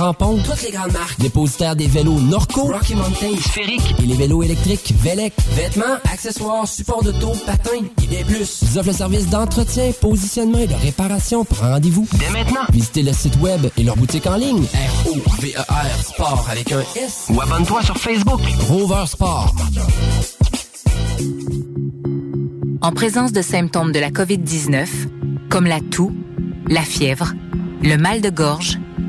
Tampon, Toutes les grandes marques. dépositaire des vélos Norco Rocky Mountain, Sphérique, et les vélos électriques Vélec. vêtements, accessoires, supports de taux, patins et bien plus. Ils offrent le service d'entretien, positionnement et de réparation. Prends rendez-vous. Dès maintenant, Visitez le site web et leur boutique en ligne. R-O-V-E-R Sport avec un S ou abonne-toi sur Facebook. Rover Sport. en présence de symptômes de la COVID-19, comme la toux, la fièvre, le mal de gorge,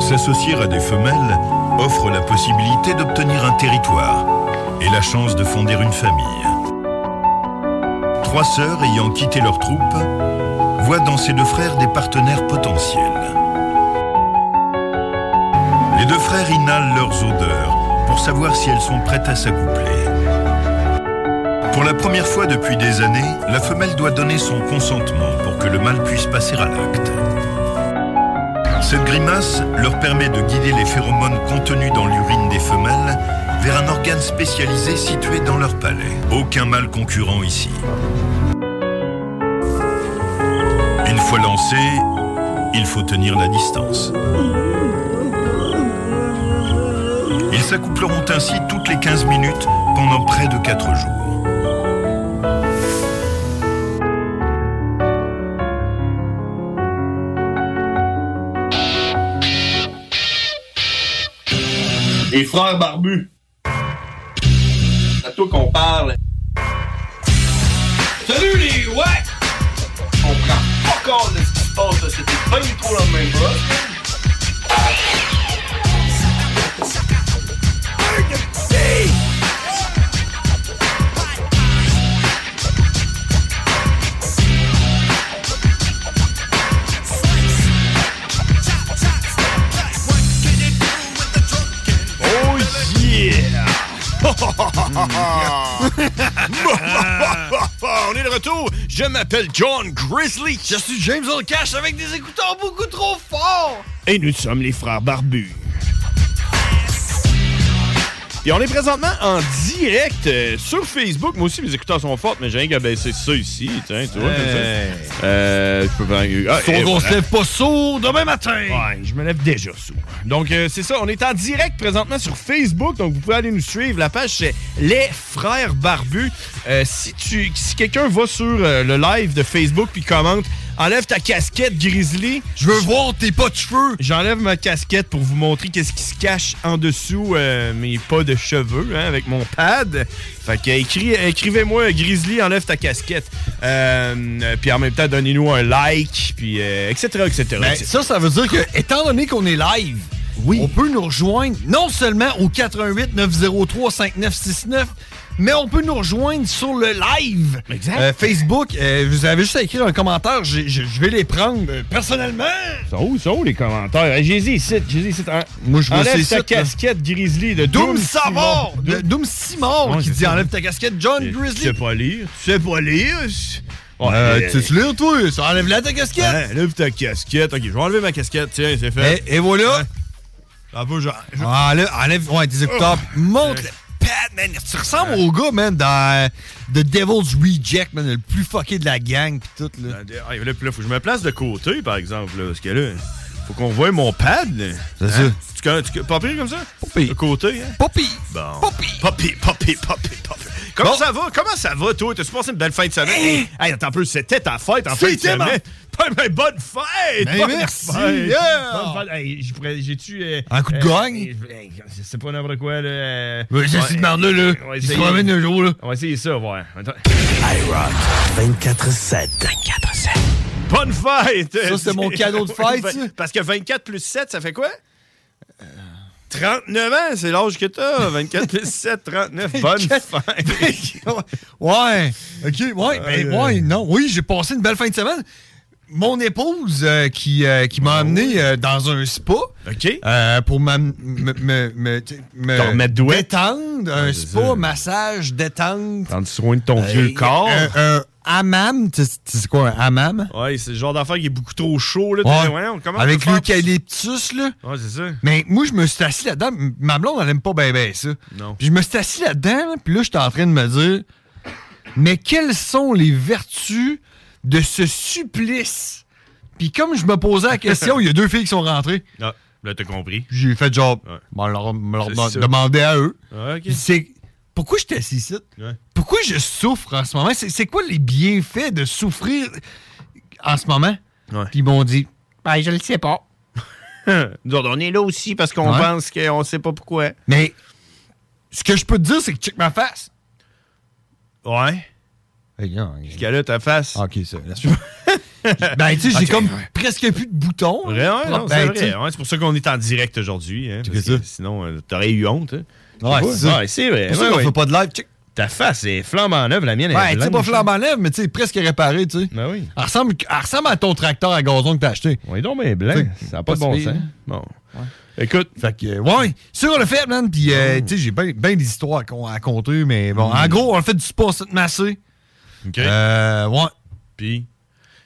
S'associer à des femelles offre la possibilité d'obtenir un territoire et la chance de fonder une famille. Trois sœurs ayant quitté leur troupe voient dans ces deux frères des partenaires potentiels. Les deux frères inhalent leurs odeurs pour savoir si elles sont prêtes à s'accoupler. Pour la première fois depuis des années, la femelle doit donner son consentement pour que le mâle puisse passer à l'acte. Cette grimace leur permet de guider les phéromones contenus dans l'urine des femelles vers un organe spécialisé situé dans leur palais. Aucun mâle concurrent ici. Une fois lancé, il faut tenir la distance. Ils s'accoupleront ainsi toutes les 15 minutes pendant près de 4 jours. Les frères barbus. C'est à toi qu'on parle. Salut les ouais! On prend pas compte de ce qui se passe, là. c'était pas du tout la même chose. Oh yeah! On est de retour. Je m'appelle John Grizzly. Je suis James Cash avec des écouteurs beaucoup trop forts! Et nous sommes les frères barbus. Et on est présentement en direct euh, sur Facebook. Moi aussi, mes écouteurs sont fortes, mais j'ai rien qu'à baisser ça ici. Tiens, tu vois, comme ça. Euh, je peux pas... Ah, Sauf et qu'on voilà. se lève pas sourd demain matin! Ouais, je me lève déjà sous. Donc, euh, c'est ça. On est en direct présentement sur Facebook. Donc, vous pouvez aller nous suivre. La page, c'est Les Frères Barbus. Euh, si tu, si quelqu'un va sur euh, le live de Facebook puis commente Enlève ta casquette, Grizzly. Je veux voir tes pas de cheveux! J'enlève ma casquette pour vous montrer qu'est-ce qui se cache en dessous euh, mes pas de cheveux hein, avec mon pad. Fait que écri- écrivez-moi Grizzly, enlève ta casquette. Euh, euh, puis en même temps, donnez-nous un like, puis euh, etc. etc., Ben, etc. ça, ça veut dire que, étant donné qu'on est live, Oui. on peut nous rejoindre non seulement au 88 903 5969, mais on peut nous rejoindre sur le live Exact. Euh, Facebook. euh, vous avez juste à écrire un commentaire, j'ai- je je vais les prendre euh, personnellement. Ils sont où, ils sont où, les commentaires? Hey, J'ai dit ici, j'ai dit ici. hein. Moi, je vois Enlève ces ta sites, là. casquette Grizzly de Doom, Doom Savard, Simon. de- Doom Simon Ouais, qui c'est dit ça. enlève ta casquette, John Tu Grizzly. sais pas lire. Tu sais pas lire. Euh, tu sais-tu lire, toi? Ça enlève la ta casquette? enlève ta casquette. OK, je vais enlever ma casquette. Tiens, c'est fait. Et, et voilà. Un peu, genre. Ah, enlève, enlève ouais, tes écouteurs. Ah. puis montre le pad, man. Tu ressembles au gars, man, dans euh, The Devil's Reject, man, le plus fucké de la gang, pis tout, là. Ah, là, puis là, faut que je me place de côté, par exemple, là, parce que là, faut qu'on voie mon pad. là. C'est Hein? Tu, connais- tu- pas pire comme ça? Poppy. De côté, hein? Poppy. Bon. Poppy. Poppy, Poppy, Poppy, Poppy. Comment ça va? Comment ça va, toi? T'as-tu passé une belle fin de semaine? Hey, attends un peu, c'était ta fête en fin de Eh. C'était ma- semaine. Ben, ben, bonne fête! Ben, bonne merci, fête. yeah! Bonne fête. Hey, je pourrais- J'ai-tu... euh, Un coup de euh, gagne? euh, je sais pas n'importe quoi, là. euh, Ouais, j'ai essayé de m'emmener, là. On va Il se essayer. promène un jour, là. On va essayer ça, ouais. Attends. iRock 24-7. 24-7. Bonne fête! Ça, c'est mon cadeau de fête, ça. Oui, ben, Parce que 24 plus 7, ça fait quoi? 39 ans, c'est l'âge que t'as. 24 plus 7, 39. Bonne fête! ouais. OK, ouais. Ben, Euh, ouais, non. Oui, j'ai passé une belle fin de semaine. Mon épouse euh, qui, euh, qui m'a amené euh, dans un spa Oh. OK. euh, pour m'am- me, me, me, tu sais, me T'en remets douette. détendre, un spa, ça. massage, détente. Prendre soin de ton vieux corps. Un, euh, un hammam, tu sais- tu sais quoi, un hammam? Ouais, c'est le genre d'affaire qui est beaucoup trop chaud. Là. Ouais. T'es- ouais, on commence Avec à faire- l'eucalyptus, là. Ouais, c'est ça. Mais moi, je me suis assis là-dedans. M- Ma blonde, elle aime pas bien ben ça. Non. Puis je me suis assis là-dedans, là, puis là, j'étais en train de me dire Mais quelles sont les vertus de ce supplice Puis comme je me posais la question, il y a deux filles qui sont rentrées. Ah, là, t'as compris. Puis J'ai fait genre, Ouais. bon, leur, me leur C'est demand- ça. demander à eux. Ouais, OK. Puis C'est pourquoi je suis assis ici Ouais. Pourquoi je souffre en ce moment C'est c'est quoi les bienfaits de souffrir en ce moment Ouais. Puis ils m'ont dit Ben, je le sais pas. Nous autres, on est là aussi parce qu'on Ouais. pense qu'on sait pas pourquoi. Mais ce que je peux te dire, c'est que check ma face. Ouais. Hey, non, Parce que là, ta face. Ah, Ok, ça. ben, tu sais, j'ai comme presque plus de boutons. Vrai, ouais, non, c'est Ben, tu vrai. sais, Ouais, c'est pour ça qu'on est en direct aujourd'hui. hein, Tu parce fais ça. que Sinon, euh, t'aurais eu honte. hein. Ouais, c'est ça. Ouais, c'est vrai. C'est pour ouais, ça qu'on ouais. fait pas de live. Check. Ta face est flambant neuve, la mienne Ouais, est ben, tu sais, pas blanche. flambe en lèvres, mais tu sais, presque réparé, tu sais. Ben oui. Elle ressemble, elle ressemble à ton tracteur à gazon que t'as acheté. On est donc bien blanc. T'sais, Ça n'a pas de pas bon si pire, sens. hein. Bon. Écoute, Fait que, euh, ouais, ça, on l'a fait, man. Puis, euh, tu sais, j'ai bien ben des histoires à con- à raconter, mais bon. En gros, on a fait du sport, cette massé. Mm. OK. Euh, ouais. Puis,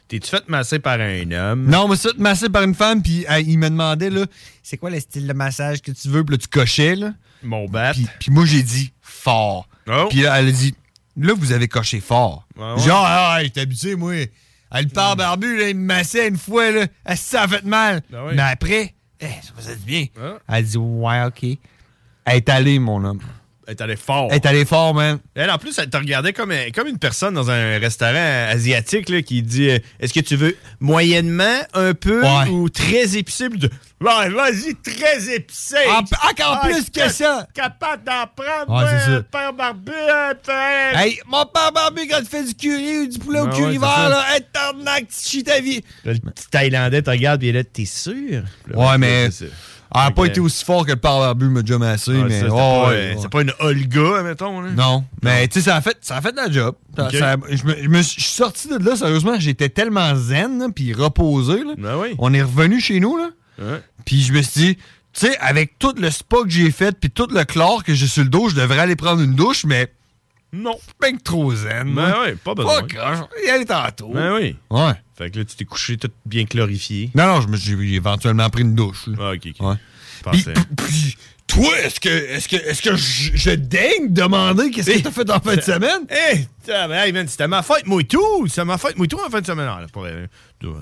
t'es-tu fait masser par un homme? Non, on m'a fait masser par une femme, puis euh, il me demandait, là, c'est quoi le style de massage que tu veux? Puis là, tu cochais, là. Mon bat. Puis, puis moi, j'ai dit fort. Oh. Puis là, elle a dit, là, vous avez coché fort. Ah ouais? Genre, ah, ouais, j'étais abusé, moi. Elle part barbu, là, il me massait une fois, là. Ah, Ça a fait mal. Ah ouais? Mais après, eh, ça faisait du bien. Ah. Elle dit, ouais, OK. Elle est allée, mon homme. Elle est allée fort. Elle est allée fort, man. Elle, en plus, elle te regardait comme, un- comme une personne dans un restaurant asiatique là, qui dit euh, Est-ce que tu veux moyennement, un peu Ouais. ou très épicé Puis de- Ouais, Vas-y, très épicé Ah, En- encore plus que ça. Capable d'en prendre, Ouais, c'est euh, ça. père barbu, euh, père- Hey, mon père barbu, quand tu fais du curry ou du poulet au Ah ouais, curry c'est vert, ça. là, hey, tabarnak, tu chies ta vie. Là, Le petit Thaïlandais te regarde, puis il est là T'es sûr Puis là, Ouais, c'est- mais- c'est- Elle n'a pas Ok. été aussi fort que le père barbu m'a déjà massé, Ah, ça, mais. c'était oh, pas, ouais, euh, ouais. c'est pas une Olga, mettons. Là. Non, mais tu sais, ça a fait, ça a fait la job. Ça- Ok. ça- je, me, je me suis je suis sorti de là, sérieusement, j'étais tellement zen, là, puis reposé. là. Ben oui. On est revenu chez nous, là, Ouais. puis je me suis dit, tu sais, avec tout le spa que j'ai fait, puis tout le chlore que j'ai sur le dos, je devrais aller prendre une douche, mais Non. ben que trop zen. Ben moi. oui, pas besoin. Fuck, off, je vais y aller tantôt. Ben oui. Ouais. Fait que là, tu t'es couché tout bien glorifié. Non, non, je me suis j'ai éventuellement pris une douche. là. Ah, ok, ok. Ouais. Je Puis, pensais. puis, toi, est-ce que, est-ce que, est-ce que je, je daigne demander qu'est-ce que t'as fait en fin de semaine? Hey, t'as- ben, hey, man, c'était ma fête, moi tout! C'était ma fête, moi tout en fin de semaine. Non, là, pas vrai.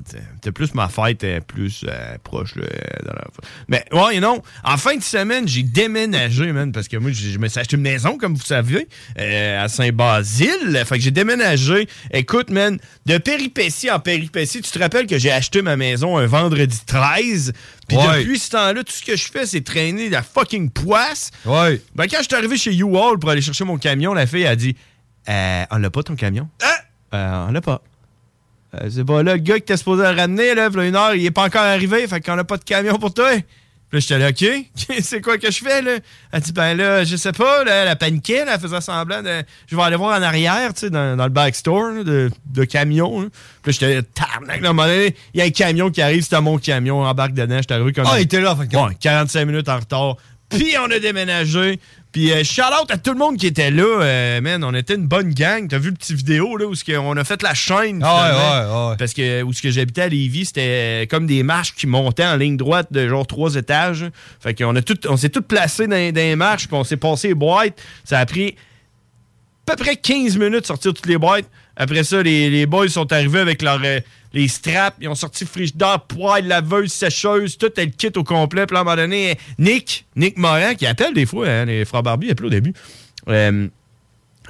C'était- C'était plus ma fête, euh, plus euh, proche. là, dans la- Mais ouais, you know, en fin de semaine, j'ai déménagé, man, parce que moi, j'ai- je me suis acheté une maison, comme vous savez, euh, à Saint-Basile. Fait que j'ai déménagé. Écoute, man, de péripétie en péripétie, tu te rappelles que j'ai acheté ma maison un vendredi 13. Puis Ouais. depuis ce temps-là, tout ce que je fais, c'est traîner la fucking poisse. Ouais. Ben, quand je suis arrivé chez U-Haul pour aller chercher mon camion, la fille a dit Euh, On l'a pas ton camion Hein? Euh, On l'a pas. Euh, c'est pas là, le gars que t'es supposé le ramener, là, v'là une heure, il est pas encore arrivé, fait qu'on a pas de camion pour toi. Puis là, j'étais là, OK, c'est quoi que je fais, là? Elle dit, ben là, je sais pas, là, elle a paniqué, là, elle faisait semblant de. Je vais aller voir en arrière, tu sais, dans, dans le backstore, là, de, de camion. là. Puis là, j'étais là, tarnac, là, à un moment donné, il y a un camion qui arrive, c'était mon camion, embarque dedans, j'étais arrivé comme. Ah, il était là, fait que- Ouais, 45 minutes en retard. Puis on a déménagé. Puis euh, shout out à tout le monde qui était là. Euh, man, on était une bonne gang. T'as vu le petit vidéo là, où ce que on a fait la chaîne. Ah ouais, finalement. Parce que où ce que j'habitais à Lévis, c'était euh, comme des marches qui montaient en ligne droite de genre trois étages. Fait qu'on a tout, on s'est tout placé dans, dans les marches, puis on s'est passé les boîtes. Ça a pris à peu près 15 minutes de sortir toutes les boîtes. Après ça, les, les boys sont arrivés avec leur, euh, les straps. Ils ont sorti frigidaire, poêle, laveuse, sécheuse, tout est le kit au complet. Puis là, à un moment donné, Nick, Nick Morin, qui appelle des fois, hein, les frères Barbie appellent au début. Euh,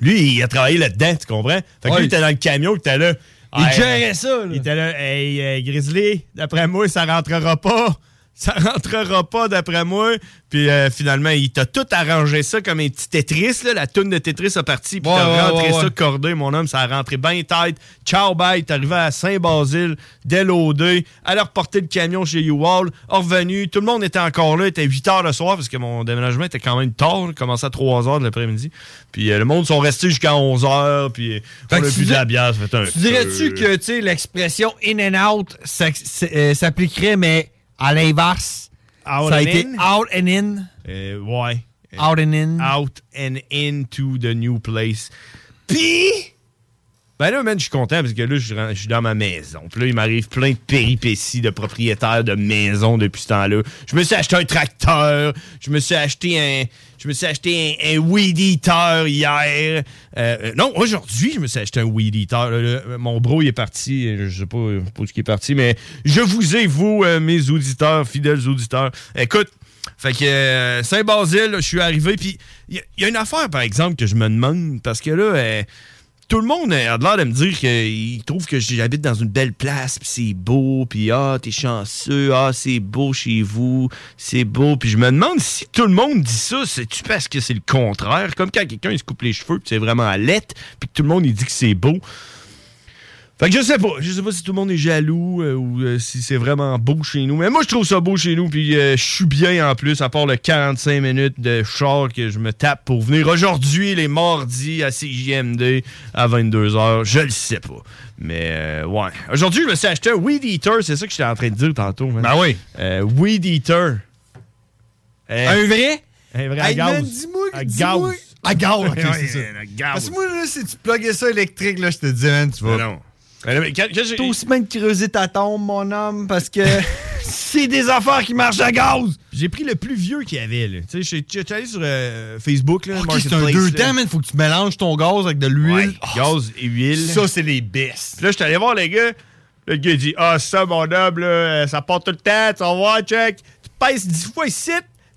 lui, il a travaillé là-dedans, tu comprends? Fait que Ouais. Ah, lui, il était dans le camion, il était là. Il Hey, gérait euh, ça, là. Il était là, hey, euh, Grizzly, d'après moi, ça rentrera pas. Ça rentrera pas, d'après moi. Puis euh, finalement, il t'a tout arrangé ça comme un petit Tetris, là. La toune de Tetris a parti, puis Ouais, t'as ouais, rentré ouais, ça ouais. cordé, mon homme. Ça a rentré bien tête. Ciao, bye. T'es arrivé à Saint-Basile, dès l'OD. Allé reporter le camion chez U-Wall. Revenu. Tout le monde était encore là. Il était 8 h le soir parce que mon déménagement était quand même tard. Il commençait à 3 h de l'après-midi. Puis euh, le monde sont restés jusqu'à 11 h. Puis euh, Fait on que a tu bu de dis- la bière. ça fait un Tu dirais-tu peu. que tu sais, l'expression in and out ça- c'est- euh, s'appliquerait, mais à l'inverse? Out ça a and été in? out and in. Euh, ouais. Out and in. Out and into the new place. Puis. Ben là, man, je suis content parce que là, je suis ren- je suis dans ma maison. Puis là, il m'arrive plein de péripéties de propriétaire de maison depuis ce temps-là. Je me suis acheté un tracteur. Je me suis acheté un. Je me suis acheté un, un weed eater hier. Euh, euh, non, aujourd'hui, je me suis acheté un weed eater. Là, là, mon bro, il est parti. Euh, Je sais pas, euh, pas ce qui est parti, mais je vous ai, vous, euh, mes auditeurs, fidèles auditeurs. Écoute, fait que euh, Saint-Basile, là, je suis arrivé. Puis il y, a- il y a une affaire, par exemple, que je me demande. Parce que là, euh, tout le monde euh, a l'air de me dire qu'il trouve que j'habite dans une belle place. Puis c'est beau. Puis ah, t'es chanceux. Ah, c'est beau chez vous. C'est beau. Puis je me demande si tout le monde dit ça, c'est-tu parce que c'est le contraire? Comme quand quelqu'un il se coupe les cheveux. Puis c'est vraiment à lettre. Puis que tout le monde il dit que c'est beau. Fait que je sais pas, je sais pas si tout le monde est jaloux euh, ou euh, si c'est vraiment beau chez nous. Mais moi, je trouve ça beau chez nous, puis euh, je suis bien en plus, à part le 45 minutes de char que je me tape pour venir aujourd'hui, les mardis, à CJMD, à 22h. Je le sais pas. Mais euh, ouais. Aujourd'hui, je me suis acheté un Weed Eater, c'est ça que j'étais en train de dire tantôt. man. Ben oui. Euh, weed Eater. Euh, Un vrai? Un vrai à Hey, man, gaz. dis-moi. À dis-moi- gaz. À gaz, ok, Ouais, c'est ça. à gaz. Parce que moi, là, si tu pluguais ça électrique, là, je te dis, man, tu vas. Mais non. Mais là, mais quand- quand j'ai- T'as aussi bien de creuser ta tombe, mon homme, parce que c'est des affaires qui marchent à gaz. J'ai pris le plus vieux qu'il y avait. là. Tu sais, j'étais allé sur euh, Facebook. Là, Ok, c'est un Marketplace, deux là. temps, man. Faut que tu mélanges ton gaz avec de l'huile. Ouais, gaz et huile. Ça, c'est les best. Puis là, j'étais allé voir les gars. Le gars, il dit Ah, ça, mon homme, là, euh, ça part tout le temps. Tu vas voir, check. Tu pèses 10 fois ici.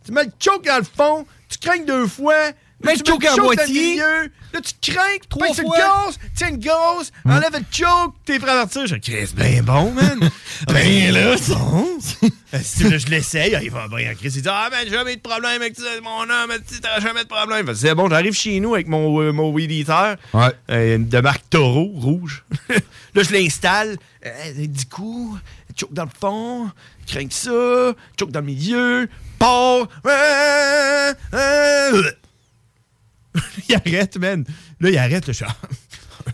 Tu mets le choke dans le fond. Tu craignes deux fois. Mets là, le tu choke à dans le moitié. milieu. Là, tu craignes. Trois Trois fois. fois. Une gauze. Tiens une gauze. Enlève le choke. T'es prêt à partir. Je dis Chris, ben bon, man. Ben là, c'est- bon. Si là, je l'essaye, il va bien. Chris, il dit Ah, man, jamais de problème avec ça, mon homme, tu t'auras jamais de problème. Fait que C'est bon, j'arrive chez nous avec mon, euh, mon weed eater Ouais. euh, de marque Taureau, rouge. là, je l'installe, euh, 10 coups, choke dans le fond, crains que ça, choke dans le milieu, part. euh, euh. il arrête, man. Là, il arrête, le char.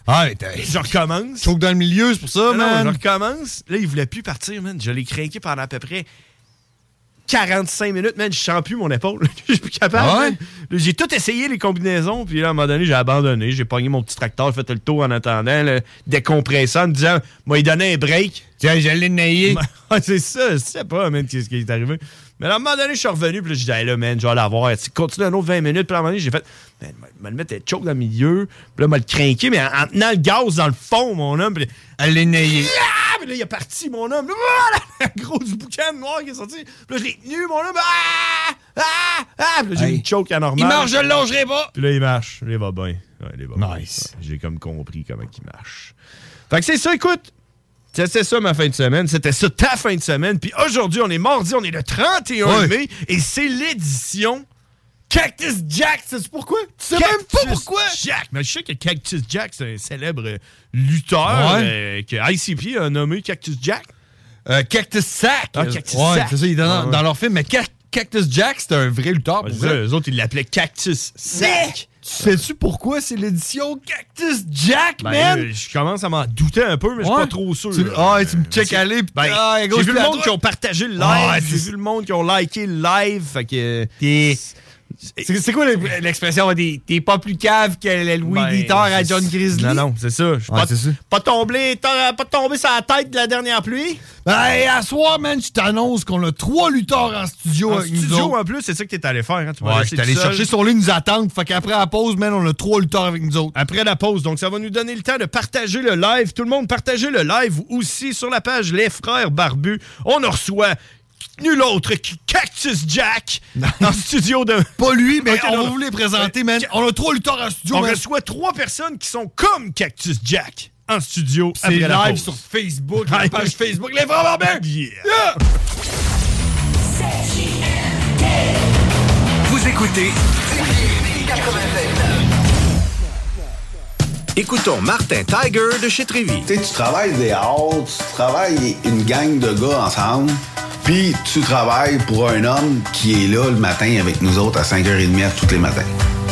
Ah, mais t'as- Je recommence. Choke dans le milieu, c'est pour ça, Non, man. non, je recommence. Là, il voulait plus partir, man. Je l'ai craqué pendant à peu près 45 minutes, man. Je sens plus mon épaule. Je suis plus capable. Ah ouais? man. Là, J'ai tout essayé, les combinaisons. Puis là, à un moment donné, j'ai abandonné. J'ai pogné mon petit tracteur, fait le tour en attendant, le décompressant, en me disant, moi, il donnait un break. Tiens, j'allais nailler. Ah, c'est ça, je sais pas, man, qu'est-ce qui est arrivé. Mais à un moment donné, je suis revenu, puis là, j'ai dit, Hey, là, man, je vais l'avoir. Tu continues un autre 20 minutes, puis à un moment donné, j'ai fait, man, m'a- m'a le mettre un choke dans le milieu, puis là, m'a le craqué, mais en, en tenant le gaz dans le fond, mon homme, puis là, Allez nailler. ah! Puis là, il est parti, mon homme. Là, ah, la, la grosse boucane noire qui est sortie. Puis là, je l'ai tenu, mon homme. Ah! Ah! Ah! Puis là, j'ai Hey. eu une choke anormale. Il marche, je le longerai pas. Puis là, il marche. Il va bien. Ouais, il va bien. Nice. Ouais, J'ai comme compris comment il marche. Fait que c'est ça, écoute. C'était ça ma fin de semaine. C'était ça ta fin de semaine. Puis aujourd'hui, on est mardi, on est le 31 Ouais. mai. Et c'est l'édition Cactus Jack. C'est pourquoi? Tu sais même pas pourquoi? Jack. Mais je sais que Cactus Jack, c'est un célèbre euh, lutteur euh, que ICP a nommé Cactus Jack. Euh, Cactus Sack. Ah, Cactus ouais, Sack. c'est ça, il est Ah, dans, ouais. dans leur film. Mais Ca- Cactus Jack, c'est un vrai lutteur. pour Les vrai. eux autres, ils l'appelaient Cactus Sack. Tu sais-tu pourquoi c'est l'édition Cactus Jack, Ben, man? euh, je commence à m'en douter un peu, mais je suis Ouais. pas trop sûr. Tu- là. ah, tu me check C'est- aller, puis- Ben, ah, à j'ai gauche, vu puis le à monde droite. Ah, qui ont partagé le live. Ouais, j'ai c'est- vu le monde qui ont liké le live. Fait que. Puis- C'est c'est quoi le- l'expression? Des- T'es pas plus cave que le Louis Ben, Vuitton à c'est- John Grizzly? Non, non, c'est ça. Je suis Ouais, pas, c'est ça. pas tombé, t'as- pas tombé sur la tête de la dernière pluie. Hey, Ben, à soir, man, je t'annonce qu'on a trois lutteurs en studio. En avec nous studio, autres. en plus, c'est ça que t'es allé faire. Hein, tu m'as Ouais, laissé j'étais allé tout seul. chercher son lit, nous attendre. Fait qu'après la pause, man, on a trois lutteurs avec nous autres. Après la pause, donc ça va nous donner le temps de partager le live. Tout le monde, partagez le live aussi sur la page Les Frères Barbus. On en reçoit nul autre que Cactus Jack dans le studio de... Pas lui, mais on va vous les présenter, man. On a trois lutteurs en studio, Euh, On man. reçoit trois personnes qui sont comme Cactus Jack en studio Pis après C'est la live pause. sur Facebook, la page Facebook, les frères Barbus! Yeah! Vous écoutez. Écoutons Martin Tiger de chez Trévy. Tu sais, tu travailles des heures, tu travailles une gang de gars ensemble, puis tu travailles pour un homme qui est là le matin avec nous autres à 5h30 à tous les matins.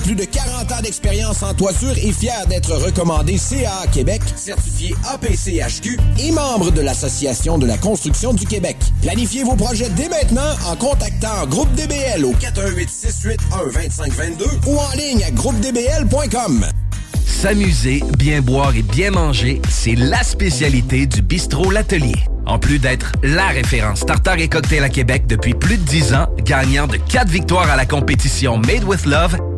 plus de 40 ans d'expérience en toiture est fier d'être recommandé CA Québec, certifié APCHQ et membre de l'Association de la construction du Québec. Planifiez vos projets dès maintenant en contactant Groupe DBL au 418 681 2522 ou en ligne à groupedbl.com. S'amuser, bien boire et bien manger, c'est la spécialité du bistrot L'Atelier. En plus d'être la référence tartare et cocktail à Québec depuis plus de 10 ans, gagnant de 4 victoires à la compétition Made with Love,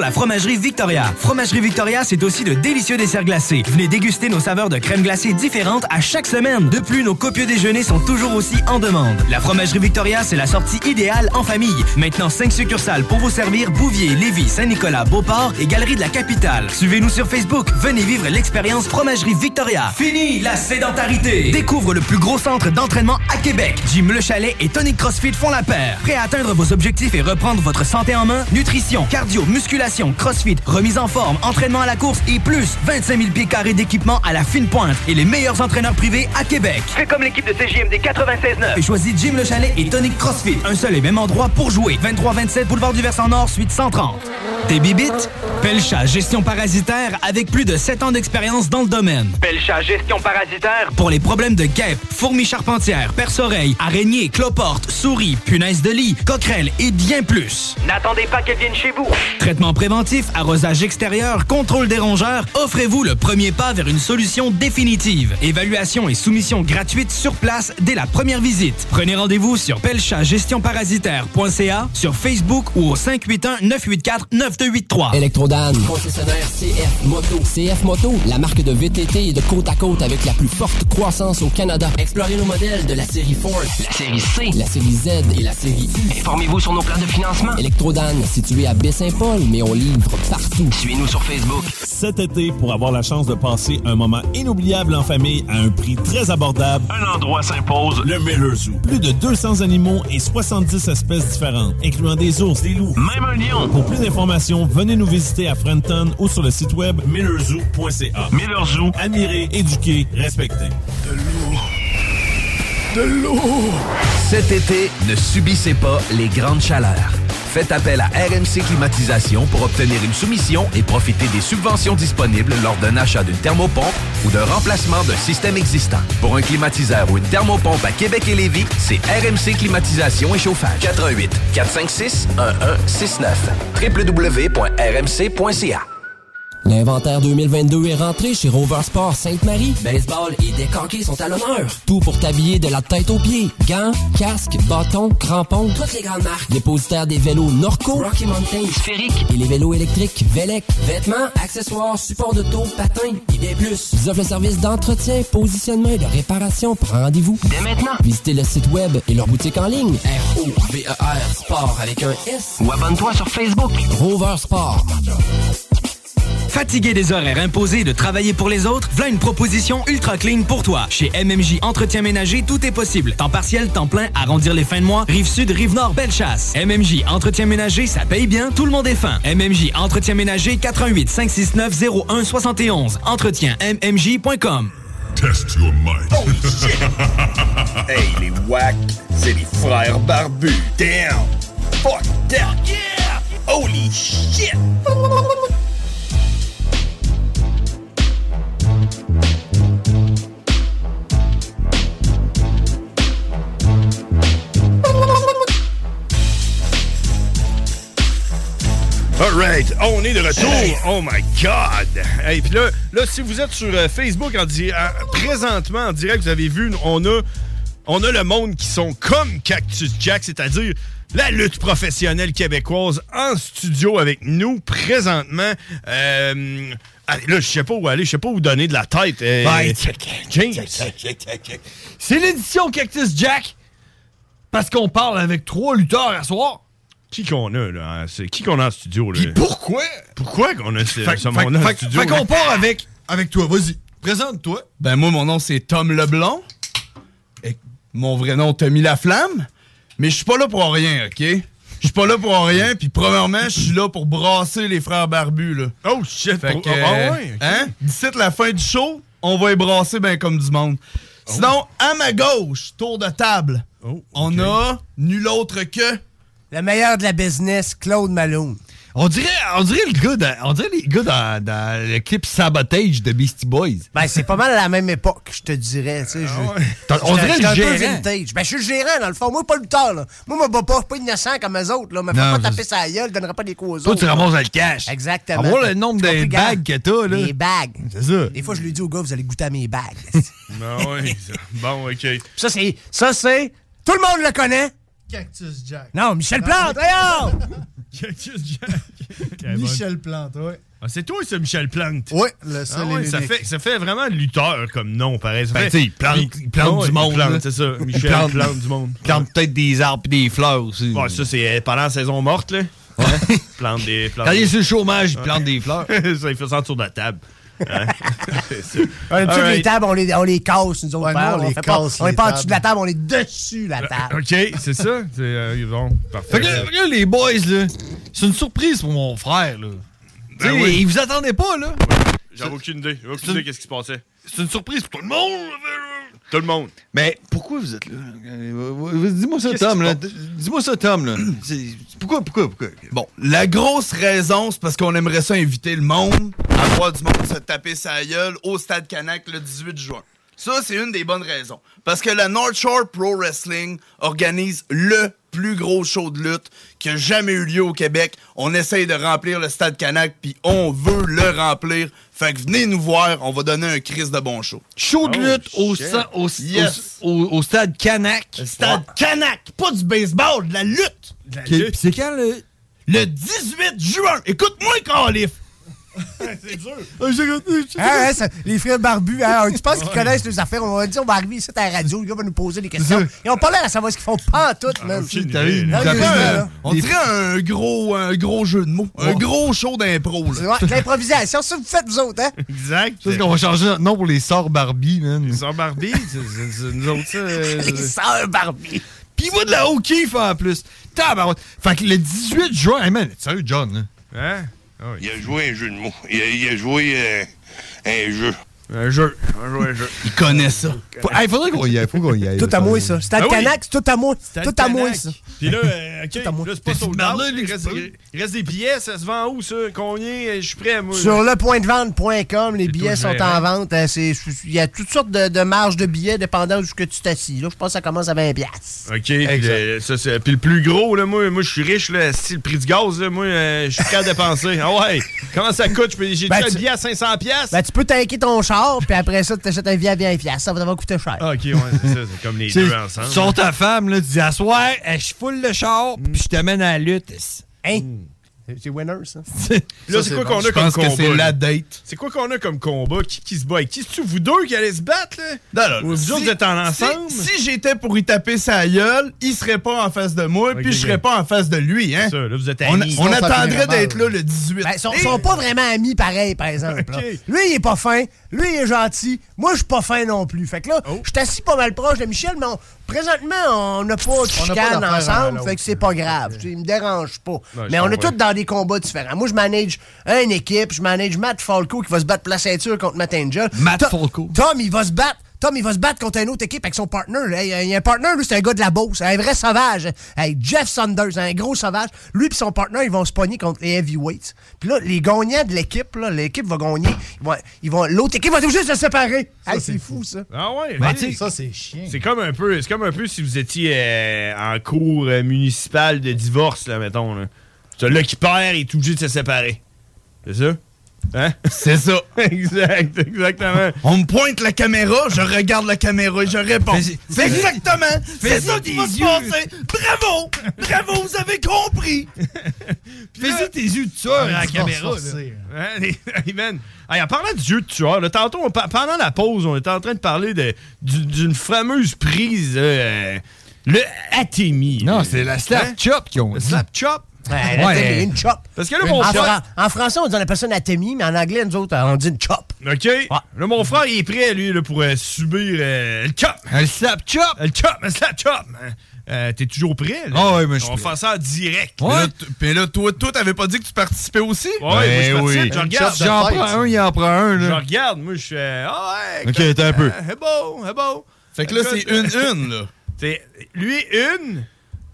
la Fromagerie Victoria. Fromagerie Victoria, c'est aussi de délicieux desserts glacés. Venez déguster nos saveurs de crème glacée différentes à chaque semaine. De plus, nos copieux déjeuners sont toujours aussi en demande. La Fromagerie Victoria, c'est la sortie idéale en famille. Maintenant, 5 succursales pour vous servir Bouvier, Lévis, Saint-Nicolas, Beauport et Galerie de la Capitale. Suivez-nous sur Facebook. Venez vivre l'expérience Fromagerie Victoria. Fini la sédentarité! Découvre le plus gros centre d'entraînement à Québec. Jim Le Chalet et Tonic CrossFit font la paire. Prêt à atteindre vos objectifs et reprendre votre santé en main? Nutrition, cardio, musculation, CrossFit, remise en forme, entraînement à la course et plus 25 000 pieds carrés d'équipement à la fine pointe et les meilleurs entraîneurs privés à Québec. Fais comme l'équipe de CJMD 96.9 et choisis Jim Le Chalet et Tonic CrossFit. Un seul et même endroit pour jouer. 23-27 Boulevard du Versant Nord, suite 130. Tes bibites? Pelcha Gestion Parasitaire avec plus de 7 ans d'expérience dans le domaine. Pelcha Gestion Parasitaire pour les problèmes de guêpes, fourmis charpentières, perce-oreilles, araignées, cloportes, souris, punaises de lit, coquerelles et bien plus. N'attendez pas qu'elle vienne chez vous. Traitement préventif, arrosage extérieur, contrôle des rongeurs, offrez-vous le premier pas vers une solution définitive. Évaluation et soumission gratuite sur place dès la première visite. Prenez rendez-vous sur pelchagestionparasitaire.ca, sur Facebook ou au 581-984-9283. Électrodan. Concessionnaire CF Moto. CF Moto, la marque de VTT et de côte à côte avec la plus forte croissance au Canada. Explorez nos modèles de la série Ford, la série C, la série Z et la série U. Informez-vous sur nos plans de financement. Electrodan, situé à Baie-Saint-Paul, mais on livre partout. Suivez-nous sur Facebook. Cet été, pour avoir la chance de passer un moment inoubliable en famille à un prix très abordable, un endroit s'impose, le Miller Zoo. Plus de 200 animaux et 70 espèces différentes, incluant des ours, des loups, même un lion. Pour plus d'informations, venez nous visiter à Frenton ou sur le site web millerzoo.ca. Miller Zoo, admirer, éduquer, respecter. de l'eau. Cet été, ne subissez pas les grandes chaleurs. Faites appel à RMC Climatisation pour obtenir une soumission et profiter des subventions disponibles lors d'un achat d'une thermopompe ou d'un remplacement d'un système existant. Pour un climatiseur ou une thermopompe à Québec et Lévis, c'est RMC Climatisation et Chauffage. 88 456 1169 www.rmc.ca L'inventaire 2022 est rentré chez Rover Sport Sainte-Marie. Baseball et décorqués sont à l'honneur. Tout pour t'habiller de la tête aux pieds. Gants, casques, bâtons, crampons. Toutes les grandes marques. Dépositaire des vélos Norco. Rocky Mountain, Sphérique. Et les vélos électriques Vélec. Vêtements, accessoires, supports de taux, patins et bien plus. Ils offrent le service d'entretien, positionnement et de réparation. Prends rendez-vous. Dès maintenant. Visitez le site web et leur boutique en ligne. R-O-V-E-R Sport avec un S. Ou abonne-toi sur Facebook. Rover Sport. Fatigué des horaires imposés de travailler pour les autres, voilà une proposition ultra clean pour toi. Chez MMJ Entretien Ménager, tout est possible. Temps partiel, temps plein, arrondir les fins de mois, rive sud, rive nord, belle chasse. MMJ Entretien Ménager, ça paye bien, tout le monde est fin. MMJ Entretien Ménager, 88 569 01 71. Entretien MMJ.com. Test your might. Oh, hey, les wack, c'est les frères barbus. Damn! Fuck that! Yeah! Holy shit! Alright, on est de retour. Oh my God! Et puis là, là, si vous êtes sur euh, Facebook en di- en- présentement en direct, vous avez vu, on a, on a le monde qui sont comme Cactus Jack, c'est-à-dire la lutte professionnelle québécoise en studio avec nous présentement. Euh, allez, là, je sais pas où aller, je sais pas où donner de la tête. euh, Ben, check, James. C'est l'édition Cactus Jack parce qu'on parle avec trois lutteurs à soir. Qui qu'on a, là? hein? C'est qui qu'on a en studio, là? Pourquoi? Pourquoi qu'on a ce, Fait, ce fait- monde-là en fait- studio? fait qu'on part avec, avec toi. Vas-y, présente-toi. Ben moi, mon nom c'est Tom Leblanc. Et mon vrai nom, Tommy Laflamme. Mais je suis pas là pour rien, ok? Je suis pas là pour rien, puis premièrement, je suis là pour brasser les frères barbus, là. Oh shit! Fait que, pour- ah ouais, ok. hein? D'ici la fin du show, on va les brasser ben comme du monde. Oh. Sinon, à ma gauche, tour de table, on a nul autre que... Le meilleur de la business, Claude Malone. On dirait, on dirait le gars, dans- on dirait les gars dans, dans le clip Sabotage de Beastie Boys. Ben, c'est pas mal la même époque, je te dirais. tu sais, je- T'as- Ah on je- dirait je suis le un peu gérant. vintage. Ben, je suis le gérant, dans le fond. Moi, pas le tard, là. Moi, je me bats pas. Je suis pas innocent comme eux autres, là. Me fais Non, pas je- taper sa gueule, je donnerai pas des causes. Toi, tu ramasses dans le cash. Exactement. On voit le nombre Je suis pas de plus bagues grand. que t'as, là. Des bagues. C'est ça. Des fois, je lui dis au gars, vous allez goûter à mes bagues. Ah ouais, ça- bon, ok. ça, c'est. Ça, c'est. Tout le monde le connaît. Cactus Jack. Non, Michel Plante, voyons! Cactus Jack. Michel Plante, oui. Ah, c'est toi, ce Michel Plante. Ah Oui, Ah le seul et ça, l'unique. fait, ça fait vraiment lutteur comme nom, pareil. Ça Ben, fait- Ah tu sais, il plante, il plante Ouais, du il monde. plante, là. c'est ça. Il Michel plante, du monde. Il plante peut-être des arbres et des fleurs aussi. Ouais, ça, c'est euh, pendant la saison morte, là. Hein? plante des plantes. Quand il est sur le chômage, il plante des fleurs. ça, il fait ça autour de la table. Hein? C'est ça. On est dessus Alright. les tables, on les, on les casse, nous autres. Ouais, nous, hein, on les fait pas- casse, on est les pas en dessous de la tables. table, on est dessus la table. OK, c'est ça. C'est euh, bon, parfait. Fait que, là, fait que là, les boys, là, c'est une surprise pour mon frère. Là. Tu sais, Ben oui. Il vous attendait pas, là. J'avais aucune idée. J'avais aucune idée qu'est-ce qui se passait. C'est une surprise pour tout le monde. ben, Tout le monde. Mais pourquoi vous êtes là? Euh, vous- vous- Dis-moi ça, Qu'est-ce Tom. qui là. se passe? Dis-moi ça, Tom. Là. C'est- Pourquoi, pourquoi, pourquoi? Bon, la grosse raison, c'est parce qu'on aimerait ça inviter le monde à voir du monde se taper sa gueule au Stade Canac le 18 juin. Ça, c'est une des bonnes raisons. Parce que la North Shore Pro Wrestling organise le plus gros show de lutte qui a jamais eu lieu au Québec. On essaye de remplir le Stade Canac, puis on veut le remplir. Fait que venez nous voir, on va donner un crise de bon show. Show Oh, de lutte au, shit. sa- au, Yes. au, au- au stade Canac. Stade Canac, pas du baseball, de la lutte. Ok, puis C'est quand le. Le 18 juin. Écoute-moi, Calif. c'est dur. Hein, hein, ça- les frères barbus, hein, tu penses qu'ils connaissent les affaires? On va dire, on va arriver ici à la radio, le gars va nous poser des questions. Ils ont pas l'air à savoir ce qu'ils font pas en tout, Ah même. On dirait, un, on dirait un gros, un gros jeu de mots. Un Ouais. gros show d'impro. là. L'improvisation, ça vous faites vous autres, hein? Exact. C'est qu'on va changer notre nom pour les sorts Barbie, man. Les sorts Barbie, c'est nous autres, ça. euh, Les sorts Barbie. Pis il va de la haut kiff en plus. Tabarouette. Fait que le 18 juin, hey man, sérieux, John, là. Hein? Il a joué un jeu de mots. Il a, il a joué euh, un jeu. Un jeu. Un jeu, un jeu. Il connaît ça. Faut- hey, faudrait qu'on y aille, faut qu'on y aille. Tout à moi, ça. Stade Ben oui. Canac, c'est tout à moi. Stade Tout à moi, Canac. ça. Puis là, euh, OK, Tout à là, moi. c'est pas T'es-tu sold malade, out. Il reste, il reste des billets, ça se vend où, ça? Combien? Euh, Je suis prêt, à moi. Sur lepointdevente.com, les billets tout sont géré. en vente. Euh, c'est- Il y a toutes sortes de, de marges de billets dépendant de ce que tu t'assis. Là, je pense que ça commence à 20 piastres. OK, puis le, ça, c'est- puis le plus gros, là, moi, moi je suis riche, là, si le prix du gaz, là, moi, euh, je suis prêt à dépenser. Ah ouais, comment ça coûte? Je peux- J'ai Ben, déjà tu- un billet à 500 pièces. Ben, tu peux t'inquiéter ton char, puis après ça, tu t'achètes un billet à 20 piastres. Ça va t'avoir coûté cher. OK, ouais, c'est ça, c'est comme les deux ensemble. Tu sors ta femme, là, tu dis Assoir, eh, je foule le char, puis je te mène à la lutte. Hein? Mm. C'est winner, ça. Là, c'est quoi qu'on a comme combat? là? date. C'est quoi qu'on a comme combat? Qui, qui se bat? Qui c'est-tu vous deux qui allez se battre, là? Non, non, Ou vous si- autres, vous êtes en si- ensemble? Si, j'étais pour y taper sa gueule, il serait pas en face de moi, puis je serais ok. pas en face de lui. Hein? C'est ça, là, vous êtes on, amis. on Sinon, ça attendrait finirait mal. d'être là le 18. Ben, ils sont, Et- sont pas vraiment amis pareil, par exemple. là. Lui, il est pas fin. Lui, il est gentil. Moi, je suis pas fin non plus. Fait que là, Oh. je suis assis pas mal proche de Michel, mais on- présentement, on n'a pas de On n'a pas chicane d'affaire à ensemble. l'autre. Fait que c'est pas grave. Tu sais, Il me dérange pas. Ouais, mais je on est comprends. tous dans des combats différents. Moi, je manage une équipe. Je manage Matt Falco qui va se battre pour la ceinture contre Matt Angel. Matt Falco. Tom, il va se battre. Tom, il va se battre contre une autre équipe avec son partner. là. Il y a- il y a un partner, lui, c'est un gars de la Beauce, un vrai sauvage. Hey, Jeff Saunders, un gros sauvage. Lui et son partner, ils vont se pogner contre les heavyweights. Puis là, les gagnants de l'équipe, là, l'équipe va gagner. Ils vont- ils vont- L'autre équipe va tout juste se séparer. Hey, c'est fou, ça. Ah ouais, Ben, mais tu sais, ça c'est chiant. C'est comme un peu, c'est comme un peu si vous étiez euh, en cours euh, municipal de divorce là, mettons là. Celui-là qui perd est obligé de se séparer. C'est ça Hein C'est ça. exact, exactement. On me pointe la caméra, je regarde la caméra et je réponds. C'est exactement, c'est fais- ça qui va des se yeux. passer. Bravo, bravo, vous avez compris. Fais-y tes yeux de tueur Ouais, à la Ah, tu vas caméra. forcer. là. Hein, les- hey, man. Hey, en parlant du yeux de tueur, là, tantôt, on pa- pendant la pause, on était en train de parler de- du- d'une fameuse prise, euh, le Atemi. Non, c'est la slap chop qui ont Slap chop. Ouais, la thémie, une chop. Parce que là, Une- mon en, frère- fran- en français, on dit la personne atémie, mais en anglais, nous autres, on dit une chop. OK. Là, mon frère, il est prêt, lui, là, pour euh, subir euh, le chop. Un slap chop. Le chop, un slap chop. Euh, T'es toujours prêt? là? Ah ouais, moi, je suis On prêt. fait ça en direct. Ouais. Là, t- Puis là, toi, toi, t'avais pas dit que tu participais aussi? Ouais, moi, je Ben participe, oui. je regarde. J'en prends un, il en prend un. Je Là. regarde, moi, je suis. euh, Ah ouais. Ok, écoute, t'as un peu. euh, C'est beau, c'est beau. Fait que là, c'est une, une, là. C'est lui, une.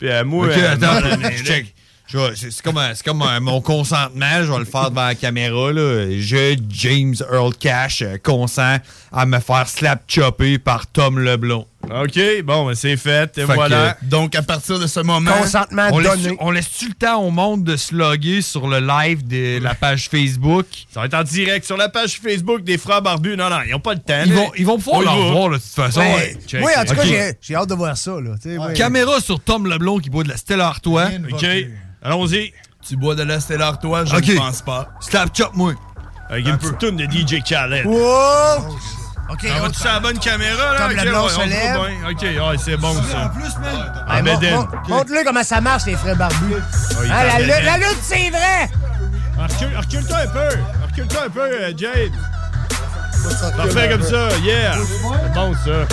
Puis euh, moi. Ok, euh, attends, non, mais je là- check. Je vais- C'est c'est comme, un- c'est comme un- mon consentement, je vais le faire devant la caméra. Là. Je, James Earl Cash, euh, consent à me faire slap chopper par Tom Leblon. OK, bon, ben, c'est fait. et voilà. Donc, à partir de ce moment. Consentement on donné. Laisse, on laisse-tu le temps au monde de se loguer sur le live de la page Facebook? Ça va être en direct sur la page Facebook des Frères Barbus. Non, non, ils n'ont pas le temps. Ils là. vont- ils vont pouvoir On y leur va. voir, là, de toute façon. Ouais. Check, Moi, en tout cas, ok. j'ai- j'ai hâte de voir ça. Là, tu sais, moi- Caméra sur Tom Leblon qui boit de la Stella Artois. Rien ne va OK. plus. Allons-y. Tu bois de la Stella Artois, je Ok. ne pense pas. Slap chop, moi. Avec une petite toune de DJ Khaled. Wow! Ok, on va tout la bonne caméra, là. Tom Ok, Leblanc ouais, se on le voit lève. bien. Ok, ouais, c'est bon, ça. Ah, Hey, En mon- bedaine. mon- Montre-le comment ça marche, les frères barbus. il Ah, la, est en lutte- bedaine. la lutte, c'est vrai! Ah, Recule- Recule-toi un peu. Recule-toi un peu, euh, Jade. Parfait comme ça, yeah. C'est bon, ça.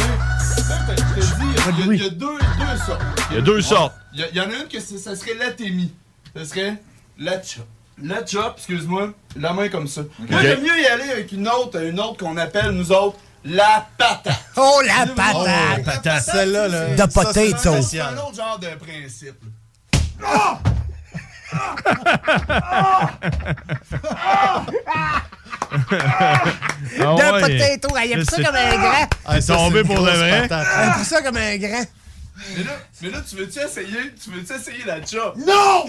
Je te dis, il y a- il y a deux deux sortes. Il y a deux sortes. Il y, a- il y en a une que c'est- ça serait l'atémie. Ça serait la chop. La chop, excuse-moi, la main comme ça. Moi, Ok. j'aime mieux y aller avec une autre, une autre qu'on appelle, nous autres, la patate. Oh, la patate! patate. Celle-là, là. De ça, c'est potato. un C'est spécial. un autre genre de principe. là. Oh, Ah D'un ouais. potato, il aime ça C'est- Ah, comme un grand. Il est tombé pour de vrai. Il aime Ah, ça comme un grand. Mais là, mais là, tu veux-tu essayer, tu veux-tu essayer la chop? Non!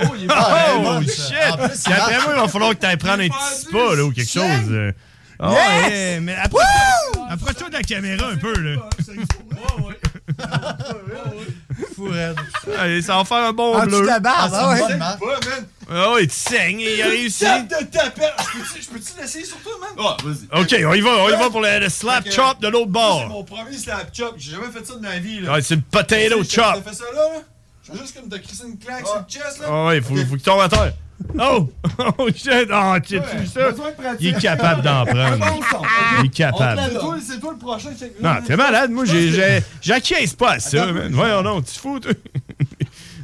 Oh, il est pas Oh, bon, shit! ça. En plus, Puis après moi, il va falloir que t'ailles prendre un petit spa, là, ou quelque chose. euh. Ah Yes! ouais, mais approche- approche-toi de la caméra un peu, là. Fourette. Allez, ça va faire un bon En dessous bleu. de la barbe, Ah, ah c'est ouais. une bonne marque. Ouais, man. Ah ouais, tu saignes, il a réussi. Tape de tapette. Je peux-tu- Je peux-tu l'essayer sur toi, man? Ah, vas-y. OK, on y va, on y va Oh, pour le, le slap Ok. chop de l'autre C'est bord. mon premier slap chop. J'ai jamais fait ça de ma vie. Là. Ouais, c'est le potato Tu sais, chop. quand T'as fait ça là, là? Je veux juste comme t'as crissé une claque sur le chest là. Ah ouais, faut, faut qu'il tombe à terre. Oh! Oh shit! Oh, tu Ouais, tu ça? besoin de pratique. Ah, Il est capable d'en prendre. Bon sang, ok. Il est capable. On te la donne. C'est toi le prochain. check. Non, t'es malade, moi, j'ai- j'ai- j'acquiesce pas à ça, Attends, man. Voyons donc, tu te fous, toi. le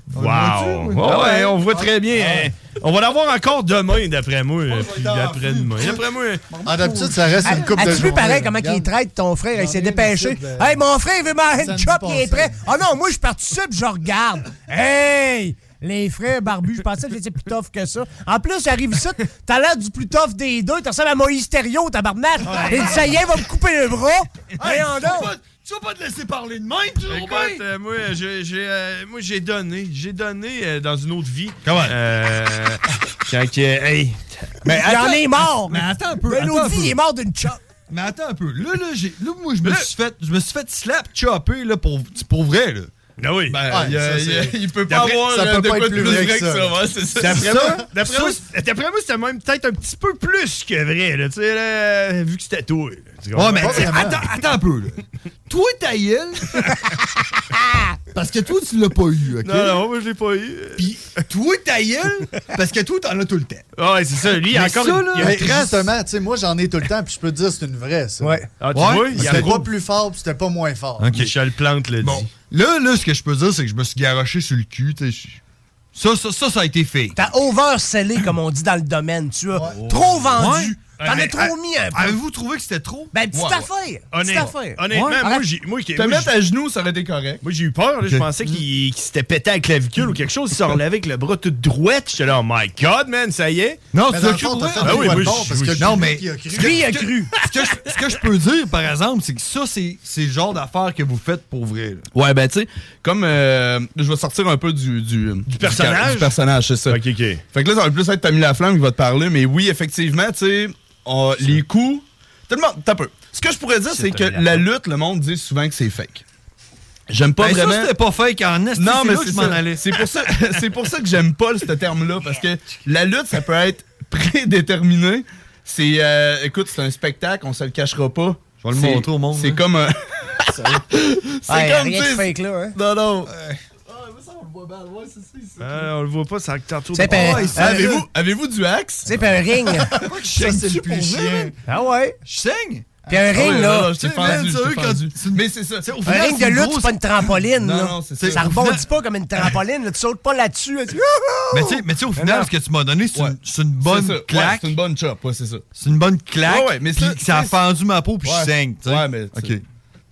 voit-tu, Ah. Wow! ou- Ouais, on voit très bien. hein. On va l'avoir encore demain, d'après moi. euh, Puis après-demain. D'après moi. En Ah, d'habitude, ça reste une coupe de As-tu vu journée. pareil comment il traite ton frère? Il s'est dépêché. Hey, mon frère, il veut ma hand chop, il est prêt. Ah non, moi, je participe, je regarde. Hey! Les frères barbus, je pensais que j'étais plus tough que ça. En plus, j'arrive ici, t'as l'air du plus tough des deux, t'as ressembles à Moïse Thériault, tabarnak. Ouais. Et ça y est, il va me couper le bras. Hey, Voyons tu vas donc. pas- tu vas pas te laisser parler de même, tu vois Écoute, euh, moi, j'ai, j'ai, euh, moi, j'ai donné. J'ai donné euh, dans une autre vie. Comment? quand que. Hey! Mais Il en attends- est mort. Mais attends un peu. Mais attends un l'autre, peu. il est mort d'une chop. Mais attends un peu. Là, là, j'ai- là, moi, je me suis fait, je me suis fait slap chopper là pour, pour vrai là. Ben oui. Ben, il y a- ça, il y a- c'est- il peut pas D'après- avoir, ça euh, peut de pas quoi être de plus vrai que ça. ouais, c'est ça. D'après Ça, moi, d'après ça, moi, c'est- d'après moi, c'était même peut-être un petit peu plus que vrai, là, tu sais, là, vu que c'était toi. là, tu comprends? Ouais, mais tu sais, attends, attends un peu. Là. Toi, ta gueule. parce que toi, tu l'as pas eu, OK? Non, non, moi, je l'ai pas eu. Puis toi, ta gueule, parce que toi, t'en as tout le temps. Ah Ouais, c'est ça. Lui, il y a Mais encore. ça, une- là, il y a mais une crise. Tristement, tu sais, moi, j'en ai tout le temps, puis je peux te dire, c'est une vraie, ça. Ouais. Ah, tu vois, il c'était approuve. pas plus fort, puis c'était pas moins fort. Ok, je le plante, le dit. Là, là, ce que je peux dire, c'est que je me suis garoché sur le cul. tu sais, je- Ça, ça, ça, ça a été fait. T'as oversellé, comme on dit dans le domaine. Tu as trop vendu. Ouais. T'en Ouais, as mais, trop mis un peu. Avez-vous trouvé que c'était trop? Ben, petite Ouais, ouais. affaire. Petite Honnête- affaire. Honnêtement, Ouais. moi, Arrête. j'ai. Moi, qui- Te moi, mettre j'ai- à genoux, ça aurait été correct. Moi, j'ai eu peur. là. Je Ok. pensais qu'il qu'il s'était pété à la clavicule ou quelque chose. Il s'en relevait avec le bras tout droit. J'étais là, oh my god, man, ça y est. Non, tu as cru pour vrai? Ah oui, moi, je- moi, je- Non, mais. Ce que- Ce que- Ce que, je, ce que je peux dire, par exemple, c'est que ça, c'est c'est le genre d'affaire que vous faites pour vrai. Ouais, ben tu sais, comme euh, je vais sortir un peu du du, du personnage? du personnage, c'est ça. Ok, ok. Fait que là, ça va plus être Tommy Laflamme qui va te parler, mais oui, effectivement, tu sais, on- les coups. Tellement, t'as peu. Ce que je pourrais dire, c'est que Tommy la lutte, le monde dit souvent que c'est fake. J'aime pas Ben, ça, vraiment. c'était pas fake en est, Non, c'est mais là que c'est je m'en ça. allais. C'est pour ça, c'est pour ça que j'aime pas ce terme-là parce que la lutte, ça peut être prédéterminé. C'est, euh, écoute, c'est un spectacle, on se le cachera pas. Je vais le montrer au monde, C'est hein. comme un. Ouais, comme, rien tu de sais, fake, là. Hein? Non, non. Ah, on le voit pas, ça tantôt. Ah, C'est pas- Ouais, c'est- Avez-vous- euh, du axe? C'est pas un ring. Ça, c'est le plus chien. Ah ouais? Je saigne? Puis un ring, là. Tu sais, man, c'est eux quand- Mais c'est ça. Un ring de lutte, c'est pas une trampoline, Non, là. non, c'est ça. Ça Au rebondit final- pas comme une trampoline, là. Tu sautes pas là-dessus. là, tu- Mais tu sais- mais tu sais, au final, ce que tu m'as donné, c'est une, c'est une bonne C'est ça. Ouais, claque. c'est une bonne chop, ouais, c'est ça. c'est une bonne claque. Ouais, ouais, mais puis ça, ça- a c'est- fendu ma peau, puis Ouais. je saigne. tu sais. Ouais, mais. Ok. c'est-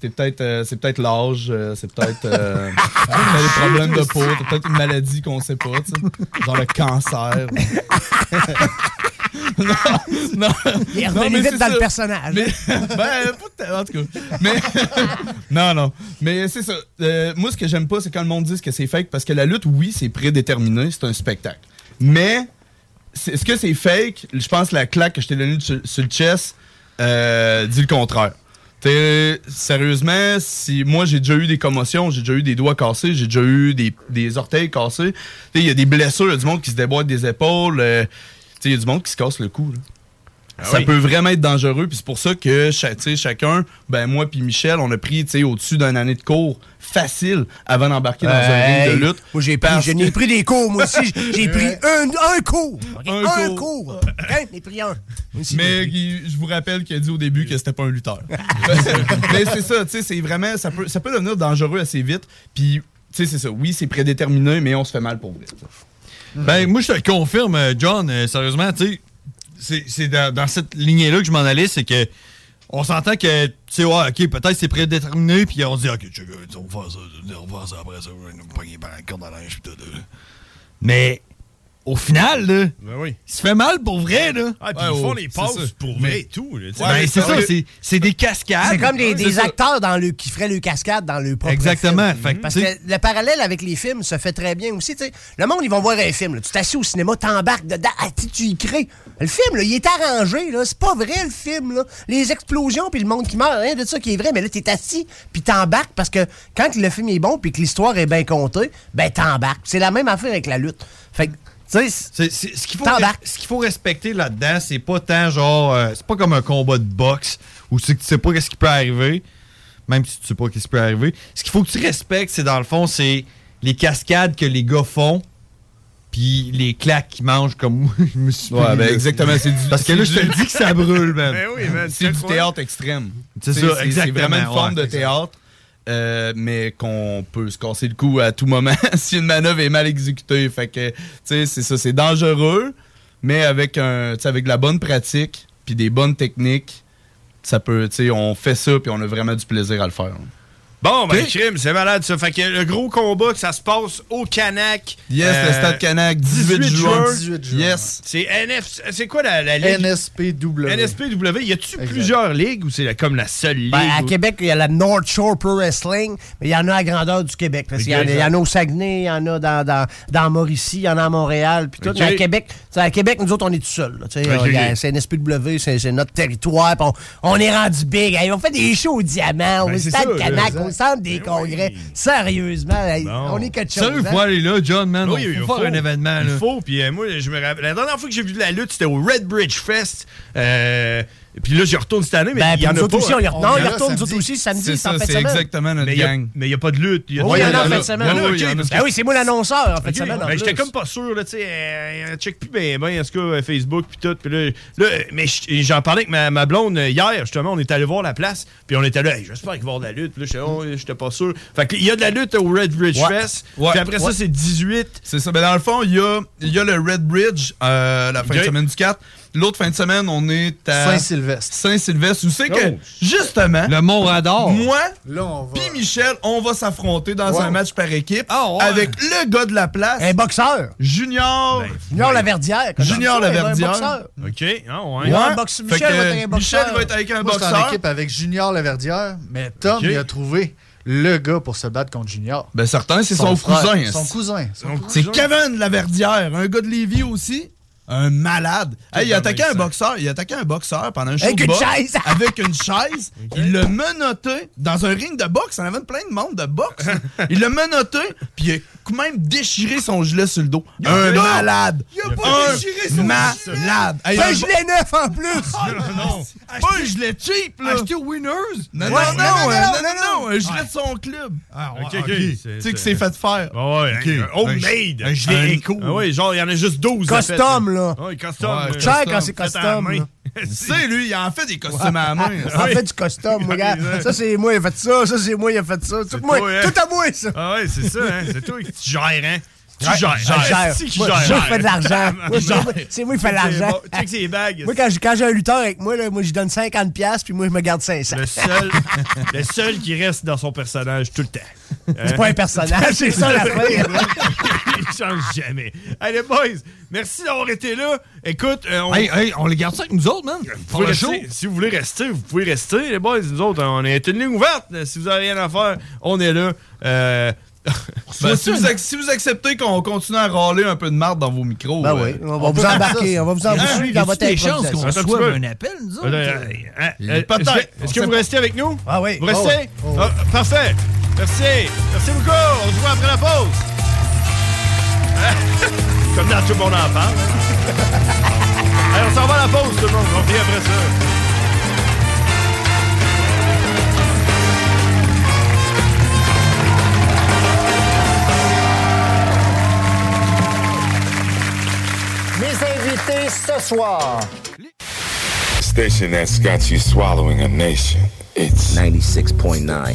t'es peut-être, euh, c'est peut-être l'âge, euh, c'est peut-être euh, t'as des problèmes de peau, t'as peut-être une maladie qu'on sait pas, tu sais. Genre le cancer. non, non. Il est Non, revenu mais vite c'est dans le ça. personnage. Mais, ben, pas de ta- en tout cas. Mais, non, non. Mais c'est ça. Euh, moi, ce que j'aime pas, c'est quand le monde dit que c'est fake, parce que la lutte, oui, c'est prédéterminé, c'est un spectacle. Mais, c'est- est-ce que c'est fake? Je pense que la claque que je t'ai donnée sur, sur le chest euh, dit le contraire. T'es- sérieusement, si moi j'ai déjà eu des commotions, j'ai déjà eu des doigts cassés, j'ai déjà eu des, des orteils cassés. T'sais, Il y a des blessures, il y a du monde qui se déboîte des épaules, euh, t'sais, il y a du monde qui se casse le cou. là. Ah Ça oui. peut vraiment être dangereux, puis c'est pour ça que cha- t'sais, chacun, ben moi puis Michel, on a pris t'sais, au-dessus d'une année de cours facile avant d'embarquer dans un Hey, ring de lutte. Moi, j'ai pris, Parce j'en que- ai pris des cours, moi aussi. J'ai pris Ouais. un, un cours. ok? Un Un, cours. cours. Ok? J'ai pris un. Mais il- je vous rappelle qu'il a dit au début que c'était pas un lutteur. mais c'est ça, tu sais, c'est vraiment. Ça peut, ça peut devenir dangereux assez vite. Puis, tu sais, c'est ça. Oui, c'est prédéterminé, mais on se fait mal pour vrai. Ben, moi, je te confirme, euh, John, euh, sérieusement, tu sais, c'est- c'est dans, dans cette lignée-là que je m'en allais, c'est que on s'entend que, tu sais, ouais, OK, peut-être c'est prédéterminé, puis on se dit, OK, check, euh, on va faire ça, on va faire ça après ça, on va nous pogner par la corde à linge, puis tout. là. Mais, au final, là, Ben oui. ça fait mal pour vrai, là. Ah, puis ils font les c'est passes ça. pour Mais- vrai et tout. là, tu sais. Ouais, ben, c'est ça, c'est- c'est des cascades. C'est comme des, Ouais, des c'est ça. acteurs dans le, qui feraient le cascade dans le propre Exactement. film. Fait que, Parce tu que sais- le parallèle avec les films se fait très bien aussi. tu sais. Le monde, ils vont voir un film. là. Tu t'assis au cinéma, t'embarques dedans, ah, tu tu y crées. Le film, là, il est arrangé. là. C'est pas vrai, le film. là. Les explosions puis le monde qui meurt, rien de ça qui est vrai. Mais là, t'es assis puis t'embarques parce que quand le film est bon puis que l'histoire est bien contée, ben t'embarques. C'est la même affaire avec la lutte. Fait que, tu sais, C'est- c'est- ce qu'il faut, T'embarques. ce qu'il faut respecter là-dedans, c'est pas tant genre. euh, c'est pas comme un combat de boxe où tu sais, que tu sais pas qu'est-ce qui peut arriver, même si tu sais pas qu'est-ce qui peut arriver. Ce qu'il faut que tu respectes, c'est dans le fond, c'est les cascades que les gars font, puis les claques qu'ils mangent comme moi. Je me suis Ouais, pris, ben, là. exactement, c'est du- Parce que là, je te c'est le du- dis que ça brûle, Ben man. Ben C'est du théâtre extrême. C'est ça, T'sais, exactement, C'est vraiment une ouais, forme de exactement. théâtre. euh, mais qu'on peut se casser le cou à tout moment si une manœuvre est mal exécutée. Fait que, tu sais, c'est ça, c'est dangereux, mais avec, un, tu sais, avec de la bonne pratique puis des bonnes techniques, ça peut, tu sais, on fait ça puis on a vraiment du plaisir à le faire. là. Bon, ben, crime, c'est malade ça. Fait que le gros combat, que ça se passe au Canac. Yes, le Stade Canac, 18 juin. 18 juin, Yes. C'est NF. C'est quoi la, la ligue NSPW. NSPW. Y a-tu plusieurs ligues ou c'est la- comme la seule ligue Ben, à ou- Québec, il y a la North Shore Pro Wrestling, mais il y en a à grandeur du Québec. Parce qu'il y en a- Ok. il y, en a au Saguenay, il y en a dans, dans, dans Mauricie, il y en a à Montréal, puis tout. Ok. Mais à Québec, tu sais, à Québec, nous autres, on est tout seuls. là, tu sais. Ok, On- il y a- ok. C'est NSPW, c'est c'est notre territoire, puis on, on est rendu big. Hey, on fait des shows au Diamant, Ben, au c'est Stade ça, Canac, exact. Ben au Centre des Congrès. Sérieusement, hey, on est quelque chose. Sérieux, hein? faut aller là, John, man. Oui, il faut faire faut. un événement, Il là. faut, puis euh, moi, je me rappelle. La dernière fois que j'ai vu de la lutte, c'était au Red Bridge Fest. Euh, puis là, j'y retourne cette année, mais Ben, il y puis en nous a autres pas. aussi, on y retourne. hein. Non, y on y en a retourne, nous samedi. autres aussi, samedi, C'est c'est en ça, fin de c'est semaine. exactement notre Mais il y a- gang. Mais il n'y a pas de lutte. Oui, il y en a en fin de semaine. Ah, ok, parce que- Ben oui, c'est moi l'annonceur en fin de Ok, semaine. en ben, j'étais plus. comme pas sûr, là, tu sais, euh, check plus ben, ben, en tout cas, euh, Facebook, puis tout, puis là, là, euh, mais j- j'en parlais avec ma, ma blonde euh, hier, justement, on est allé voir la place, puis on était là, Hey, j'espère qu'il va y avoir de la lutte, puis là, j'étais, oh, j'étais pas sûr. Fait qu'il y a de la lutte au Red Bridge Ouais. Fest, Ouais. puis après ça, Ouais. c'est 18. C'est ça. Ben dans le fond, il y a, il y a le Red Bridge euh, la fin de Ok. semaine du 4. L'autre fin de semaine, on est à. Saint-Sylvestre. Saint-Sylvestre. Où c'est que, Oh. justement. Le Mont Radar. Moi, Là, on va. puis Michel, on va s'affronter dans Ouais. un match par équipe avec le gars de la place. Un boxeur. Junior. Junior Laverdière. comme ça, Junior il y a un Laverdière. boxeur. OK, ah ouais. Il y a un boxe- Michel va être avec un boxeur. Michel va être avec un Moi, j'étais en boxeur. équipe avec Junior Laverdière, mais Tom, il a trouvé le gars pour se battre contre Junior. Ben certain, c'est son, Son frère, cousin. son cousin, son cousin. C'est Kevin Laverdière, un gars de Lévis aussi. Un malade. Hey, il attaquait un boxeur. Il attaquait un boxeur pendant un show Avec de une boxe, chaise. Avec une chaise. Il l'a menotté dans un ring de boxe. On avait plein de monde de boxe. il l'a menotté, puis il a même déchiré son gilet sur le dos. un Non. malade. Il a pas Un déchiré son gilet. malade. Ben, Hey, Pas un un gilet neuf en plus. non, non. Pas un gilet cheap, là. Acheté au Winners? Non, Ouais, non, non, non, ouais, non, non, un gilet de son club. Ah, ok, ok. Tu sais que c'est fait faire. Ah ouais, Ok. un- un homemade. Un gilet éco. Ah ouais, genre, il y en a juste 12. de fait, Custom, là. Ouais, custom. Ouais, euh, cher quand c'est fait à custom, la main. là. Tu sais, lui, il en fait des costumes à la main. Ça en fait du costume, mon gars. Ça, c'est moi, il a fait ça. Ça, c'est moi, il a fait ça. Tout, moi, toi, hein. tout à moi, ça. Ah ouais, c'est ça, hein. C'est toi qui gères, hein. Tu Ouais, gères. je gère. C'est qui Moi, gère. je fais de l'argent. Moi, je- Gère. c'est moi qui fais Check ses l'argent. ba- Check ses bagues. Moi, quand j'ai, quand j'ai un lutteur avec moi, là, moi, je lui donne 50$, piastres, puis moi, je me garde 500$. Le seul, le seul qui reste dans son personnage tout le temps. C'est pas un personnage, c'est ça, la fin. Il change jamais. Allez, boys, merci d'avoir été là. Écoute, euh, on... Hey, hey, on les garde ça avec nous autres, man. vous Pour pouvez le rester- show. si vous voulez rester, vous pouvez rester, les boys. Nous autres, on est une ligne ouverte. Si vous avez rien à faire, on est là. Euh, Ben, si, vous ac- si vous acceptez qu'on continue à râler un peu de marde dans vos micros. Ben euh, oui, on va vous peut- embarquer, on va vous en- vous Hein? suivre dans Y a-tu votre des chances improvisation? Attends un reçoive petit peu. nous Euh, euh, euh, euh, Peut-être. Est-ce que, est-ce que On sait vous pas. restez avec nous? Ah oui. Vous restez? Ah ouais. Ah ouais. Ah, parfait. Merci. Merci beaucoup. On se voit après la pause. Hein? Comme dans tout le monde en parle. hein? Allez, on s'en va à la pause, tout le monde. On revient après ça. Mes invités ce soir. Station that's got you swallowing a nation. It's 96.9.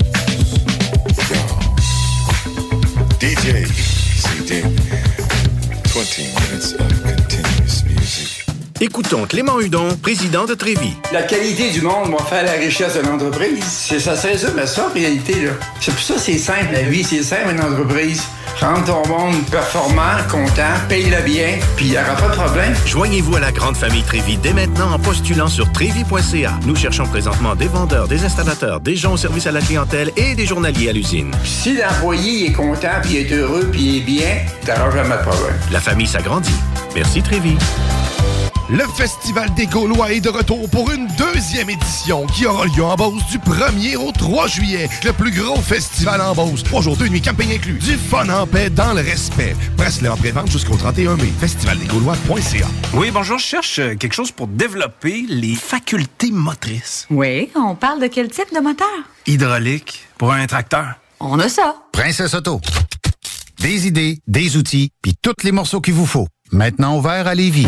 DJ CD. 20 minutes of continuous music. Écoutons Clément Hudon, président de Trévi. La qualité du monde va faire la richesse d'une entreprise. C'est ça, c'est ça, mais ça, en réalité, là. C'est pour ça que c'est simple, la vie, c'est simple, une entreprise. Rendre ton monde performant, content, paye-le bien, puis il n'y aura pas de problème. Joignez-vous à la grande famille Trévi dès maintenant en postulant sur trévi.ca. Nous cherchons présentement des vendeurs, des installateurs, des gens au service à la clientèle et des journaliers à l'usine. Si l'employé il est content, puis il est heureux, puis il est bien, t'auras jamais de problème. La famille s'agrandit. Merci Trévi. Le Festival des Gaulois est de retour pour une deuxième édition qui aura lieu en Beauce du 1er au 3 juillet. Le plus gros festival en Beauce. Trois jours, deux nuits, campagne inclus. Du fun en paix dans le respect. Presse-le en pré-vente jusqu'au 31 mai. Festivaldesgaulois.ca Oui, bonjour, je cherche euh, quelque chose pour développer les facultés motrices. Oui, on parle de quel type de moteur? Hydraulique pour un tracteur. On a ça. Princesse Auto. Des idées, des outils, puis tous les morceaux qu'il vous faut. Maintenant ouvert à Lévis.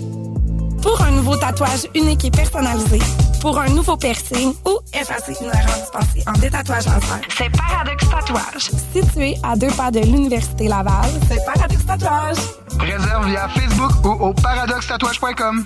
Pour un nouveau tatouage unique et personnalisé, pour un nouveau piercing ou effacer une erreur dispensée en détatouage laser, c'est Paradox Tatouage. Situé à deux pas de l'Université Laval, c'est Paradox Tatouage. Réserve via Facebook ou au paradoxtatouage.com.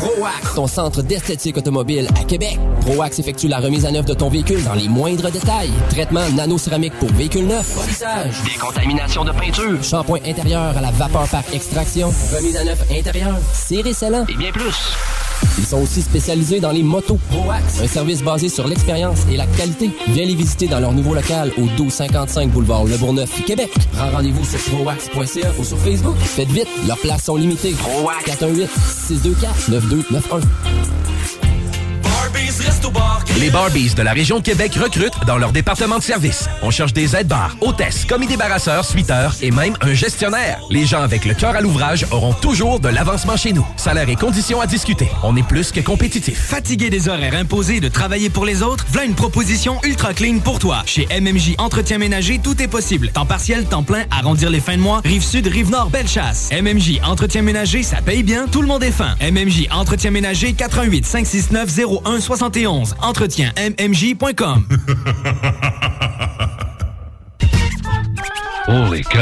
ProAx, ton centre d'esthétique automobile à Québec. ProAx effectue la remise à neuf de ton véhicule dans les moindres détails. Traitement nano-céramique pour véhicule neuf, polissage, Décontamination de peinture. shampoing intérieur à la vapeur par extraction, remise à neuf intérieure, ciré scellant. Et bien plus. Ils sont aussi spécialisés dans les motos. ProAx, un service basé sur l'expérience et la qualité. Viens les visiter dans leur nouveau local au 1255 boulevard Le Bourgneuf, Québec. Prends rendez-vous sur proax.ca ou sur Facebook. Faites vite, leurs places sont limitées. ProAx 418 624 9291. Les Barbies de la région de Québec recrutent dans leur département de service. On cherche des aides-bars, hôtesses, commis débarrasseurs, suiteurs et même un gestionnaire. Les gens avec le cœur à l'ouvrage auront toujours de l'avancement chez nous. Salaire et conditions à discuter. On est plus que compétitif. Fatigué des horaires imposés de travailler pour les autres, voilà une proposition ultra clean pour toi. Chez MMJ Entretien Ménager, tout est possible. Temps partiel, temps plein, arrondir les fins de mois, rive sud, rive nord, belle chasse. MMJ Entretien Ménager, ça paye bien, tout le monde est fin. MMJ Entretien Ménager, 88 569 0171. Entretien MMJ.com. Holy cow.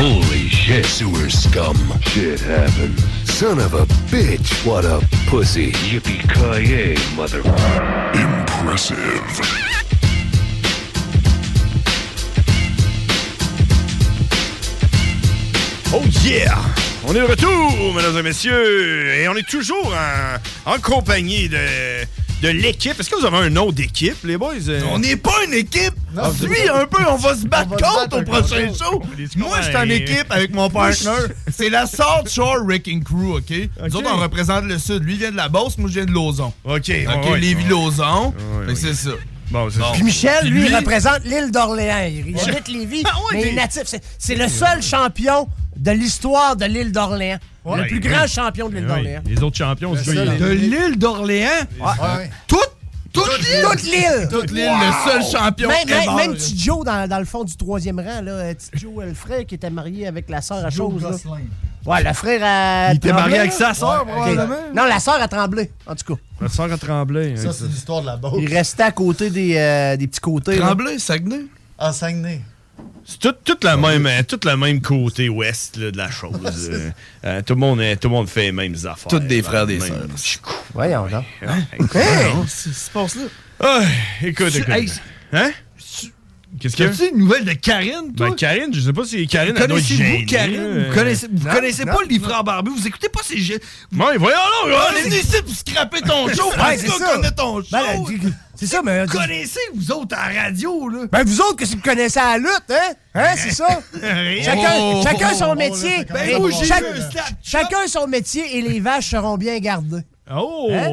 Holy shit. Sewer scum. Shit happened. Son of a bitch. What a pussy. Yippee-ki-yay, mother... Impressive. Oh yeah! On est de retour, mesdames et messieurs, et on est toujours en, en compagnie de, de l'équipe. Est-ce que vous avez un nom d'équipe, les boys? Ah, On n'est pas une équipe! Non, Suis un peu, on va se battre contre au prochain show! Moi, je suis en convaincre. équipe avec mon Moi, je- partner. C'est la South Shore Wrecking Crew, OK? Nous autres, on représente le Sud. Lui vient de la Beauce, moi, je viens de Lauson. OK, OK, ouais, Lévis-Lauson. Fait que c'est ça. Bon, c'est Puis Puis Michel, lui, il représente l'île d'Orléans. Il Ouais. Ah habite Lévis, ouais, mais il est des- natif. C'est- C'est le seul champion de l'histoire de l'île d'Orléans. Ouais. Le plus Ouais. grand champion de l'île Oui, d'Orléans. Les autres champions, Le ce gars, seul il- De l'île d'Orléans? Toute, l'île? Toute l'île! Toute l'île, le seul champion Même, même, ever. même petit Joe dans, dans le fond du troisième rang, là, euh, petit Joe Elfray qui était marié avec la sœur à chose. là. Ouais, le frère à. Il était Tremblay, marié là. avec sa sœur, Ouais, probablement. ok. Non, la sœur a tremblé, en tout cas. La sœur a tremblé. Ça, c'est l'histoire de la bosse. Il restait à côté des, euh, des petits côtés. là. Tremblay, Saguenay? Ah, Saguenay. C'est tout, toute la même, euh, toute la même côté ouest là, de la chose. euh, euh, tout, le monde, euh, tout le monde fait les mêmes affaires. Toutes des frères, des Même- sœurs. Hein? Voyons donc. C'est se passe là? Ah, écoute, Tu- écoute. hey, c'est- hein? Qu'est-ce que As-tu une nouvelle de Karine, toi? Ben, Karine, je sais pas si Karine elle doit être Connaissez-vous gênée, Karine? euh, Vous connaissez, vous non, connaissez non. pas les frères barbus? Vous écoutez pas ces jeux? Non, mais voyons, non, On c'est- est venu ici pour scraper ton show! Ouais, parce c'est qu'on ça. connaît ton show! Ben, euh, c'est ça, mais. Vous connaissez, vous autres, à la radio, là? Ben, vous autres, que si vous connaissez à la lutte, hein? Hein, c'est ça? chacun, Oh! chacun Oh, son là, métier. ça commence Et à voir. chaque- Ben, oui, j'ai eu un slap chacun son métier et les vaches seront bien gardées. Oh, Hein?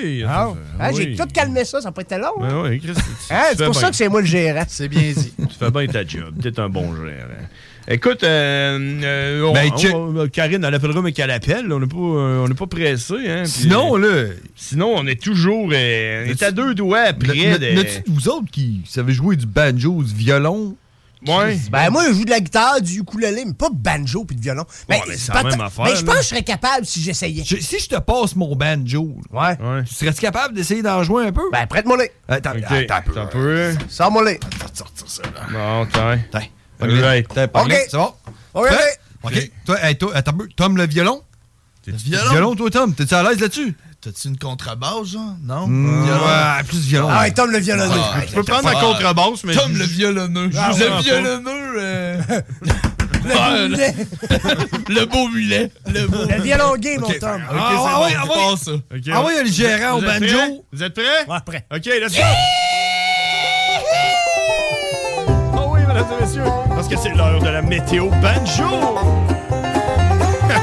oui. Ah, ah hein, J'ai oui. tout calmé ça, ça n'a pas été long. hein? Ben oui, Chris, tu- tu Hein, fais c'est pour bien. ça que c'est moi le gérant. C'est bien dit. Tu fais bien ta job. T'es un bon gérant. Écoute, euh, euh, on- Ben, on- check. on- Karine, elle appellera, mais qu'elle appelle. On n'est pas, euh, on n'est pas pressé. Hein, puis- Sinon, là. Sinon, on est toujours. euh, on est à deux doigts après. N- de- n- N'as-tu vous autres qui savez jouer du banjo, du violon? Ouais. Ben, moi, je joue de la guitare, du ukulélé, mais pas de banjo puis de violon. Ouais, mais c'est la peut-être- même affaire, ben, je pense là. que je serais capable si j'essayais. Je- si je te passe mon banjo, ouais. tu serais-tu capable d'essayer d'en jouer un peu? Ben, prête-moi les. Attends, Ok, attends un peu. T'as peu. Sors-moi les. Bon, t'as. Right. T'as pas Ok. le- C'est bon? Ok. Prêt? Ok. Toi, hey, toi, attends un peu. Tom, le violon? T'es du violon? Violon, toi, Tom? T'es-tu à l'aise là-dessus? T'as-tu une contrebasse, genre? Non? Mm, Violon? ouais, plus violon. Ah ouais, Tom le violonneux. Ah, Tu peux prendre la ah, contrebasse, mais- Tom le violonneux. Ah, Je ouais, le violonneux. euh, ah, beau le- mulet. Le beau mulet. Le beau Le violon gay, mon Ok, Tom. ok, Ah, c'est ah bon, ouais, ah on ouais. passe ça. Ok, Ah ouais, on- il y a le gérant Vous au êtes banjo. prêts? Vous êtes prêts? Ouais, prêt. OK, let's go. Oh oui, mesdames et messieurs, parce que c'est l'heure de la météo banjo.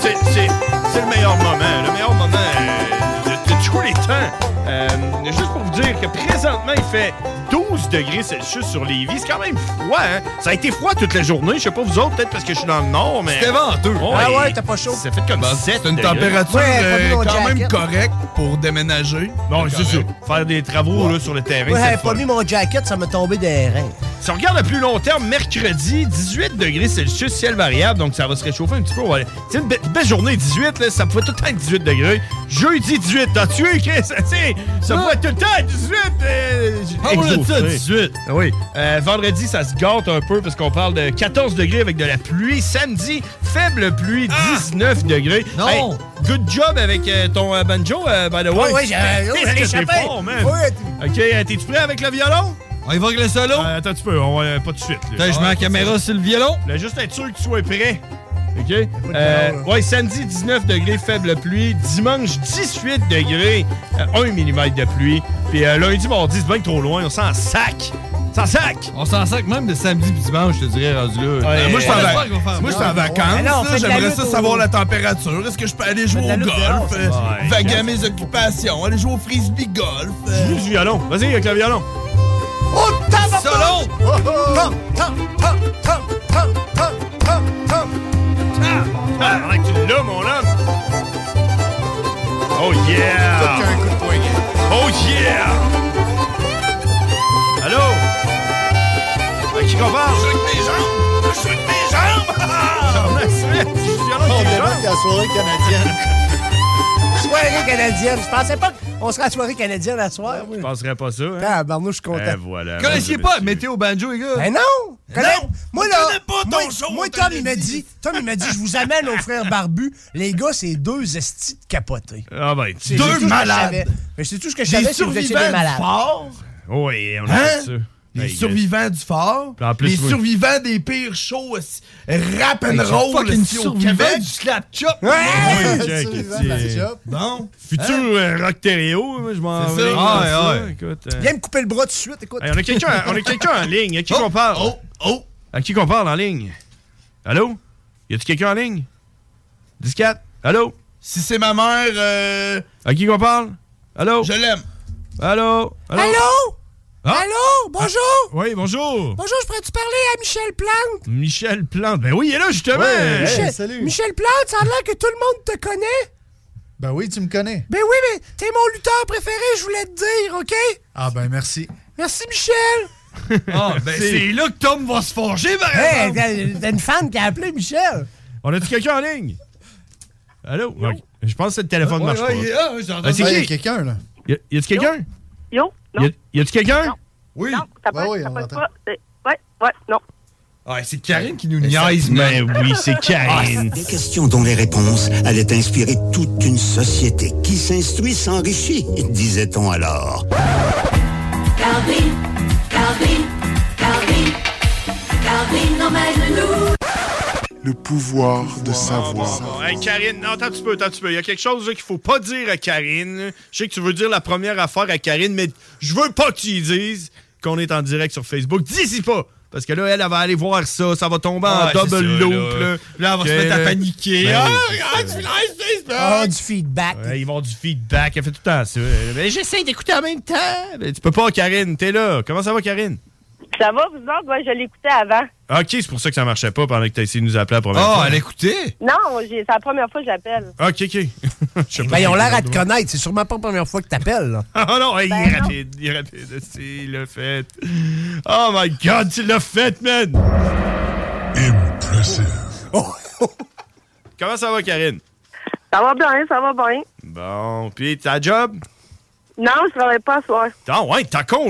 c'est, c'est, c'est le meilleur moment, le meilleur moment euh, de, de tous les temps. Euh, juste pour vous dire que présentement, il fait 12 degrés Celsius sur Lévis. C'est quand même froid, hein? Ça a été froid toute la journée. Je sais pas vous autres, peut-être parce que je suis dans le nord, mais... C'était venteux. Ah ouais, t'as pas chaud. Ça fait comme Ben, 7 C'est une degrés. température euh, quand même correcte pour déménager. Non, c'est sûr. Faire des travaux là, sur le terrain. Moi, c'est j'avais le fun. pas mis mon jacket, ça m'a tombé des reins. Si on regarde à plus long terme, mercredi, 18 degrés Celsius, ciel variable, donc ça va se réchauffer un petit peu. on va aller- C'est une be- belle journée, 18, là, ça pouvait tout le temps être 18 degrés. Jeudi, 18, t'as tué, Chris, ça, c'est- ça pouvait tout le temps être 18. euh, j- Ah, on l'a dit à exaucé. 18. Ah Oui. Euh, vendredi, ça se gâte un peu parce qu'on parle de 14 degrés avec de la pluie. Samedi, faible pluie, 19 degrés. Ah! Non. good job avec euh, ton euh, banjo, euh, by the way. Ah ouais, j'ai- oh, Qu'est-ce j'ai que t'es échappé. fort, man. Ouais, OK, euh, t'es-tu prêt avec le violon? On y va avec le solo? attends, tu peux, on va euh, pas tout de suite. là. Attends, je mets la caméra sur le violon. Je voulais juste être sûr que tu sois prêt. OK? Euh, ouais, samedi, 19 degrés, faible pluie. Dimanche, 18 degrés, euh, 1 mm de pluie. Puis euh, lundi, mardi, c'est bien que trop loin, on s'en sac. S'en sac! On s'en sac même de samedi puis dimanche, je te dirais, rendu là. Euh, moi, je suis en, On vac- espère qu'on va faire moi, je suis en mal. vacances. Mais non, on là. fait de la J'aimerais lutte ça au- savoir la température. Est-ce que je peux aller jouer Fait de la lutte au dehors, golf? ça. euh, Ouais, Vaguer j'aime. mes occupations. Aller jouer au frisbee golf. euh. Joue du violon. Vas-y avec le violon. Oh, tabarnak! Solo! Tom, Tom, Tom, Tom, Tom, Tom, Tom, Tom. Ah! Ah! on a que tu l'as, mon homme! Oh yeah! Oh yeah! Allô? À qui qu'on parle? Je mes jambes! Je mes jambes! Oh, On débarque à la soirée canadienne. soirée canadienne. Je pensais pas qu'on serait à la soirée canadienne à soir. Je penserais pas ça. Hein? Ah, ben, moi, je suis content. Eh, voilà. Connaissiez pas Météo Banjo, les gars? Ben non! Connais- moi, là, moi, show, moi, on te Tom, il m'a dit, Tom, il m'a dit, je vous amène aux frères barbus. Les gars, c'est deux estis de capotés. Ah ben, C'est tout ce que je savais. Mais c'est tout ce que je Des savais, c'est que vous étiez des survivants malades. du fort. Oui, on a Hein? fait ça. Les Hey, survivants du fort. En plus, les oui. survivants des pires shows. aussi. Rap Hey, and roll. fucking aussi, au survivants Québec. du slap chop. Ouais! Hein? Oui, check, c'est- Bon. Futur euh, rock terrio, moi, je m'en C'est ça. vais. Ah, ouais, ouais. Écoute, euh, Viens me couper le bras tout de suite, écoute. hey, on a quelqu'un on a quelqu'un en ligne. À qui qu'on parle? Oh, oh. À qui qu'on parle en ligne? Allô? Y a-tu quelqu'un en ligne? 14? Allô? Si c'est ma mère, euh, À qui qu'on parle? Allô? Je l'aime. Allô? Allô? Allô? Ah? Allô? Bonjour? Oui, bonjour. Bonjour, je pourrais-tu parler à Michel Plante? Michel Plante. Ben oui, il est là justement. Michel, Michel Plante, ça a l'air que tout le monde te connaît. Ben oui, tu me connais. Ben oui, mais t'es mon lutteur préféré, je voulais te dire, OK? Ah ben merci. Merci, Michel. Ah, ben c'est là que Tom va se forger, par Hey, exemple. t'as- t'as une fan qui a appelé Michel. On a-tu quelqu'un en ligne? Allô? Ok. Je pense que le téléphone Ouais, marche ouais, il est- pas. ah, j'ai entendu- Ah, c'est Ouais, il y a qui? quelqu'un, là. Y a- y a-tu quelqu'un? Yo? Y a- Y a-tu quelqu'un? Oui. Non, ça Ouais, passe, ouais, ça on passe entend. pas. C'est- Ouais, ouais, non. Ah, c'est Karine qui nous niaise, mais oui, c'est Karine. Des questions dont les réponses allaient inspirer toute une société qui s'instruit s'enrichit, disait-on alors. Calvin, Calvin, Calvin, Calvin emmène-nous. Le pouvoir de savoir. Bon, hey, Karine, non, attends un petit peu, attends un petit peu. Il y a quelque chose là, qu'il faut pas dire à Karine. Je sais que tu veux dire la première affaire à Karine, mais je veux pas que tu lui dises qu'on est en direct sur Facebook. Dis-y pas! Parce que là, elle, elle va aller voir ça, ça va tomber Ah, en c'est double ça, loop. là. Là, elle va se Que- mettre à paniquer. Ben oui. Ah, regarde, tu live Facebook! Ah, du feedback. ils vont du feedback, elle Eh, ben, fait tout le temps ça. Mais j'essaie d'écouter en même temps. Mais tu peux pas, Karine, t'es là. Comment ça va, Karine? Ça va, vous autres? Ouais, je l'écoutais avant. Ok, c'est pour ça que ça marchait pas pendant que t'as essayé de nous appeler la première Ah, fois. elle écoutait? Non, j'ai- c'est la première fois que j'appelle. Ok, ok. Je sais pas Ben, ils ont si- l'air à te connaître. C'est sûrement pas la première fois que t'appelles. là. Ah non, hey, il Ben est non. rapide, il est rapide. Si, Il l'a fait. Oh my god, tu l'as fait, man! Impressive. Comment ça va, Karine? Ça va bien, ça va bien. Bon, pis ta job? Non, je travaille pas ce soir. Ah ouais, t'as congé!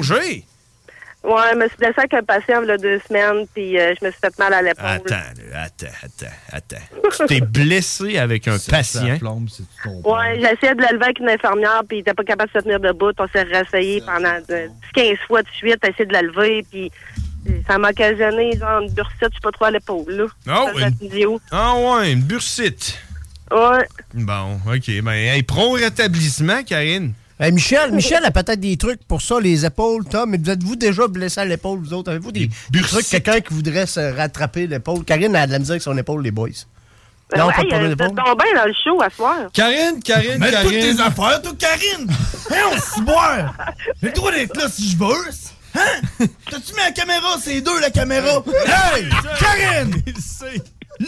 Ouais, je me suis blessée avec un patient il y a deux semaines, puis euh, je me suis fait mal à l'épaule. Attends, là, attends, attends, attends. tu t'es blessé avec un patient. Ouais, j'essayais de l'élever avec une infirmière, puis il était pas capable de se tenir debout. On s'est réessayé pendant de- 15 fois de suite, à essayer de l'élever, puis euh, ça m'a occasionné genre une bursite, je sais pas trop à l'épaule, là. Oh, Ça, une- c'est idiot. Ah ouais, une bursite. Ouais. Bon, ok. Ben, hey, prompt rétablissement, Karine. Ben, Michel, Michel a peut-être des trucs pour ça, les épaules, Tom. Mais êtes-vous déjà blessé à l'épaule, vous autres? Avez-vous des, trucs, quelqu'un qui voudrait se rattraper l'épaule? Karine a de la misère avec son épaule, les boys. Ben ouais, euh, vous êtes donc bien dans le show à soir. Karine, Karine, Mais toutes Karine. tes affaires, toi, Karine! Hein, on se boire! J'ai le droit d'être là si je veux! Hein? T'as-tu mis la caméra? C'est deux, la caméra! Hey! Karine!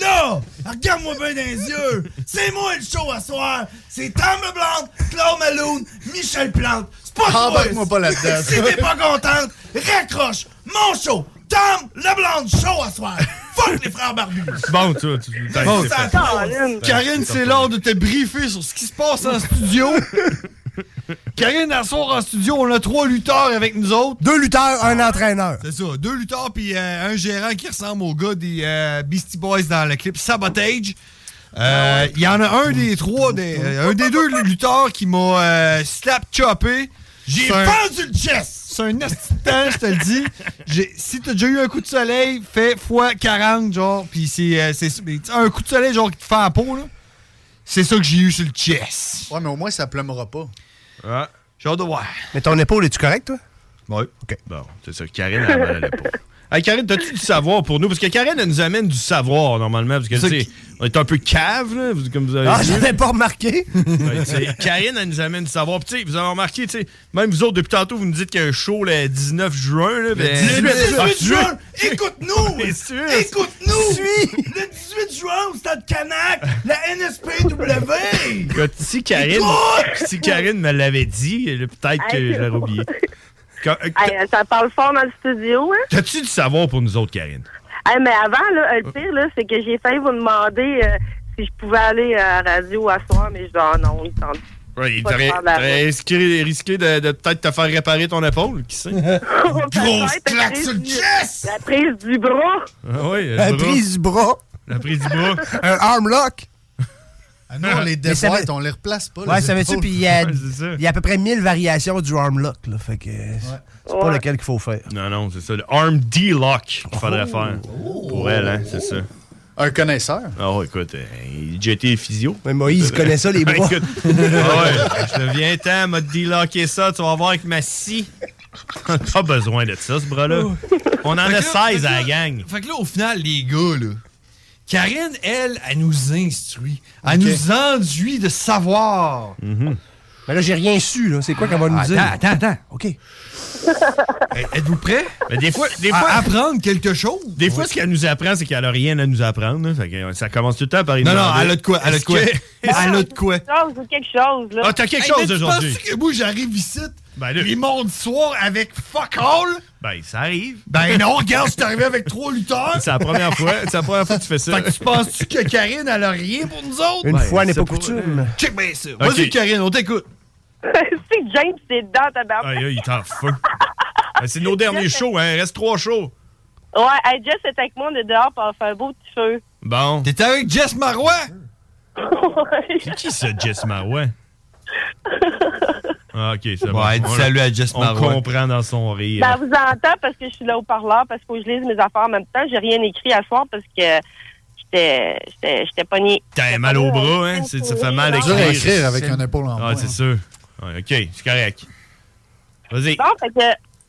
Là! Regarde-moi bien dans les yeux! C'est moi le show à soir! C'est Tom Leblanc, Claude Malone, Michel Plante! C'est pas toi! Embarque-moi pas là-dedans. Si t'es pas contente, raccroche! Mon show! Tom Leblanc show à soir! Fuck les frères barbus! Bon, tu tu- t'as- Bon, c'est ça fait. Karine. Karine, c'est l'heure de te briefer sur ce qui se passe en studio. Karine, à soir en studio, on a trois lutteurs avec nous autres. Ah, Deux lutteurs, un entraîneur. C'est ça, deux lutteurs puis euh, un gérant qui ressemble au gars des euh, Beastie Boys dans le clip Sabotage. Euh, Il y en a un des trois, des- euh, un des deux lutteurs qui m'a euh, slap choppé. J'ai C'est un- vendu le chest! C'est un instant, je te le dis. J'ai- Si t'as déjà eu un coup de soleil, fais x 40, genre, pis c'est. euh, c'est- mais tu sais, un coup de soleil, genre, qui te fait la peau, là. C'est ça que j'ai eu sur le chest. Ouais, mais au moins, ça pleumera pas. Ouais. J'ai hâte de voir. Mais ton épaule, es-tu correct, toi? Ouais. OK. Bon, c'est ça. Karine a mal à l'épaule. Hey, Karine, t'as-tu du savoir pour nous? Parce que Karine, elle nous amène du savoir, normalement. Parce que, tu sais, on est un peu cave, là, vous- comme vous avez Ah, vu. j'avais pas remarqué. Ouais, tu sais, Karine, elle nous amène du savoir. Puis, tu sais, vous avez remarqué, tu sais, même vous autres, depuis tantôt, vous nous dites qu'il y a un show le 19 juin. Là, ben- Le 18 juin, écoute-nous! Écoute-nous! Le 18 juin au stade Canac, la NSPW! Écoute, si Karine, Écoute! si Karine me l'avait dit, là, peut-être que Hey, je l'aurais oublié. Quand- euh, Hey, euh, ça parle fort dans le studio, hein? T'as-tu du savoir pour nous autres, Karine? Hey, mais avant, là, euh, le pire, là, c'est que j'ai failli vous demander euh, si je pouvais aller à la radio à soir, mais je dis, ah non, il tente. Oui, Pas de t'aurais faire de la t'aurais risqué, risqué de, de peut-être te faire réparer ton épaule, qui sait? Grosse claque sur le chest! La prise du bras! Ah oui, le La bras. prise du bras. La prise du bras. Un armlock. Ah non, on les Mais ça déboîte, va- on les replace pas. Ouais, les ça veut-tu? épaules. Puis il y, a- Ouais, il y a à peu près 1000 variations du armlock, là. Fait que c'est pas Ouais. lequel qu'il faut faire. Non, non, c'est ça. Le arm D-lock Oh. qu'il faudrait faire pour elle, hein, c'est ça. Un connaisseur. Oh, écoute, euh, j'ai été physio. Mais Moïse, il connaît ça, les bras. Écoute, ah ouais, je deviens temps, m'a D-locké ça, tu vas voir avec ma scie. Pas besoin de ça, ce bras-là. Oh. On en a 16 à la gang. Fait que là, au final, les gars, là, Karine, elle, elle nous instruit. Elle nous enduit de savoir. Mais Mhm. Ben là, j'ai rien su, là. C'est quoi qu'elle va nous Attends, dire? attends, attends. OK. Êtes-vous prêts? Mais des fois, des fois, apprendre quelque chose. Des fois, ce qu'elle nous apprend, c'est qu'elle a rien à nous apprendre. hein. Fait que, euh, ça commence tout le temps par une Non, non, demande. elle a de quoi, elle a de Est-ce quoi. que- Elle a de quoi. Chose ou quelque chose, là. Ah, t'as quelque chose aujourd'hui. penses que moi, j'arrive ici, Ben, là, les mardis soirs, avec fuck all? ben, ça arrive. Ben non, regarde, je suis arrivé avec trois lutteurs. C'est la première fois. C'est la première fois que tu fais ça. Ben, Fait que tu penses-tu que Karine, elle a rien pour nous autres? Une fois n'est pas coutume. Check bien ça. Ok. Vas-y, Karine, on t'écoute. si James, c'est dedans, ta barbe. Aïe, aïe, il est en feu. Ben, c'est nos derniers shows, hein. Il reste trois shows. Ouais, hey, Jess est avec moi, on est dehors, pour faire un beau petit feu. Bon. T'étais avec Jess Marois? C'est qui ça, Jess Marois? Ah, ok, c'est Ouais, bon. dis On- salut à Jess Marois. On comprend dans son rire. Ben, vous entend parce que je suis là au parleur, parce qu'il faut que je lise mes affaires en même temps. J'ai rien écrit à soir parce que j'étais, j'étais, j'étais pognée. T'as mal au bras, hein? C'est- Ça fait mal C'est dur écrire. à écrire avec un épaule en Ah, bois, c'est hein. sûr. Ouais, ok, c'est correct. Vas-y. Bon, fait que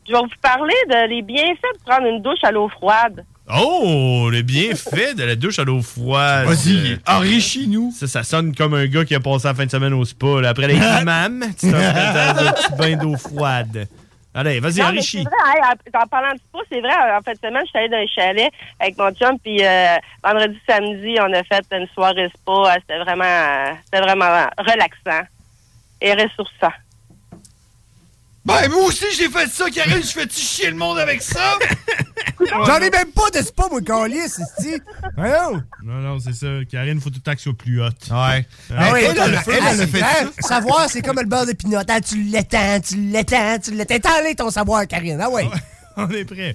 je vais vous parler de les bienfaits de prendre une douche à l'eau froide. Oh, le bienfait de la douche à l'eau froide. Euh, Vas-y, enrichis-nous. Ça, ça sonne comme un gars qui a passé la fin de semaine au spa. là. Après les imams, tu t'en fais dans un petit bain d'eau froide. Allez, vas-y, Non, mais enrichis. c'est vrai, hey, en- en parlant de spa, c'est vrai, en fin de semaine, je suis allée dans un chalet avec mon chum, puis euh, vendredi, samedi, on a fait une soirée spa. euh, C'était vraiment, euh, c'était vraiment relaxant et ressourçant. Ben, moi aussi, j'ai fait ça, Karine. Je fais-tu chier le monde avec ça? J'en ai même pas de spa, moi, collier, c'est dit. Voyons. Non, non, c'est ça. Karine, faut tout le temps que ce soit plus haute. Ouais. Ah oui, comme- ah, c'est clair. Savoir, c'est comme le beurre de pinot. Ah, tu l'étends, tu l'étends, tu l'étends. Étends-les ton savoir, Karine. Ah oui. On est prêts.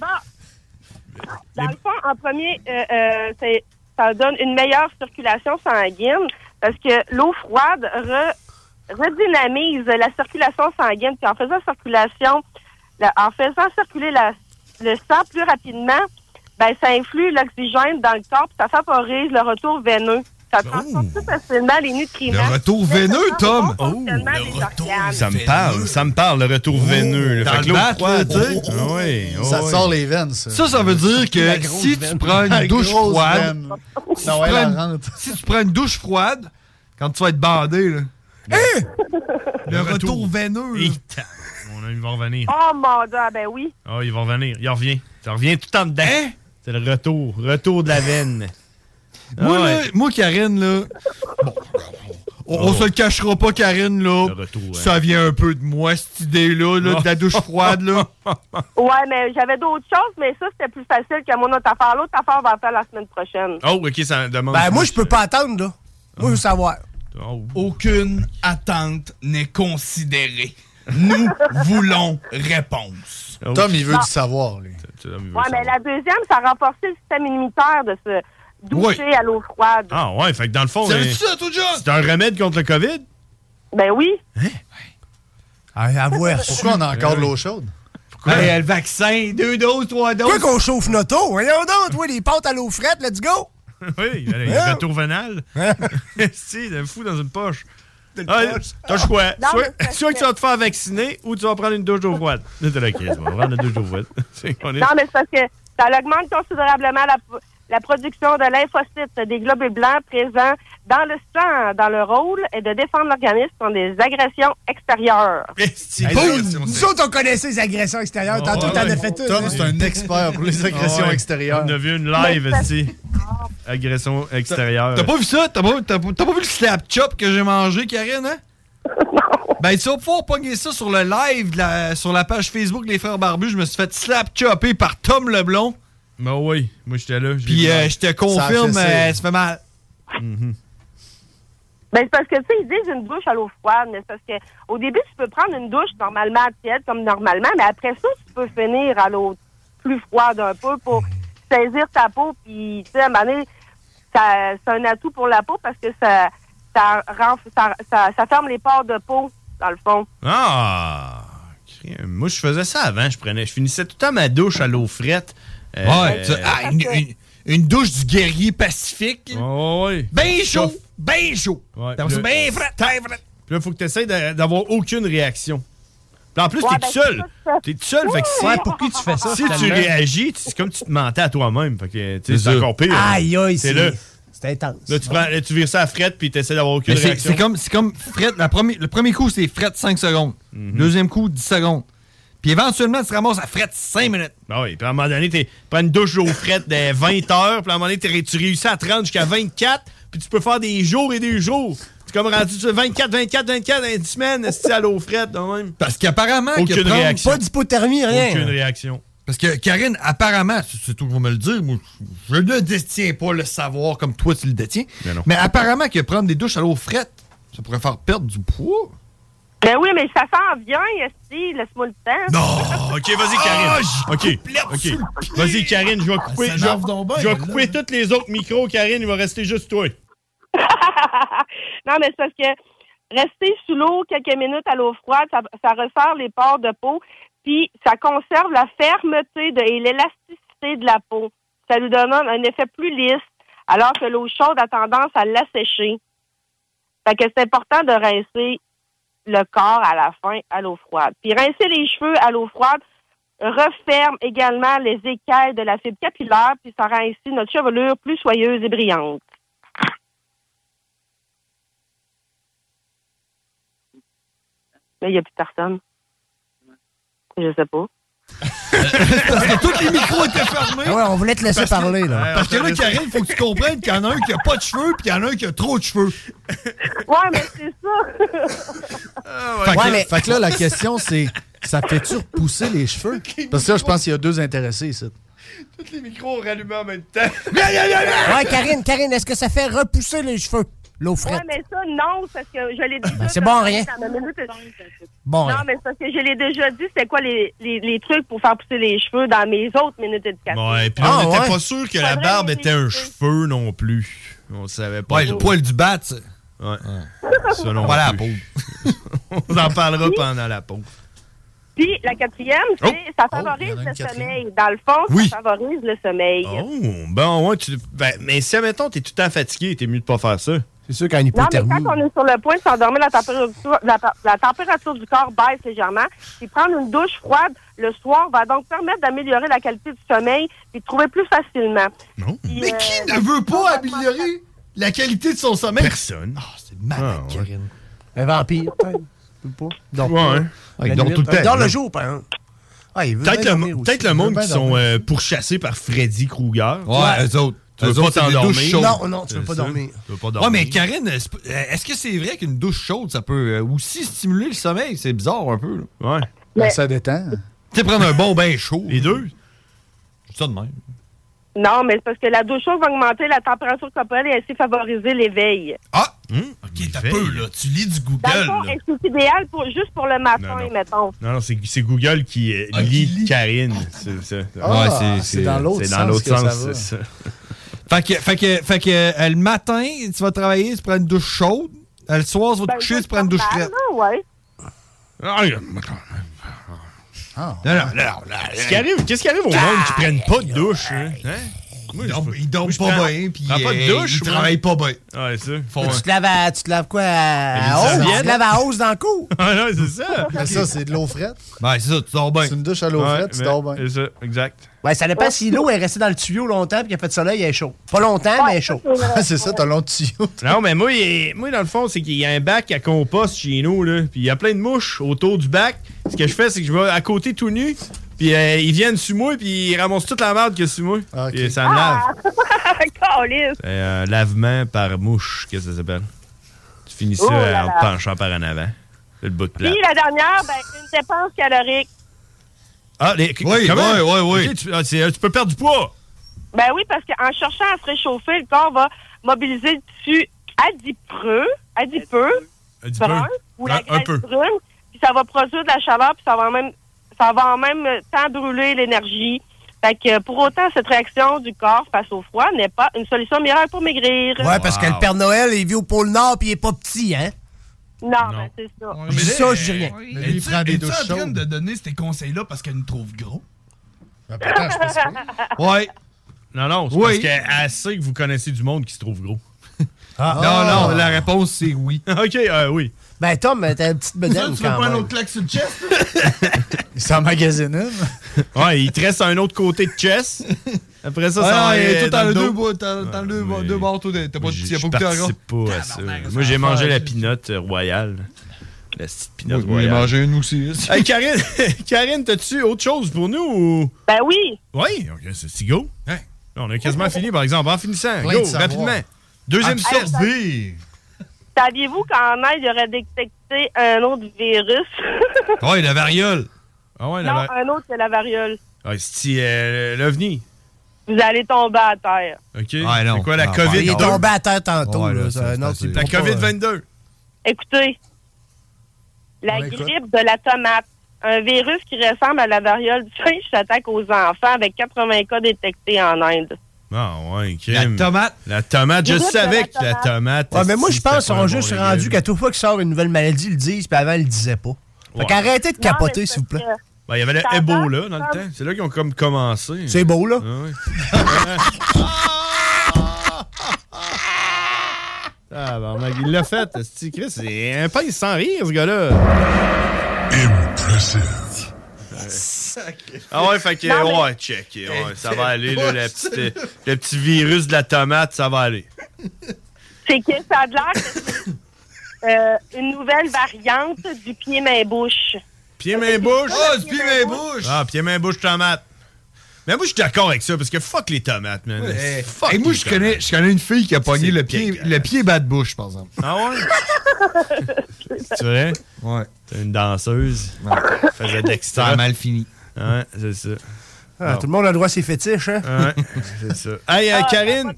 Dans le fond, en premier, euh, euh, c'est- ça donne une meilleure circulation sanguine parce que l'eau froide re- redynamise la circulation sanguine. Puis en faisant circulation, la- en faisant circuler la- le sang plus rapidement, ben ça influe l'oxygène dans le corps, puis ça favorise le retour veineux. Ça transforme plus facilement les nutriments. Oh. Le retour veineux, Tom. Oh, Ah, ça me parle, ça me parle, le Oh, retour veineux. Dans Fait que le l'eau bac, là, froide, tu sais. ah ouais, ah Ça te ouais. sort les veines, ça. Ça, ça veut dire La que grosse si tu veine. prends La une douche grosse froide, veine. si, Non, tu elle prends en une, si tu prends une douche froide, quand tu vas être bandé, là, Hein? le retour veineux. là. Hi, ta- Mon ami va revenir. Oh mon dieu, ah ben oui. Ah, il va revenir. Il revient. Ça revient tout en dedans. Hein? C'est le retour. Retour de la veine. Ah Moi, ouais. là, moi, Karine, là, bon, on, Oh. on se le cachera pas, Karine, là. hein. Ça vient un peu de moi, cette idée-là, là, de la douche froide, là. Ouais, mais j'avais d'autres choses, mais ça, c'était plus facile que mon autre affaire. L'autre affaire, on va en faire la semaine prochaine. Oh, ok, ça demande. Ben, moi, je peux pas attendre, là. Moi, je veux savoir. Aucune attente n'est considérée. Nous voulons réponse. Tom, il veut du savoir, lui. Ouais, mais la deuxième, ça a renforcé le système immunitaire de se doucher à l'eau froide. Ah, ouais, fait que dans le fond. Ça euh, veut-tu ça, toi, John? C'est un remède contre le COVID? Ben oui. Ah, ouais, Pourquoi on a encore de l'eau chaude? Pourquoi? le vaccin, deux doses, trois doses. Pourquoi qu'on chauffe notre eau? Voyons donc, toi, les pâtes à l'eau frette, let's go. oui, allez, Hein? retour vénal. si, d'un fou dans une poche. une Ah, poche. T'as le choix. Non, soit, mais ça soit se que tu vas te faire vacciner ou tu vas prendre une douche d'eau froide. Non, t'es là, Chris, on va prendre une douche d'eau froide. C'est qu'on est- Non, mais c'est parce que ça augmente considérablement la, la production de lymphocytes, des globules blancs présents dans le sang, dans le rôle et de défendre l'organisme contre des agressions extérieures. Hey, Boom! Nous autres, on connaissait les agressions extérieures. Tantôt, Ah ouais, t'en ouais. as fait une. Tom, hein. c'est un expert pour les agressions Ah ouais. extérieures. On a vu une live, Mais- ici. Agression extérieure. T'as pas vu ça? T'as pas, t'as pas- t'as pas vu le slap chop que j'ai mangé, Karine, hein? Ben, tu vas pouvoir pogner ça sur le live, de la- sur la page Facebook des Frères Barbus. Je me suis fait slap chopper par Tom Leblon. Ben oui, moi j'étais là. Puis euh, je te confirme, ça, Ça a euh, fait ça. ça fait mal. Mhm. Ben, c'est parce que, tu sais, ils disent une douche à l'eau froide, mais c'est parce que, au début, tu peux prendre une douche normalement tiède, comme normalement, mais après ça, tu peux finir à l'eau plus froide un peu pour saisir ta peau, puis, tu sais, à un moment donné, ça- c'est un atout pour la peau parce que ça, ça, renf- ça, ça, ça ferme les pores de peau, dans le fond. Ah! crème. Moi, je faisais ça avant. Je prenais, je finissais tout le temps ma douche à l'eau frette. Euh, Ouais, tu- ah, une, une- une douche du guerrier pacifique. Ben chaud, ben chaud. Ouais, T'as puis ça, là- ben frais, ben frais. Puis là, faut que tu essaies d'avoir aucune réaction. Puis en plus, Ouais, t'es ben, tout seul. c'est ça. T'es tout seul. Fait que si, Ouais, pourquoi tu fais ça, Si tu finalement? réagis, tu- c'est comme tu te mentais à toi-même. Fait que tu sais, C'est c'est ça. encore pire. Aïe, aïe, c'est. c'est- Là, C'est intense. là, tu, prends, là, tu vires ça à frette, puis tu essaies d'avoir aucune Mais c'est- réaction. C'est comme, c'est comme fret, la premi- le premier coup, c'est fret 5 secondes. Mhm. Deuxième coup, 10 secondes. Puis éventuellement, tu te ramasses à fret 5 minutes. Ben oui, puis à un moment donné, tu prends une douche d'eau frette de 20 heures, puis à un moment donné, t'es- tu réussis à 30 jusqu'à 24, puis tu peux faire des jours et des jours. C'est comme rendu sur 24, 24, 24 dans une semaine, c'est à l'eau frette, quand même. Parce qu'apparemment, que Aucune prendre- réaction. d'hypothermie, Aucune réaction. Parce que Karine, apparemment, c'est- c'est tout que vous me le dire, moi, je je ne détiens pas le savoir comme toi tu le détiens. Mais, apparemment que prendre des douches à l'eau frette, ça pourrait faire perdre du poids. Ben oui, mais ça s'en vient, Esti, laisse-moi le temps. Non! OK, vas-y, Ah, Karine. OK, OK. Vas-y, Karine, je vais couper, je vais- je vais couper tous les autres micros, Karine, il va rester juste toi. Non, mais c'est parce que rester sous l'eau quelques minutes à l'eau froide, ça, ça resserre les pores de peau, puis ça conserve la fermeté de- et l'élasticité de la peau. Ça lui donne un, un effet plus lisse, alors que l'eau chaude a tendance à l'assécher. Fait que c'est important de rincer le corps à la fin à l'eau froide. Puis rincer les cheveux à l'eau froide referme également les écailles de la fibre capillaire, puis ça rend ainsi notre chevelure plus soyeuse et brillante. Mais il n'y a plus personne. Je sais pas. Parce que tous les micros étaient fermés. Ah ouais, on voulait te laisser Parce que- parler, là. Parce que là, Karine, faut que tu comprennes qu'il y en a un qui a pas de cheveux, puis il y en a un qui a trop de cheveux. Ouais, mais c'est ça. Fait que, fait que là, la question, c'est ça fait-tu repousser les cheveux? Parce que là, je pense qu'il y a deux intéressés ici. Tous les micros ont rallumé en même temps. Ouais, Karine, Karine, est-ce que ça fait repousser les cheveux? L'eau Ouais, frette. mais ça, non, c'est parce que je l'ai Ben, déjà c'est bon, rien. Dans ma minute- Bon, non, rien. mais c'est parce que je l'ai déjà dit, c'est quoi les, les, les trucs pour faire pousser les cheveux dans mes autres minutes d'éducation. Ah, Ouais, puis là, on n'était pas sûr que la barbe était un cheveu non plus. On le savait pas. Ouais, le poil du bat, ça. Ouais. Ça non Voilà plus. on en parlera pendant la pause. Puis la quatrième, c'est ça favorise il y en a une le quatrième. sommeil. Dans le fond, Oh! Oui. ça favorise le sommeil. Oh, bon, ouais, tu- ben, mais si, admettons, t'es tout le temps fatigué, t'es mieux de pas faire ça. C'est sûr qu'en Non, mais quand on est sur le point de s'endormir, la température, la, pa- la température du corps baisse légèrement. Puis prendre une douche froide le soir va donc permettre d'améliorer la qualité du sommeil et de trouver plus facilement. Euh, Mais qui ne veut pas améliorer la qualité de son sommeil? Personne. Ah, c'est malade, Karine. Un vampire, peut-être. Peut pas. Dort pas. Ouais, hein. La Il dort nuit, tout le temps, Dort le là. jour, par exemple. Ah, il veut Peut-être bien le, dormir mo- aussi. peut-être le Il veut monde bien qui dormir. sont euh, pourchassés par Freddy Krueger. Ouais, eux autres. Tu veux Eux pas autres, c'est des douches t'endormir. chaudes. C'est ça. Tu veux pas dormir. Ouais, mais Karine, est-ce p- euh, est-ce que c'est vrai qu'une douche chaude, ça peut euh, aussi stimuler le sommeil? C'est bizarre un peu. Ouais. Mais- Ça détend. Tu sais, prendre un bon bain chaud. Les deux? Je dis ça de même. Non, mais c'est parce que la douche chaude va augmenter la température corporelle et ainsi favoriser l'éveil. ok, t'as peu, là. Tu lis du Google. Dans le fond, Ah, là. est-ce que c'est idéal pour, juste pour le matin, Non, non. mettons? Non, non, c'est c'est Google qui euh, lit, Karine. C'est ça. Ah, c'est- c'est dans l'autre C'est sens dans l'autre que ça sens, va. c'est ça. Fait que, fait que, fait que euh, le matin, tu vas travailler, tu prends une douche chaude. Euh, Le soir, tu vas te coucher, tu prends une douche Ah, fraîche. non, ouais. Ah, regarde. Ah. Non, non, non, non. Qu'est-ce qui arrive, qu'est-ce qui arrive au monde Ah! qui prennent pas de douche? Hein? Ils dorment, pas bien, puis, pas de euh, douche, ils travaillent pas bien. Ouais, c'est ça. Font Tu un- te laves à, tu te laves quoi? À Une hausse? Tu serviette? te laves à hausse dans le cou? Ah non, c'est ça. Mais ça, c'est de l'eau frette. Ouais, c'est ça, tu dors bien. C'est une douche à l'eau Ouais, frette, tu mais- dors bien. C'est ça, exact. Ouais, ça dépend si l'eau est restée dans le tuyau longtemps puis qu'il a fait de soleil, elle est chaude. Pas longtemps, mais elle est chaude. c'est ça, t'as long tuyau. Non, mais moi, il est- moi, dans le fond, c'est qu'il y a un bac à compost chez nous, là. Puis il y a plein de mouches autour du bac. Ce que je fais, c'est que je vais à côté tout nu. Puis euh, ils viennent sur moi, puis ils ramassent toute la merde qu'il y a sur moi. Ah, Puis ça me lave. Ah! Calisse. C'est un Euh, lavement par mouche, qu'est-ce que ça s'appelle? Tu finis ça Oh là en là. te penchant par en avant. C'est le bout de plat. Puis la dernière, ben, une dépense calorique. Ah, les, Oui, oui, oui, oui. Ok, tu, ah, c'est- tu peux perdre du poids. Ben oui, parce qu'en cherchant à se réchauffer, le corps va mobiliser le tissu adipeux, adipeux, Adipeux. brun, ou Un- la Ah, un graisse peu. brune, puis ça va produire de la chaleur, puis ça va en même, ça va en même temps brûler l'énergie. Fait que euh, pour autant, cette réaction du corps face au froid n'est pas une solution miracle pour maigrir. Ouais, parce que le Père Noël, il vit au pôle Nord puis il est pas petit, hein? Non, ben c'est ça. Je dis ça, je dis rien. euh, Mais es-tu es-tu en train de donner ces conseils-là parce qu'elle nous trouve gros? Ouais. Non, non, c'est Oui. parce qu'elle sait que vous connaissez du monde qui se trouve gros. Ah. Non, non, la réponse, c'est oui. OK, euh, oui. Ben, Tom, t'as une petite bedaine tu veux quand prendre un même. autre claque sur le chest? C'est un magazine. ouais, il te reste un autre côté de chess. Après ça, Ah, ça non, va il est euh, tout dans dans le le deux dos. bois- dans- dans le deux bois- deux bords, toi, t'as pas t'as pas Je goûté à participe pas à ça. Moi, j'ai mangé la pinotte royale. La petite pinotte Moi, j'ai royale. mangé une aussi. Hey, Karine, Karine t'as-tu autre chose pour nous ou... Ben oui. Oui, ok, c'est c'est go. Là, on a quasiment fini, par exemple. En finissant, Plein go, de savoir. rapidement. Deuxième source. Absorbé. Saviez-vous qu'en Inde, il y aurait détecté un autre virus? Ouais, la variole. Ah ouais, la non, variole. un autre, c'est la variole. Ah, c'est euh, l'OVNI. Vous allez tomber à terre. OK. Ah, non. C'est quoi la Ah, COVID? Il est deux? tombé à terre tantôt, Ouais, là, là. ça, ça, c'est non, assez. tu La peux pas, euh, COVID-22. Écoutez, la Ouais, quoi? grippe de la tomate, un virus qui ressemble à la variole du singe s'attaque aux enfants avec 80 cas détectés en Inde. Ah ouais, Kim. La tomate. La tomate, je Dis-le, savais la que la tomate. tomate. Ouais, mais moi, je c'était pas pense qu'ils Ah, un sont juste bon rendus légume. qu'à toute fois qu'ils sortent une nouvelle maladie, ils le disent, puis avant, ils le disaient pas. Fait Ouais. qu'arrêtez de capoter, s'il vous plaît. Ben, il y avait le Ça Ebola dans va, le temps. C'est là qu'ils ont comme commencé. C'est beau, là. Ah ouais. Ah, ben, mec, il l'a fait. esti. Chris, C'est un pince sans rire, ce gars-là. Impressive. Ah ouais, fait que, Non, mais- ouais, check. ouais, ça va aller, là, la petite, euh, le petit virus de la tomate, ça va aller. C'est que ça a de l'air que c'est, euh, une nouvelle variante du pied-main-bouche. Pieds, mains, bouche. Ah, du pied, main, bouche. Ah, pieds, mains, bouche, tomate. Mais moi, je suis d'accord avec ça, parce que fuck les tomates, man. Eh, fuck eh, moi, les je connais, tomates. je connais une fille qui a pogné C'est le pied, le pied bas de bouche, par exemple. Ah ouais? C'est vrai? Ouais. T'es hein? une danseuse. Faisait Dexter. Ça a mal fini. Ouais, c'est ça. Ah, Bon. Tout le monde a le droit à ses fétiches, hein? Ouais, c'est ça. Hey, euh, Ah, Karine.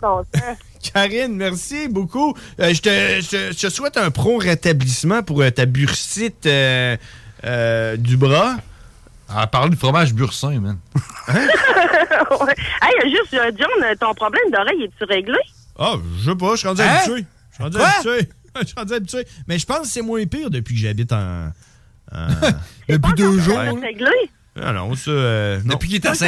Karine, merci beaucoup. Euh, je, te, je te- je te souhaite un prompt rétablissement pour euh, ta bursite euh, euh, du bras. Ah, parle du fromage bursin, man. Hein? ouais. Hey, juste, euh, John, ton problème d'oreille, est tu réglé? Ah, je sais pas, je suis rendu Hein? habitué. Je suis rendu Quoi? habitué. Je suis rendu habitué. Mais je pense que c'est moins pire depuis que j'habite en. depuis deux C'est hein? réglé? Ah non, ça. euh, non. Depuis qu'il est à Puis,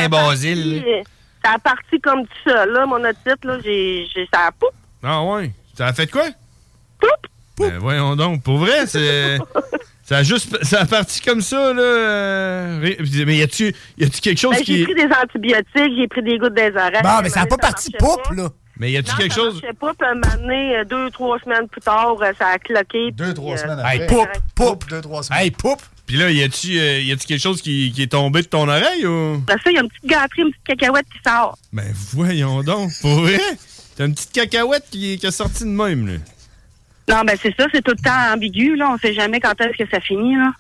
euh, Ça a parti comme tout ça, là, mon otite, là, j'ai, j'ai, ça a poup. Ah ouais. Ça a fait quoi? Poup! Ben voyons donc. Pour vrai, c'est. Ça a juste. Ça a parti comme ça, là. euh, ré- Mais y a-tu y a-tu quelque chose Ben, qui. j'ai pris des antibiotiques, j'ai pris des gouttes des oreilles. Bon, mais ça a pas parti poup, là. Mais y a-tu quelque chose. Je sais pas, puis un moment donné, euh, deux, trois semaines plus tard, euh, ça a cloqué. euh, Deux, trois Hey, poup! Poupe, deux, trois semaines. Hey, poup! Puis là, y a-tu euh, y a-tu quelque chose qui, qui est tombé de ton oreille ou. Parce que il y a une petite gâterie, une petite cacahuète qui sort. Ben voyons donc. Pour vrai? T'as une petite cacahuète qui, qui a sorti de même, là. Non, ben c'est ça, c'est tout le temps ambigu, là. On sait jamais quand est-ce que ça finit, là.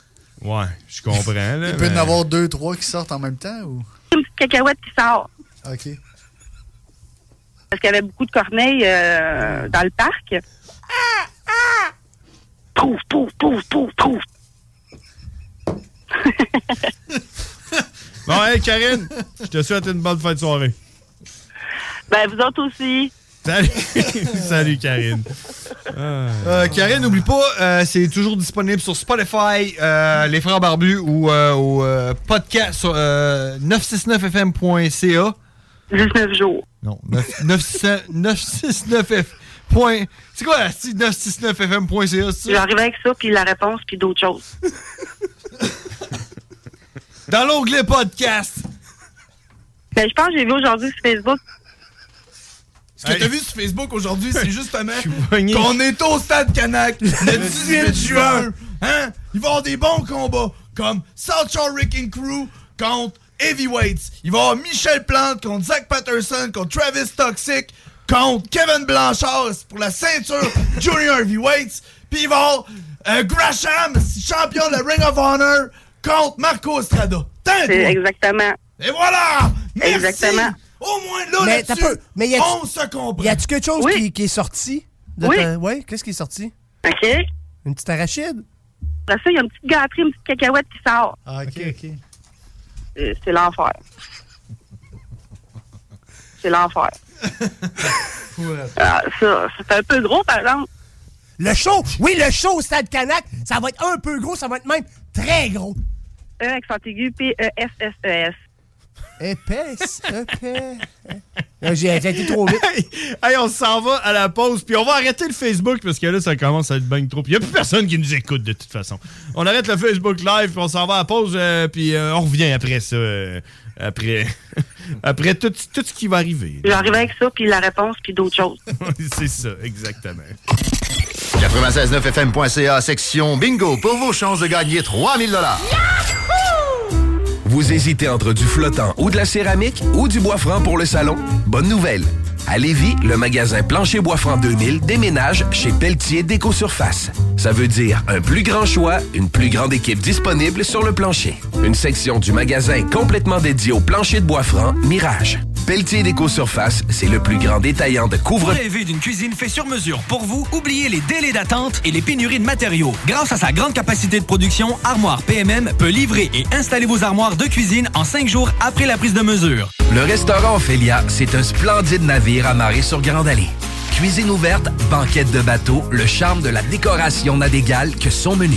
Ouais, je comprends, là. Il peut y mais- en avoir deux, trois qui sortent en même temps ou. Une petite cacahuète qui sort. OK. Parce qu'il y avait beaucoup de corneilles euh, dans le parc. Pouf, pouf, pouf, pouf, pouf. Bon, hey, Karine, je te souhaite une bonne fin de soirée. Ben, vous autres aussi. Salut! Salut, Karine. Euh, Karine, n'oublie pas, euh, c'est toujours disponible sur Spotify, euh, Les Frères Barbus ou euh, au euh, podcast sur euh, 969fm.ca. 19 jours. Non, 9- 969 969f. Point... C'est quoi, asti, 969fm.ca, c'est ça? J'arrive avec ça, puis la réponse, puis d'autres choses. Dans l'onglet podcast. Ben, je pense que j'ai vu aujourd'hui sur Facebook. Ce que t'as vu sur Facebook aujourd'hui, c'est justement pogné. qu'on est au stade Canac le 18 juin. Hein? Il va y avoir des bons combats comme South Shore Wrecking Crew contre Heavyweights. Il va y avoir Michel Plante contre Zach Patterson contre Travis Toxic contre Kevin Blanchard pour la ceinture Junior Heavyweights. Puis il va y avoir euh, Grasham, champion de la Ring of Honor contre Marco Estrada. Tain, C'est toi. exactement. Et voilà! Merci! Exactement. Au moins là, Mais là-dessus, t'as peu- mais y a-tu- on se comprend. Y a-tu quelque chose qui, qui est sorti? de Oui. ta- Ouais, qu'est-ce qui est sorti? OK? Une petite arachide? Après ça, il y a une petite gâterie, une petite cacahuète qui sort. Ah, OK, OK. Euh, C'est l'enfer. C'est l'enfer. Ah, ça, c'est un peu gros, par exemple. Le show! Oui, le show au Stade Canac! Ça va être un peu gros, ça va être même très gros. E, accent aigu, P-E-S-S-E-S. Épaisse, hein? épais. Euh, J'ai été trop vite. Hey, on s'en va à la pause, puis on va arrêter le Facebook parce que là, ça commence à être bien trop. Il n'y a plus personne qui nous écoute de toute façon. On arrête le Facebook Live, puis on s'en va à la pause, euh, puis euh, on revient après ça. euh, après après tout, tout ce qui va arriver. J'arrive avec ça, puis la réponse, puis d'autres choses. C'est ça, exactement. 969fm.ca, section bingo, pour vos chances de gagner 3000 dollars. Vous hésitez entre du flottant ou de la céramique ou du bois franc pour le salon? Bonne nouvelle! À Lévis, le magasin Plancher Bois Franc 2000 déménage chez Pelletier Déco Surface. Ça veut dire un plus grand choix, une plus grande équipe disponible sur le plancher. Une section du magasin complètement dédiée au plancher de bois franc Mirage. Pelletier Déco Surface, c'est le plus grand détaillant de couvre Rêvez d'une cuisine faite sur mesure pour vous, oubliez les délais d'attente et les pénuries de matériaux. Grâce à sa grande capacité de production, Armoire PMM peut livrer et installer vos armoires de cuisine en cinq jours après la prise de mesure. Le restaurant Ophélia, c'est un splendide navire amarré sur Grande Allée. Cuisine ouverte, banquette de bateau, le charme de la décoration n'a d'égal que son menu.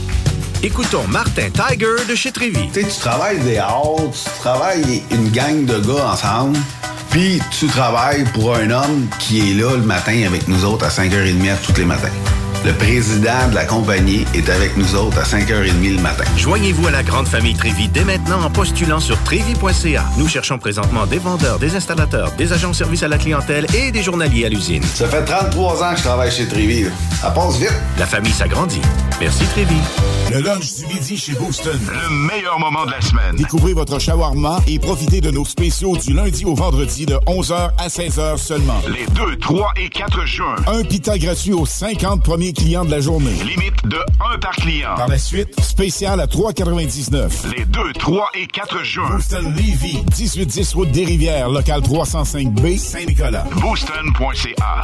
Écoutons Martin Tiger de chez Trévy. Tu sais, tu travailles des heures, tu travailles une gang de gars ensemble, puis tu travailles pour un homme qui est là le matin avec nous autres à 5h30 à tous les matins. Le président de la compagnie est avec nous autres à 5h30 le matin. Joignez-vous à la grande famille Trévi dès maintenant en postulant sur trévi.ca. Nous cherchons présentement des vendeurs, des installateurs, des agents de service à la clientèle et des journaliers à l'usine. Ça fait 33 ans que je travaille chez Trévi. Ça passe vite. La famille s'agrandit. Merci Trévi. Le lunch du midi chez Booston. Le meilleur moment de la semaine. Découvrez votre shawarma et profitez de nos spéciaux du lundi au vendredi de 11h à 16h seulement. Les 2, 3 et 4 juin. Un pita gratuit aux 50 premiers clients de la journée. Limite de 1 par client. Par la suite, spécial à 3,99. Les 2, 3 et 4 juin. Booston Levy, 1810 route des Rivières, local 305B, Saint-Nicolas. Booston.ca.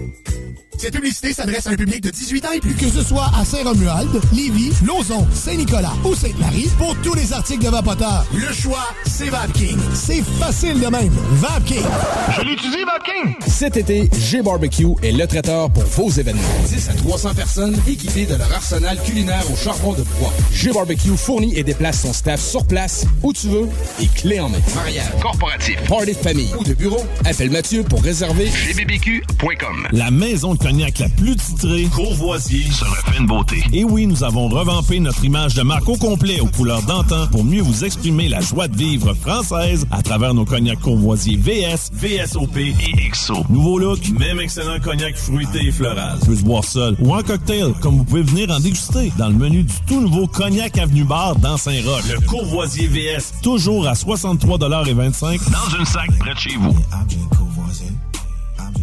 Cette publicité s'adresse à un public de 18 ans et plus. Que ce soit à Saint-Romuald, Lévis, Lauson, Saint-Nicolas ou Sainte-Marie, pour tous les articles de Vapoteur, le choix, c'est VapKing. C'est facile de même. VapKing. Je l'utilise, Vapking! Cet été, G-Barbecue est le traiteur pour vos événements. 10 à 300 personnes équipées de leur arsenal culinaire au charbon de bois. G-Barbecue fournit et déplace son staff sur place, où tu veux, et clé en main. Mariage, corporatif, Party de famille ou de bureau, appelle Mathieu pour réserver gbbq.com. La maison de cognac la plus titrée, Courvoisier, se refait une beauté. Et oui, nous avons revampé notre image de marque au complet aux couleurs d'antan pour mieux vous exprimer la joie de vivre française à travers nos cognacs Courvoisier VS, VSOP et XO. Nouveau look, même excellent cognac fruité et floral. Peut se boire seul ou en cocktail, comme vous pouvez venir en déguster dans le menu du tout nouveau Cognac Avenue Bar dans Saint-Roch. Le Courvoisier VS, toujours à 63,25 Dans une sac près de chez vous.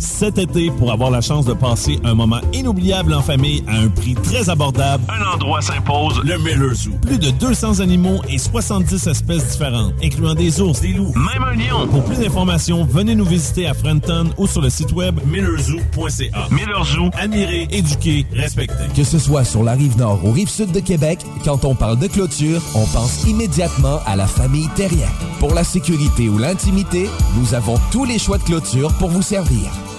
Cet été, pour avoir la chance de passer un moment inoubliable en famille à un prix très abordable, Un endroit s'impose, le Miller Zoo. plus de 200 animaux et 70 espèces différentes, incluant des ours, des loups, même un lion. Pour plus d'informations, venez nous visiter à Frenton ou sur le site web millerzoo.ca. Miller Zoo, Admirer, éduquer, respecter. Que ce soit sur la rive nord ou rive sud de Québec, quand on parle de clôture, on pense immédiatement à la famille Terrien. Pour la sécurité ou l'intimité, nous avons tous les choix de clôture pour vous servir.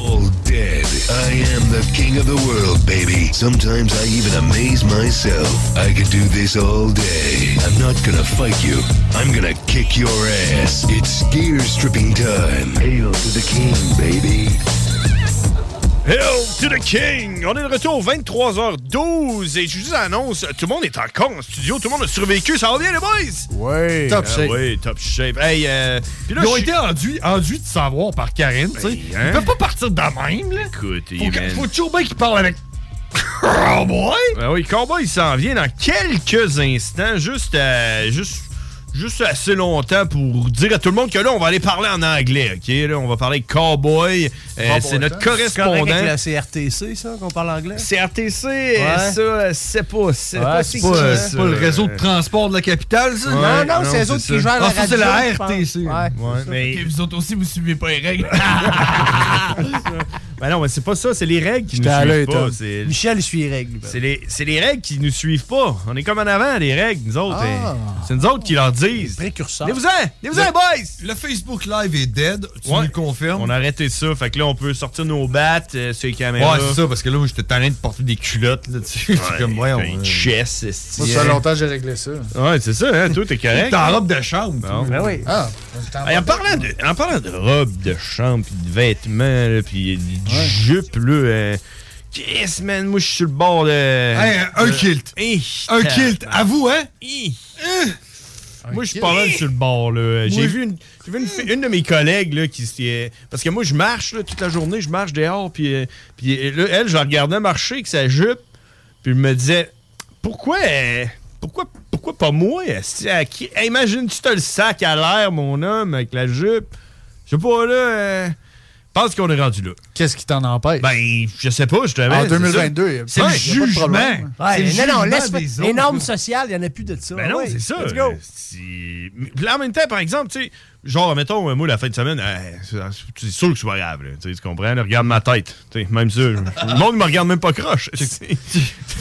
All dead. I am the king of the world, baby. Sometimes I even amaze myself. I could do this all day. I'm not gonna fight you. I'm gonna kick your ass. It's gear stripping time. Hail to the king, baby. Hail to the King! On est de retour aux 23h12 et je vous annonce, tout le monde est encore en studio, tout le monde a survécu, ça va bien les boys? Ouais. Top Ah shape. Oui, top shape. Hey, euh, puis là, Ils ont je- été enduits, enduits de savoir par Karine, tu sais. hein? Ils peuvent pas partir de la même, là. Écoute, Faut, que- faut toujours bien qu'ils parlent avec Cowboy? Ben oui, Cowboy, il s'en vient dans quelques instants, juste, euh, juste, juste assez longtemps pour dire à tout le monde que là, on va aller parler en anglais, OK? Là, on va parler Cowboy. Euh, Ah c'est hein? notre correspondant. C'est la CRTC, ça, qu'on parle anglais? CRTC, ça, euh, c'est pas... C'est Ouais, pas, c'est c'est pas, qui, euh, ça? c'est pas le réseau de transport de la capitale, ça? non, Ouais, non, c'est eux autres qui gèrent la Ah, ça, radio, c'est je la pense. RTC. Ouais, Ouais, mais... Ok, vous autres aussi, vous suivez pas les règles. Ben non, mais c'est pas ça, c'est les règles qui nous J'étais à suivent l'œil, pas. Tom. c'est- Michel suit les règles. C'est les, c'est les règles qui nous suivent pas. On est comme en avant, les règles, nous autres. Ah. hein. C'est nous autres qui leur disent. Précurseurs. vous en Le- boys! Le Facebook Live est dead, tu nous le confirmes? On a arrêté ça. Fait que là, on peut sortir nos battes euh, sur les caméras. Ouais, c'est ça, parce que là, moi, j'étais tanné de porter des culottes là-dessus. c'est comme, euh. ouais, ben, on. Une chess, esti. Moi, ça fait longtemps que j'ai réglé ça. Ouais, euh, c'est ça, hein. Toi, t'es correct. T'es en robe de chambre. Bon. Ben toi. Ah, Hey, en, parlant de, en parlant de robes, de chambre, puis de vêtements, là, puis de jupes, là, euh, qu'est-ce, man? Moi, je suis sur le bord de. Hey, un de- kilt. Hey, Un tabarnak. kilt, à vous, hein? Moi, je suis pas mal sur le bord. Là. J'ai Oui. vu, une, j'ai vu une, fi- une de mes collègues là, qui s'y est- Parce que moi, je marche là, toute la journée, je marche dehors. Puis, euh, puis euh, là, elle, je la regardais marcher avec sa jupe. Puis elle me disait Pourquoi euh, pourquoi, pourquoi pas moi esti? À qui- Hey, Imagine-tu, t'as le sac à l'air, mon homme, avec la jupe. Je sais pas, là. euh, je pense qu'on est rendu là. Qu'est-ce qui t'en empêche? Ben, je sais pas, je te En 2022, y a- c'est, le ouais, y a pas de jugement. problème. Ouais, C'est le mais non, non, jugement laisse des les autres, normes là. sociales, il n'y en a plus de ça. Ben non, Ouais, c'est ça. Let's go. Si- Puis là, en même temps, par exemple, tu sais, genre, mettons, euh, moi, la fin de semaine, euh, c'est- c'est sûr que je suis pas grave, là, tu sais, tu comprends? là, regarde ma tête, tu sais, même ça. je- Le monde me regarde même pas croche. tu sais.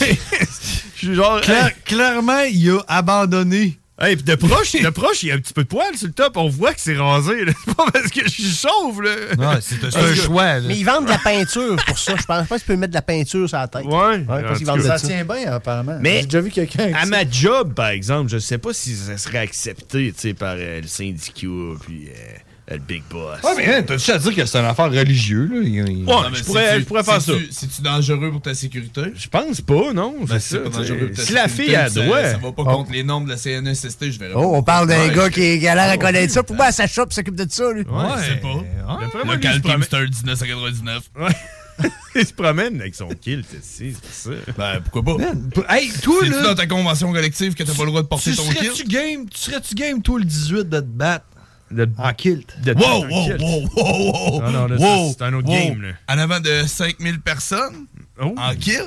Je suis genre... Claire- clairement, il a abandonné. Hey, puis de proche, de proche, il y a un petit peu de poil sur le top. On voit que c'est rasé. là. C'est pas parce que je suis chauve, là. Ouais, c'est un- c'est un Euh, choix, là. Mais ils vendent de la peinture pour ça. Je pense pas que tu peux mettre de la peinture sur la tête. Ouais. je pense qu'ils En tout vendent cas, de ça ça. tient bien, apparemment. Mais- J'ai déjà vu quelqu'un. avec À ça. ma job, par exemple, je sais pas si ça serait accepté, tu sais, par euh, le syndicat, puis euh, le big boss. Ouais, mais hein, t'as-tu à dire que c'est une euh, affaire religieuse, là? Il- il- Ouais, je pourrais- je pourrais faire ça. C'est-tu dangereux pour ta sécurité? Je pense pas, non. Ben, c'est c'est ça, pas t'sais. dangereux pour ta Si la sécurité, fille a ça- droit. Ça va pas Oh. contre les normes de la E CNSST, je verrai. Oh, on parle d'un gars qui galère à connaître ça. Pourquoi Sacha puis s'occupe de ça, lui? Ouais, je sais pas. D'après moi, Le lui, il se promène- Cal Teamster 1999. il se promène avec son kill, t'sais, c'est ça. Ben, pourquoi pas? Hey, toi, C'est-tu là- dans ta convention collective que t'as pas le droit de porter Tu ton kit? serais-tu game, tu serais-tu game, toi, le 18 de te battre? En kilt. De Wow, wow, wow, wow, wow. Non, Ah non, là, ça, Wow, c'est un autre wow. game, là. En avant de 5000 personnes, en kilt.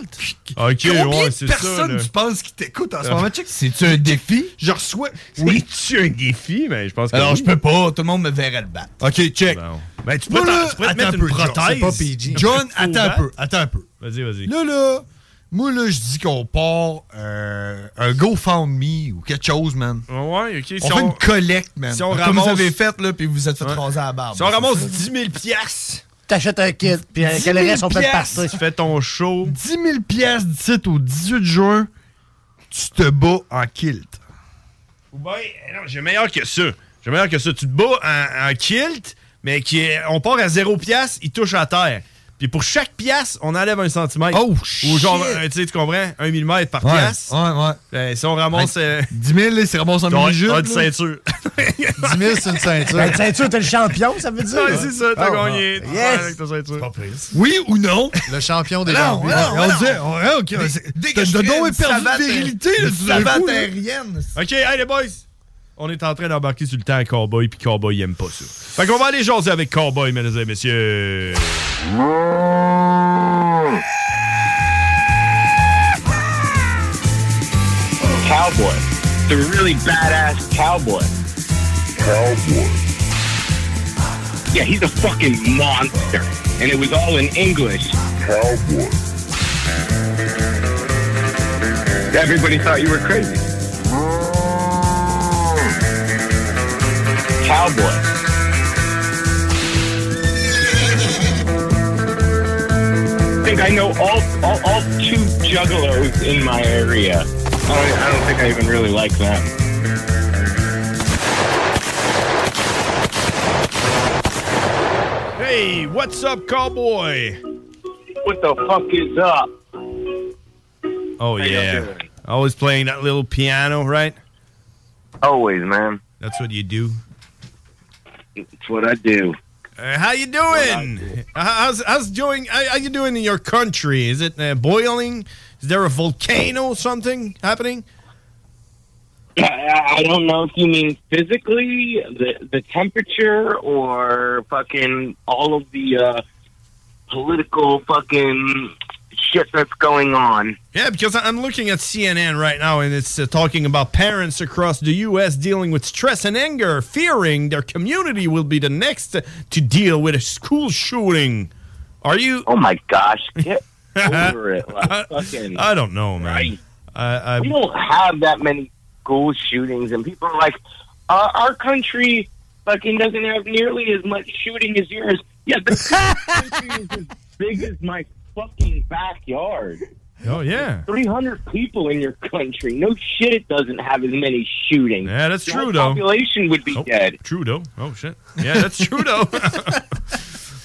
Oh. Ok, Combien ouais, de c'est ça, personnes là. tu penses qui t'écoutent en ce Ah. moment? Check. C'est-tu un défi? Je reçois. Oui. C'est-tu un défi? Mais je pense que. Alors, oui. je peux pas. Tout le monde me verrait le battre. Ok, check. Ben, tu peux, Moi, t'en- là, tu peux te attends mettre un une peu, John, prothèse. c'est pas PG. John, attends un peu, attends un peu. Vas-y, vas-y. Là, là, moi, là, je dis qu'on part euh, un GoFundMe ou quelque chose, man. Ah Ouais, ok. si on fait une collecte, man. Si on Comme ramasse- vous avez fait, là, puis vous êtes fait raser à la barbe. Si on ramasse 10 000 piastres. T'achètes un kit, puis avec le 10 000 reste, on fait le piastres. partir. Tu fais ton show. 10 000 piastres d'ici au 18 juin, tu te bats en kilt. Ou bien, Eh non, j'ai meilleur que ça. J'ai meilleur que ça. Tu te bats en, en kilt, mais qui est- on part à 0 piastre, il touche à terre. Puis pour chaque piastre, on enlève un centimètre. Oh, Ou genre, shit! euh, tu sais, tu comprends? Un millimètre par Ouais, piastre. ouais, ouais. Euh, si on ramasse... Hey, euh, 10 000, là, c'est ramassé en T'as- mini-jupe. t'as une là. ceinture. 10 000, c'est une ceinture. Ben, ceinture, t'es le champion, ça veut dire? Ouais, c'est ça, Ah, t'as Oh, gagné. oh. Yes. Yes! Avec ta ceinture. Oui ou non? Le champion des Non, Barbus. non, non, on dit, ouais, ok, c'est- t'as- t'as donc perdu de virilité, là, tout d'un coup, là. OK, hey les boys! On est en train d'embarquer sur le temps à Cowboy, puis Cowboy il aime pas ça. Fait qu'on va aller jaser avec Cowboy, mesdames et messieurs. Cowboy. The really badass cowboy. Cowboy. Yeah, he's a fucking monster. And it was all in English. Cowboy. Everybody thought you were crazy. Cowboy. I think I know all, all, all two juggalos in my area. I don't, I don't think I even really like them. Hey, what's up, Cowboy? What the fuck is up? How Oh, y'all yeah. doing? Always playing that little piano, right? Always, man. That's what you do. It's what I do. Uh, how you doing? How's how's doing? How, how you doing in your country? Is it uh, boiling? Is there a volcano something happening? I I don't know if you mean physically the the temperature or fucking all of the uh, political fucking shit that's going on. Yeah, because I- I'm looking at CNN right now and it's uh, talking about parents across the U.S. dealing with stress and anger, fearing their community will be the next to deal with a school shooting. Are you? Oh my gosh, get over it. Like, fucking, I don't know, man. I, I, we don't have that many school shootings, and people are like, our, our country fucking doesn't have nearly as much shooting as yours. Yeah, this country is as big as my fucking backyard. Oh yeah. 300 people in your country. No shit, it doesn't have as many shootings. Yeah, that's The true, whole though. Population would be dead. Trudeau. Oh shit. Yeah, that's Trudeau.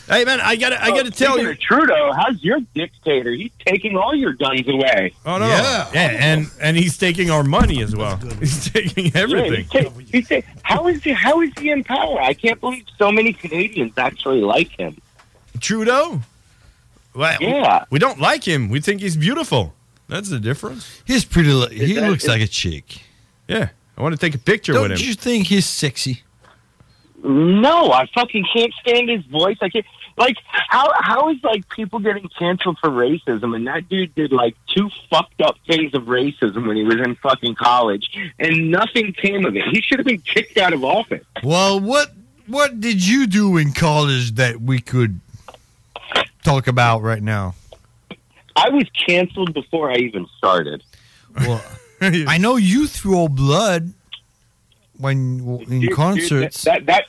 hey man, I gotta, I gotta tell you, Oh, Trudeau, how's your dictator? He's taking all your guns away. Oh no. Yeah. and and he's taking our money as well. He's taking everything. Yeah, he ta- he ta- how is he? How is he in power? I can't believe so many Canadians actually like him. Trudeau. Well, Yeah. We don't like him. We think he's beautiful. That's the difference. He's pretty. Li- Is he that- looks is- like a chick. Yeah, I want to take a picture Don't with him. you think he's sexy? No, I fucking can't stand his voice. I can't. Like, how how is like people getting canceled for racism? And that dude did like two fucked up things of racism when he was in fucking college, and nothing came of it. He should have been kicked out of office. Well, what what did you do in college that we could talk about right now? I was canceled before I even started. Well, I know you throw blood when in Dude, dude, concerts. that, that that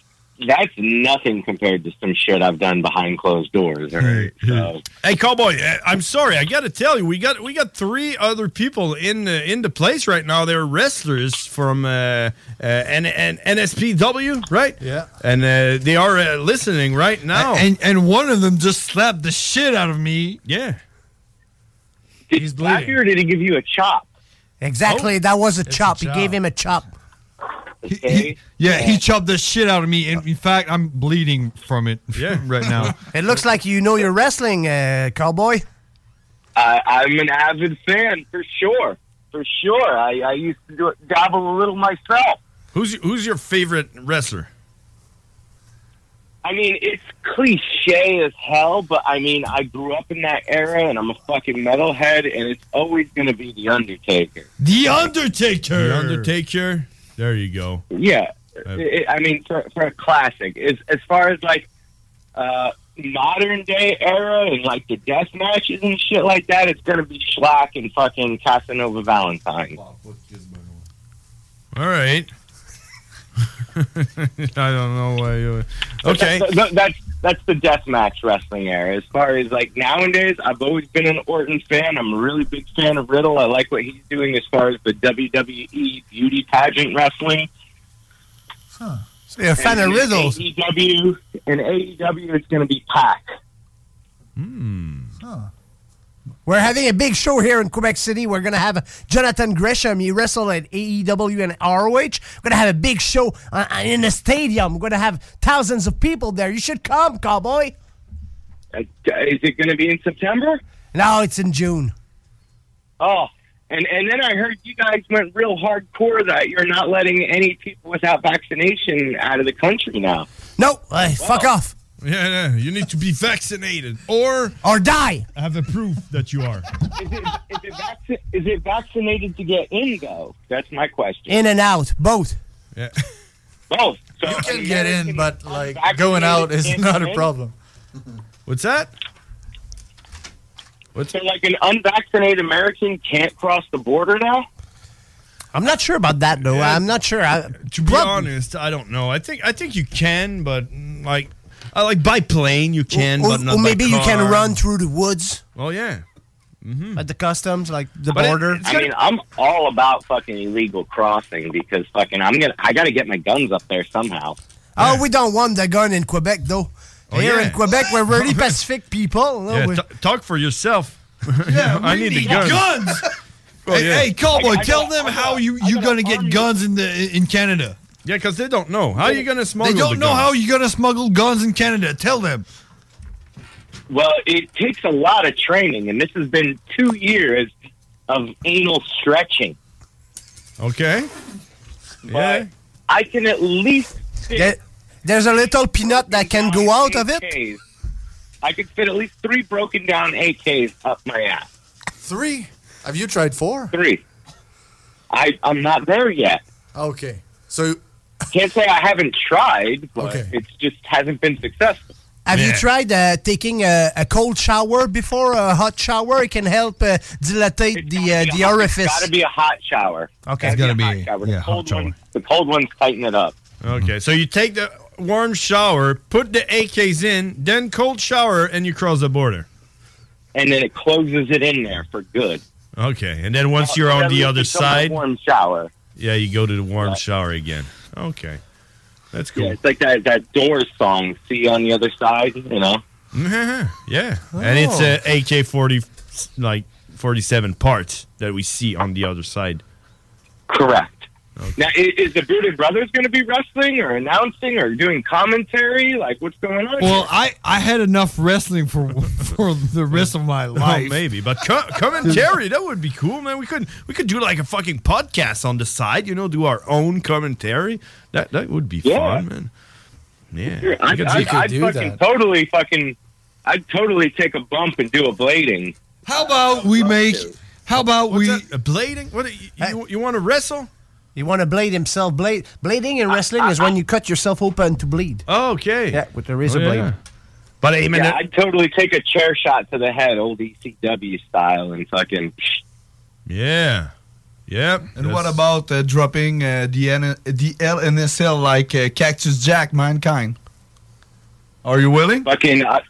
that's nothing compared to some shit I've done behind closed doors. All right. So, Hey, cowboy! uh, I'm sorry. I got to tell you, we got we got three other people in the in the place right now. They're wrestlers from uh, uh, N- N- NSPW, right? Yeah. and uh, they are uh, listening right now. and and one of them just slapped the shit out of me. Yeah. did He's bleeding. Or did he give you a chop? Oh. Exactly, that was a chop. chop. He gave him a chop. Okay. Yeah, he chopped the shit out of me. And in fact, I'm bleeding from it yeah. right now. It looks like you know your wrestling, uh, cowboy. I, I'm an avid fan for sure, for sure. I, I used to do it, dabble a little myself. Who's who's your favorite wrestler? I mean, it's cliche as hell, but I mean, I grew up in that era, and I'm a fucking metalhead, and it's always going to be the Undertaker. The Undertaker. The Undertaker. There you go. Yeah, It- it- I mean, for, for a classic, as, as far as like uh, modern day era and like the death matches and shit like that, it's going to be Schlack and fucking Casanova Valentine. All right. I don't know why. You... Okay. That- that- that's that's the deathmatch wrestling era. As far as like nowadays, I've always been an Orton fan. I'm a really big fan of Riddle. I like what he's doing as far as the WWE beauty pageant wrestling. So you're a fan of And in Riddles. AEW and E AEW, it's going to be Pac. We're having a big show here in Quebec City. We're going to have Jonathan Gresham. He wrestled at AEW and ROH. We're going to have a big show uh, in the stadium. We're going to have thousands of people there. You should come, cowboy. Uh, Is it going to be in September? No, it's in June. Oh, and and then I heard you guys went real hardcore that you're not letting any people without vaccination out of the country now. No, uh, fuck off. Yeah, yeah, you need to be vaccinated or or die. Have a proof that you are. Is it, is it, vac- is it vaccinated to get in though? That's my question. In and out, both. Yeah. Both. So, You I can mean, get American- in, but like vaccinated going out is can't not come a in? problem. What's that? So like an unvaccinated American can't cross the border now? I'm not sure about that, though. I'm not sure. I, To be honest, I don't know. I think I think you can, but mm, like, I like by plane you can, or, but not or by maybe you can car. run through the woods Well, yeah. Mm-hmm. at the customs, like the But it- border. I mean, I'm all about fucking illegal crossing because fucking I'm gonna I gotta get my guns up there somehow. Oh, we don't want the gun in Quebec, though. Oh, Here yeah. in Quebec, we're really pacific people. No, Yeah, we- t- talk for yourself. Yeah, I need, the guns. Well, hey, yeah. hey, cowboy, I- I tell got- them I how you you gonna get guns in the in Canada. Yeah, because they don't know how you gonna smuggle. They don't the know guns? how you gonna smuggle guns in Canada. Tell them. Well, it takes a lot of training, and this has been two years of anal stretching. Okay. Yeah. I can at least There- there's a little peanut that can go out of it. AKs. I could fit at least three broken down AKs up my ass. Three? Have you tried four? Three. I I'm not there yet. Okay. So can't say I haven't tried, but it just hasn't been successful. Have you Yeah. tried uh, taking a, a cold shower before a hot shower? It can help uh, dilate the uh, the orifice. It's got to be a hot shower. Okay. It's gotta It's a gotta hot be- shower. yeah, the, hot cold shower. Ones, the cold ones tighten it up. Okay, so you take the warm shower, put the AKs in, then cold shower, and you cross the border. And then it closes it in there for good. Okay, and then once you're Well, on at the least other it's still a side, warm shower. yeah, you go to the warm shower again. Okay, that's Yeah, cool. it's like that that Doors song. See you on the other side. You know. Yeah, yeah. and Oh. it's a AK forty, like forty-seven part that we see on the other side. Correct. Now, i- is the Bearded Brothers going to be wrestling or announcing or doing commentary? Like, what's going on? Well, I, I had enough wrestling for for the rest of my life. Oh, maybe, but co- commentary that would be cool, man. We could we could do like a fucking podcast on the side, you know, do our own commentary. That that would be fun, man. Yeah, here? I, We could- I, we I'd, could do fucking that. totally fucking. I'd totally take a bump and do a blading. How about we make? How about we blading? What you, you, want to wrestle? You want to blade himself? Blade blading and wrestling is when you cut yourself open to bleed. okay. Yeah, with the razor Oh, yeah. blade. But yeah, I'd totally take a chair shot to the head, old ECW style, and fucking. Yeah. Yep. And what about uh, dropping uh, the, N- the LNSL like uh, Cactus Jack, Mankind? Are you willing? Fucking. I,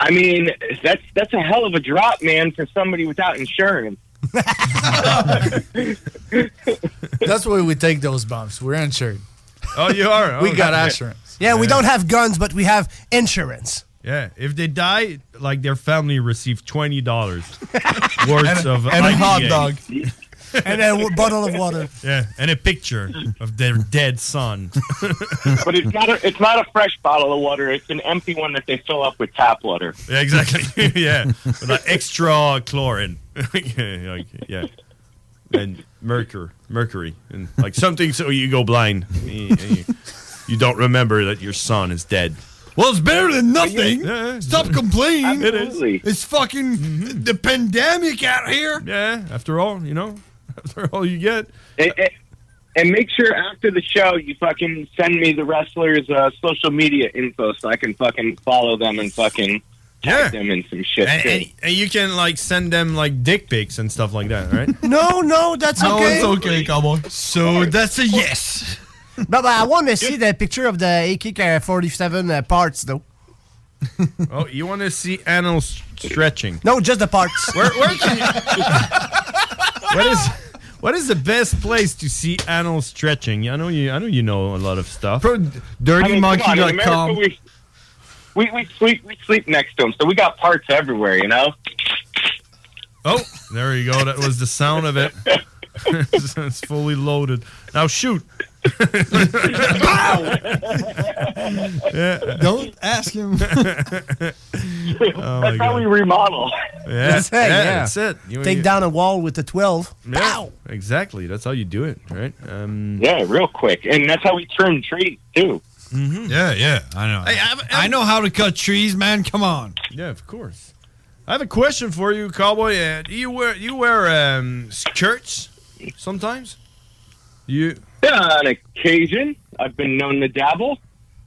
I mean, that's that's a hell of a drop, man, for somebody without insurance. that's why we take those bumps. We're insured. Oh, you are. we Oh, got yeah. insurance. Yeah, we don't have guns, but we have insurance. Yeah, if they die, like their family receive twenty dollars worth of and a IPA. hot dog. and a w- bottle of water. Yeah, and a picture of their dead son. but it's not a it's not a fresh bottle of water. It's an empty one that they fill up with tap water. Yeah, exactly. yeah, with like extra chlorine. yeah, like, yeah, and mercury, mercury, and like something so you go blind. You, you- you don't remember that your son is dead. Well, it's better than nothing. Stop complaining. It is. Mm-hmm. Absolutely. It's fucking the pandemic out here. Yeah, after all, you know, after all you get. And, and- and make sure after the show you fucking send me the wrestlers' uh, social media info so I can fucking follow them and fucking tag them and some shit. And, too. and, and you can like send them like dick pics and stuff like that, right? No, no, that's okay. okay, cowboy. So that's a yes. But, but I want to see the picture of the AK-47 uh, parts, though. Oh, you want to see anal s- stretching? No, just the parts. Where, where can you? what is what is the best place to see anal stretching? I know you. I know you know a lot of stuff. come on, in America, We, we, we sleep we sleep next to them, so we got parts everywhere. You know. Oh, there you go. That was the sound of it. it's fully loaded. Now shoot. Yeah. Don't ask him. Oh, my God. remodel. Yeah, that's it. yeah, yeah. that's it. You- Take you- down a wall with the 12. Yeah, exactly. That's how you do it, right? Um, Yeah, real quick, and that's how we trim trees too. Yeah, yeah, I know. I know how to cut trees, man. Come on. Yeah, of course. I have a question for you, cowboy. Uh, do you wear you wear um, skirts sometimes? You yeah, on occasion, I've been known to dabble.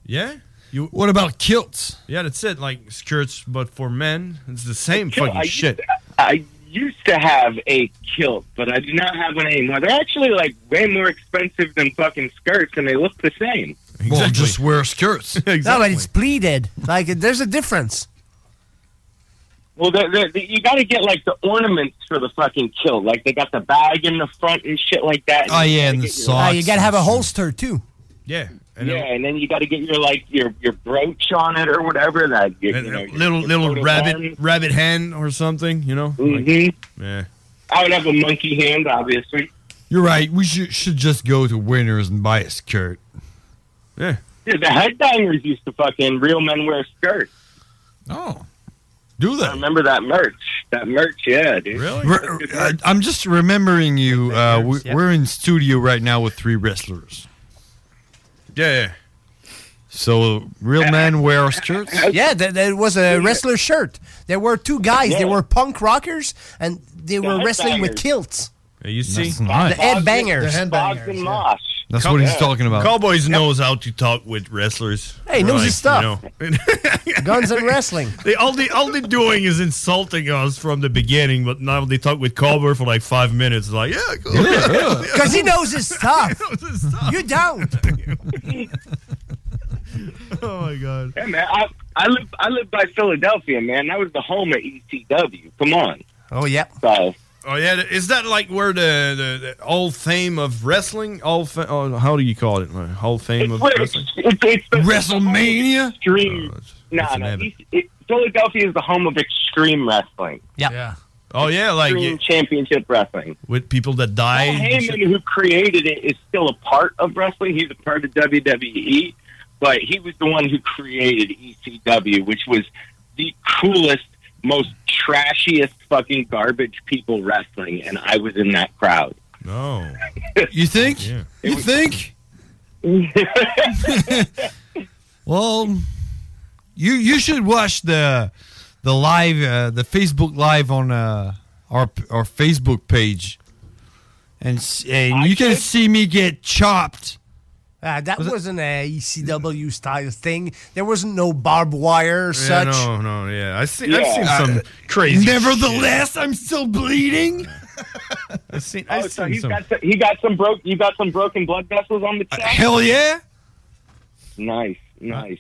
Yeah. You. What about kilts? Yeah, that's it. Like skirts, but for men, it's the same Kilt, fucking I used shit. I used to have a kilt, but I do not have one anymore. They're actually like way more expensive than fucking skirts, and they look the same. Well, just wear skirts. No, but it's pleated. Like, there's a difference. Well, they're, they're, they- you got to get like the ornaments for the fucking kilt. Like they got the bag in the front and shit like that. Oh, yeah, and and you the gotta get Ah, your- you got to have a holster, too. Yeah. yeah, and then you got to get your like your your brooch on it or whatever that you, you know, your- Little your little coat of rabbit arms. rabbit hand or something, you know? Like- Mhm. yeah. I would have a monkey hand, obviously. You're right. We should should just go to Winners and buy a skirt. Yeah. Yeah, the head diners used to fucking real men wear skirts. Oh. Do they? I remember that merch. That merch, Oh, yeah, dude. Really? Re- uh, I'm just remembering you. Uh, we, We're in studio right now with three wrestlers. Yeah. So real men wear shirts. Yeah, that, that was a wrestler shirt. There were two guys. They were punk rockers, and they were wrestling with headbangers. kilts. You see? That's nice. The headbangers. The headbangers. That's what he's talking about. Cowboys knows how to talk with wrestlers. Hey, he knows his Right, stuff. you know. Guns and wrestling. They all they all they're doing is insulting us from the beginning, but now they talk with Cowboy for like five minutes. Like, yeah, cool. Because he knows his stuff. you don't. oh my god. Yeah, man. I, I live I live by Philadelphia, man. That was the home of ECW. Come on. Oh yeah. So Oh yeah, is that like where the the, the old fame of wrestling? All fa- oh, how do you call it? Like, Hall fame of Wait, wrestling. Oh, it's, it's the WrestleMania? Extreme. that's no, an no. habit. East- it- Philadelphia is the home of extreme wrestling. Yeah. Oh yeah, like Extreme championship wrestling. with people that die. Paul Heyman, who created it, is still a part of wrestling. He's a part of WWE, but he was the one who created ECW, which was the coolest, most trashiest fucking garbage people wrestling, and I was in that crowd. No. You think? You think? well, you you should watch the the live uh, the Facebook live on uh, our our Facebook page, and s- and you can see me get chopped. Ah, that Was it- was not a ECW style thing. There wasn't no barbed wire or such. no, no, yeah. I see, I've Yeah. seen Uh, some crazy. nevertheless, shit. I'm still bleeding. I've seen. Oh, so he's got some, he got some broke. You got some broken blood vessels on the Uh, chest. Hell yeah! Nice, nice.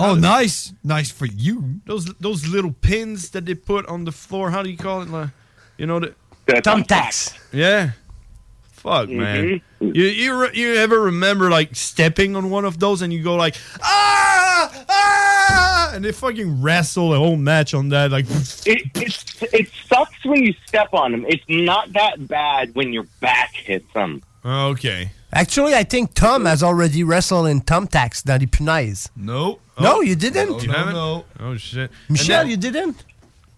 Oh, nice, nice for you. Those those little pins that they put on the floor. How do you call it? Like, you know the thumbtacks. Yeah. Fuck man. You you re- you ever remember like stepping on one of those and you go like ah ah and they fucking wrestle the whole match on that like It, it's it sucks when you step on them. It's not that bad when your back hits them. okay. Actually, I think Tom has already wrestled in thumbtacks dans les punaises. No. No, you didn't. You haven't? Oh shit. Michel, And you didn't.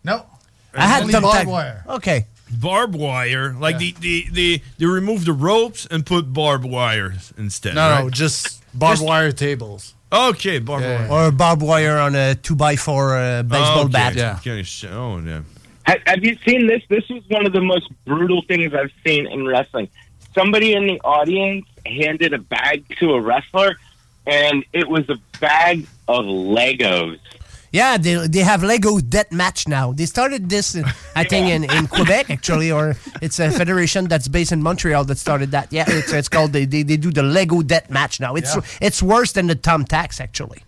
No. I had Only barbed wire. thumbtack. Okay. Barbed wire, like Yeah. they, they, they, they remove the ropes and put barbed wires instead. No, right? no, just barbed wire tables. Okay, barbed wire. Or barbed wire on a two by four uh, baseball Oh, Okay, bat. okay, sh- Oh, yeah. Have, have you seen this? This is one of the most brutal things I've seen in wrestling. Somebody in the audience handed a bag to a wrestler, and it was a bag of Legos. Yeah, they, they have Lego death match now. They started this, uh, I think, in, in Quebec actually, or it's a federation that's based in Montreal that started that. Yeah, it's, it's called they, they they do the Lego death match now. It's Yeah. it's worse than the Tom Tax actually.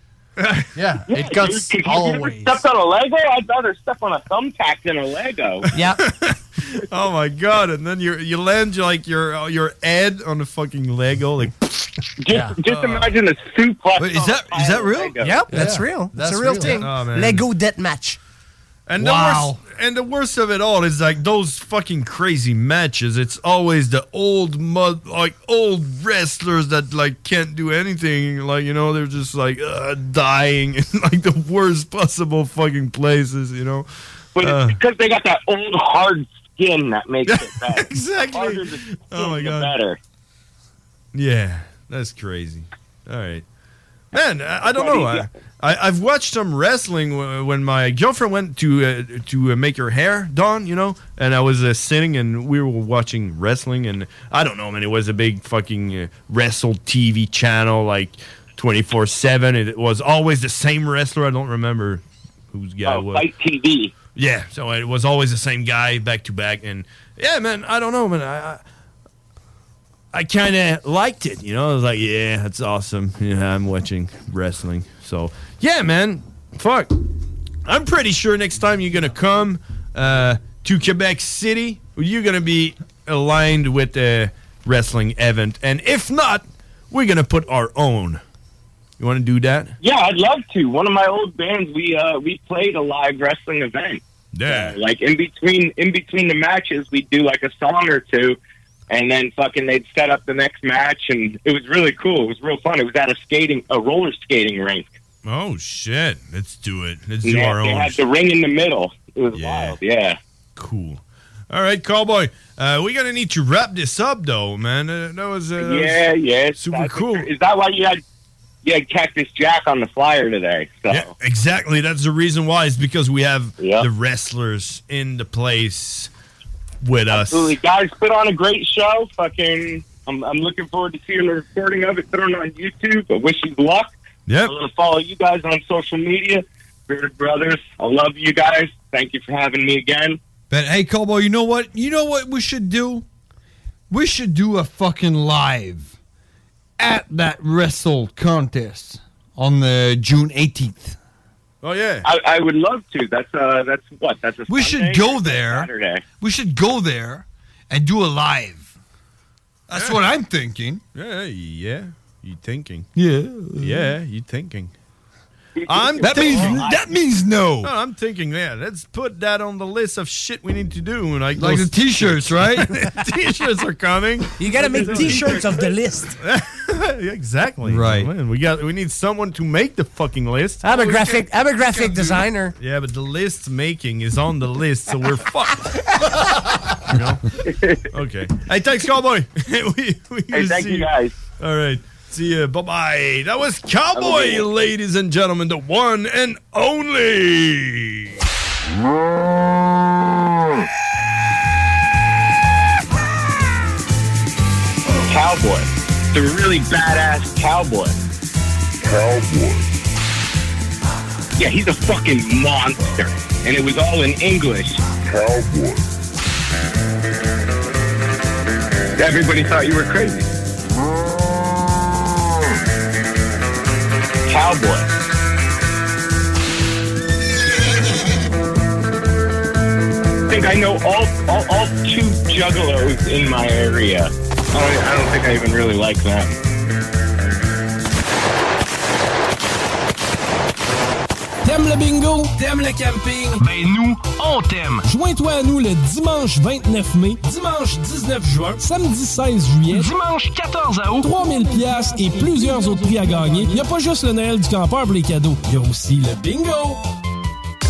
Yeah, it got cuts always. Stepped on a Lego? I'd rather step on a thumbtack than a Lego. Yeah. oh my god! And then you you land like your uh, your head on the fucking Lego, like. Uh, Just, just imagine a suplex. Wait, is that is that real? Yep, that's real. That's a real, thing. Oh, man. Lego death match. And the Wow. worst, and the worst of it all is like those fucking crazy matches. It's always the old mud, like old wrestlers that like can't do anything. Like you know, they're just like uh, dying in like the worst possible fucking places. You know. But Uh, it's because they got that old hard skin that makes it better. exactly. oh my God. Better. Yeah, that's crazy. All right, man. I, I don't What know. is I, I, I've watched some wrestling w- uh, when my girlfriend went to uh, to uh, make her hair done, you know, and I was uh, sitting and we were watching wrestling, and I don't know, man. It was a big fucking uh, wrestle TV channel, like twenty four seven. It was always the same wrestler. I don't remember whose guy it was. Fight TV. Yeah, so it was always the same guy back to back, and yeah, man, I don't know, man, I I, I kind of liked it, you know. I was like, yeah, that's awesome. Yeah, I'm watching wrestling, so yeah, man, fuck. I'm pretty sure next time you're gonna come uh, to Quebec City, you're gonna be aligned with the wrestling event, and if not, we're gonna put our own. You want to do that? Yeah, I'd love to. One of my old bands, we uh, we played a live wrestling event. Yeah. Like in between in between the matches, we'd do like a song or two, and then fucking they'd set up the next match, and it was really cool. It was real fun. It was at a skating a roller skating rink. Oh shit! Let's do it. Let's do Yeah, our they own. had the ring in the middle. It was wild. Yeah. Cool. All right, cowboy. Uh, we're gonna need to wrap this up, though, man. Uh, that was uh, that was yeah, yeah. Super cool. Is that why you had you had Cactus Jack on the flyer today? So Yeah, exactly. That's the reason why. It's because we have the wrestlers in the place with absolutely, guys, put on a great show. Fucking, I'm, I'm looking forward to seeing the recording of it. Put it on YouTube. I wish you luck. Yep. I'm gonna follow you guys on social media. Bearded Brothers, I love you guys. Thank you for having me again. But hey, Cowboy, you know what? You know what we should do? We should do a fucking live at that wrestle contest on the June 18th. Oh yeah, I, I would love to. That's uh, that's what. That's a We Sunday should go or there. Saturday. We should go there and do a live. That's what I'm thinking. Yeah, yeah. You thinking? Yeah. Yeah, you thinking? I'm That means- thinking- that means no. I'm thinking. Yeah, let's put that on the list of shit we need to do. And I Like the t-shirts, right? t-shirts are coming. You gotta make t-shirts of the list. exactly. Right. Man, we got. We need someone to make the fucking list. I'm a graphic- I'm a graphic We can't do- designer. Yeah, but the list making is on the list, so we're fucked. Okay. Hey, thanks, Cowboy. we, we Hey, thank you, guys. All right. See ya. Bye bye. That was Have a Cowboy, good one. ladies and gentlemen, the one and only. Cowboy, the really badass cowboy. Cowboy. Yeah, he's a fucking monster, and it was all in English. Cowboy. Everybody thought you were crazy. Cowboy. I think I know all, all, all two juggalos in my area. I don't, I don't think I even really like them. T'aimes le bingo? T'aimes le camping? Ben nous, on t'aime! Joins-toi à nous le dimanche 29 mai, dimanche 19 juin, samedi 16 juillet, dimanche 14 août, 3000 pièces et plusieurs autres prix à gagner. Il n'y a pas juste le Noël du campeur pour les cadeaux, il y a aussi le bingo!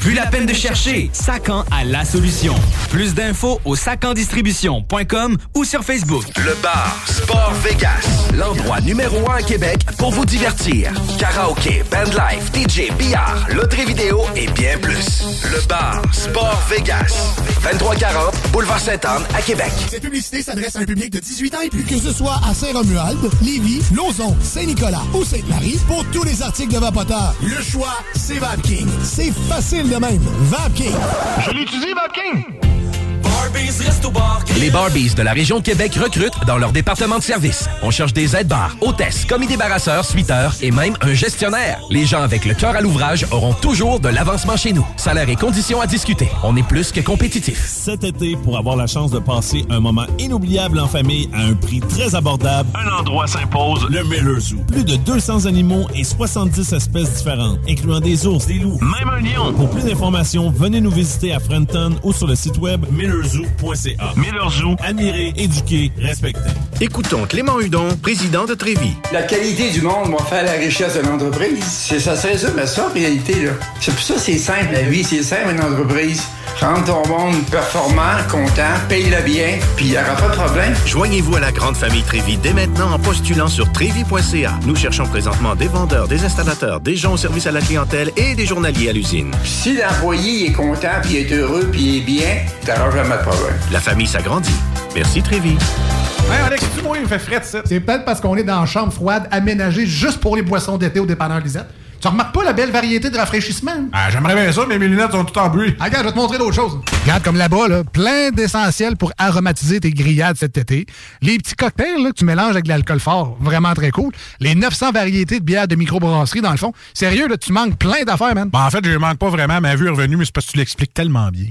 Plus la peine de chercher, Sacan a la solution. Plus d'infos au sacandistribution.com ou sur Facebook. Le bar Sport Vegas, l'endroit numéro un à Québec pour vous divertir. Karaoke, bandlife, DJ, billard, loterie vidéo et bien plus. Le bar Sport Vegas, 2340 boulevard Sainte-Anne à Québec. Cette publicité s'adresse à un public de 18 ans et plus. Que ce soit à Saint-Romuald, Lévis, Lauson, Saint-Nicolas ou Sainte-Marie, pour tous les articles de Vapoteur, le choix, c'est VapKing. C'est facile de même. VapKing. Je l'utilise, VapKing. Les Barbies de la région de Québec recrutent dans leur département de service. On cherche des aides-bars, hôtesses, commis débarrasseurs, suiteurs et même un gestionnaire. Les gens avec le cœur à l'ouvrage auront toujours de l'avancement chez nous. Salaire et conditions à discuter. On est plus que compétitif. Cet été, pour avoir la chance de passer un moment inoubliable en famille à un prix très abordable, un endroit s'impose, le Miller Zoo. Plus de 200 animaux et 70 espèces différentes, incluant des ours, des loups, même un lion. Pour plus d'informations, venez nous visiter à Frenton ou sur le site web millerzoo.ca. Miller Zoo, admirer, éduquer, respecter. Écoutons Clément Hudon, président de Trévis. La qualité du monde va faire la richesse d'une entreprise. C'est ça, c'est ça, mais ça, en réalité, là. C'est pour ça, que c'est simple, la vie, c'est simple, une entreprise. Rendre ton monde performant, content, paye-le bien, puis il n'y aura pas de problème. Joignez-vous à la grande famille Trévi dès maintenant en postulant sur trévi.ca. Nous cherchons présentement des vendeurs, des installateurs, des gens au service à la clientèle et des journaliers à l'usine. Si l'employé est content, puis est heureux, puis est bien, t'auras jamais de problème. La famille s'agrandit. Merci Trévi. Hey Alex, tu vois, il me fait fret, ça. C'est peut-être parce qu'on est dans une chambre froide aménagée juste pour les boissons d'été au dépanneur Lisette. Tu remarques pas la belle variété de rafraîchissement? Ah, J'aimerais bien ça, mais mes lunettes sont toutes en bruit. Ah, Regarde, je vais te montrer d'autres choses. Regarde, comme là-bas, là, plein d'essentiels pour aromatiser tes grillades cet été. Les petits cocktails là, que tu mélanges avec de l'alcool fort, vraiment très cool. Les 900 variétés de bières de microbrasserie, dans le fond. Sérieux, là, tu manques plein d'affaires, man. Ben, en fait, je manque pas vraiment ma vue est revenue, mais c'est parce que tu l'expliques tellement bien.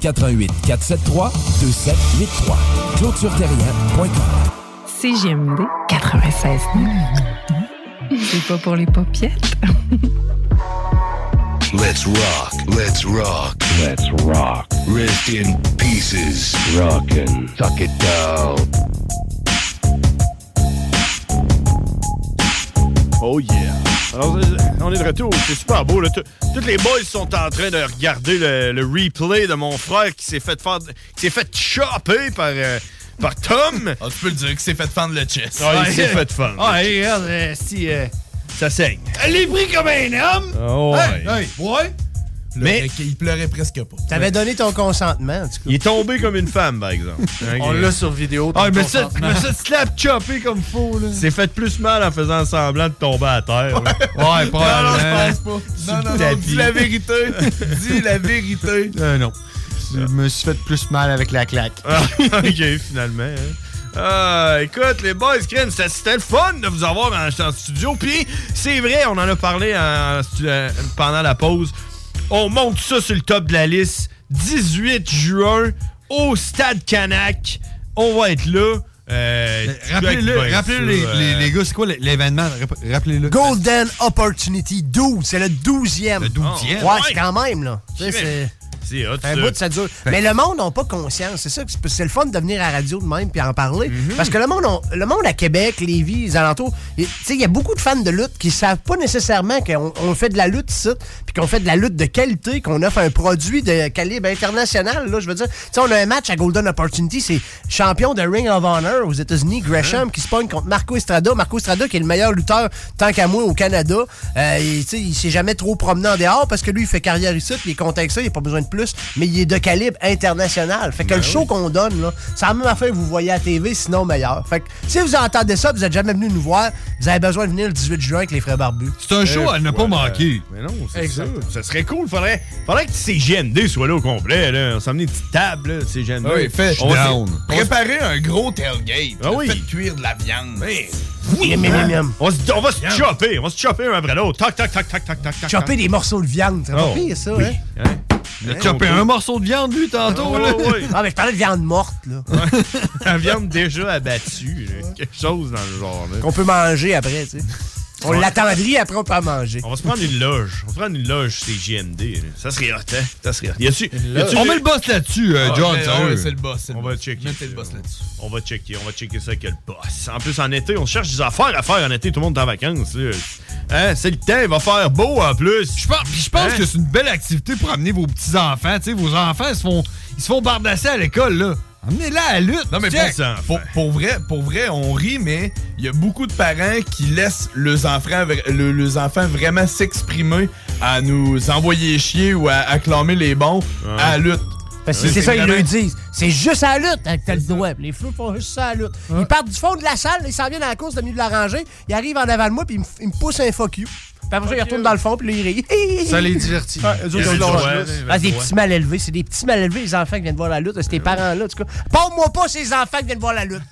88 473 2783. Clôtureterrien.com CGMD 96 C'est pas pour les paupiètes. Let's rock, let's rock, let's rock. Rest in pieces. Rockin', tuck it down. Oh yeah. Alors, euh, on est de retour. C'est super beau. Là. Tout- Toutes les boys sont en train de regarder le, le replay de mon frère qui s'est fait faire, qui s'est fait chopper par, euh, par Tom. Ah, tu peux le dire, qui s'est fait fendre le chest. Ah, il s'est fait Oh, fendre. Ah, hey, regarde, euh, si. euh, Ça saigne. Elle est pris comme un homme! Oh, Hey, ouais. hey, ouais! Mais il pleurait presque pas. T'avais donné ton consentement, en tout cas. Il est tombé comme une femme, par exemple. On l'a sur vidéo. ton Ah, mais ça, consentement. mais ça slap choppé comme fou, là. C'est fait plus mal en faisant semblant de tomber à terre. Ouais, Ouais, probablement. Non, non, non, dis la vérité. dis la vérité. Euh, non. Je me suis fait plus mal avec la claque. Ah, ok, finalement. hein. Ah, écoute, les boys, Kren, c'était- c'était le fun de vous avoir en, en studio. Puis, c'est vrai, on en a parlé en stu- euh, pendant la pause. On monte ça sur le top de la liste. 18 juin, au Stade Canac. On va être là. Euh, Rappelez-le, ben, rappelez-le, ça, les, euh, les- les gars, c'est quoi l'événement? Rapp- Rappelez-le. Golden Opportunity 12, c'est le 12e. Le 12e. Ouais, Ouais. c'est quand même, là. Tu sais, Shit. c'est. Ah, C'est hot, Un ça. bout de ça dure. Fait- Mais le monde n'a pas conscience. C'est ça que c'est c'est le fun de venir à la radio de même puis en parler. Mhm. Parce que le monde, on- le monde à Québec, Lévis, les alentours, y- tu sais, il y a beaucoup de fans de lutte qui savent pas nécessairement qu'on on fait de la lutte ici, puis qu'on fait de la lutte de qualité, qu'on offre un produit de calibre international. Là, je veux dire, tu sais, on a un match à Golden Opportunity, c'est champion de Ring of Honor aux États-Unis, Gresham, qui se pogne contre Marco Estrada. Marco Estrada, qui est le meilleur lutteur tant qu'à moi au Canada. Euh, il- tu sais, il s'est jamais trop promené en dehors parce que lui, il fait carrière ici, puis il est content que ça, il n'y a pas besoin de plus, mais il est de calibre international. Fait que le show qu'on donne, là, c'est la même affaire que vous voyez à la TV, sinon meilleur. Fait que si vous entendez ça, vous n'êtes jamais venu nous voir, vous avez besoin de venir le 18 juin avec les frères barbus. C'est un show à ne pas Eh, voilà. manquer. Mais non, c'est ça. Ça serait cool. Faudrait, faudrait que CGMD soit là au complet. Là. On s'amène une petite table, là, CGMD. Oui, fait On va se- on va se- Préparer un gros tailgate. Ah oui. Faites cuire de la viande. Oui, hein? Miam, miam, miam, miam. On, se- on va se chopper. On va se chopper un après l'autre. Tac, tac, tac, tac, tac, tac. tac, Chopper tac. des morceaux de viande, c'est pas Oh, pire, ça, oui. hein? Il a Hein? chopé un morceau de viande, lui, tantôt. là. Ah, mais je parlais de viande morte, là. La viande déjà abattue. là. Quelque chose dans le genre. là. Qu'on peut manger après, tu sais. On l'attendrit après on peut en manger. On va se prendre une loge. On va se prendre une loge chez JMD. là. Ça serait hot, hein? Ça serait hot. Y a-tu- y a-tu- On met le boss là-dessus, euh, Ah, John. mais- ah sérieux. ouais, c'est le boss. c'est le boss. On va checker. ça. On va checker. On va checker ça avec le boss. En plus, en été, on cherche des affaires à faire en été. Tout le monde est en vacances. là. Hein? C'est le temps. Il va faire beau en plus. Je pense, Je pense que c'est une belle activité pour amener vos petits-enfants. Tu sais, vos enfants, ils se font, ils se font bardasser à l'école, là. Amenez-la à la lutte. Non, mais check. pour, pour, pour vrai, pour vrai, on rit, mais il y a beaucoup de parents qui laissent leurs enfants, vra- le- leurs enfants vraiment s'exprimer à nous envoyer chier ou à acclamer les bons à la lutte. Parce que c'est ça, ils le disent. C'est juste à la lutte hein, que t'as le doigt. Puis Les feux font juste ça à la lutte. Ils partent du fond de la salle, ils s'en viennent à la course, le milieu de la rangée, ils arrivent en avant de moi, puis ils me, ils me poussent un fuck you. Puis après ça, ils retournent dans le fond, puis là, ils rient. Ça les divertit. Ouais, eux autres, Il y a ils du ont le droit. choix. Il y a du Ah, c'est des droit. petits mal élevés. C'est des petits mal élevés, les enfants qui viennent voir la lutte. C'est tes parents-là, en tout cas. Parle-moi pas ces enfants qui viennent voir la lutte.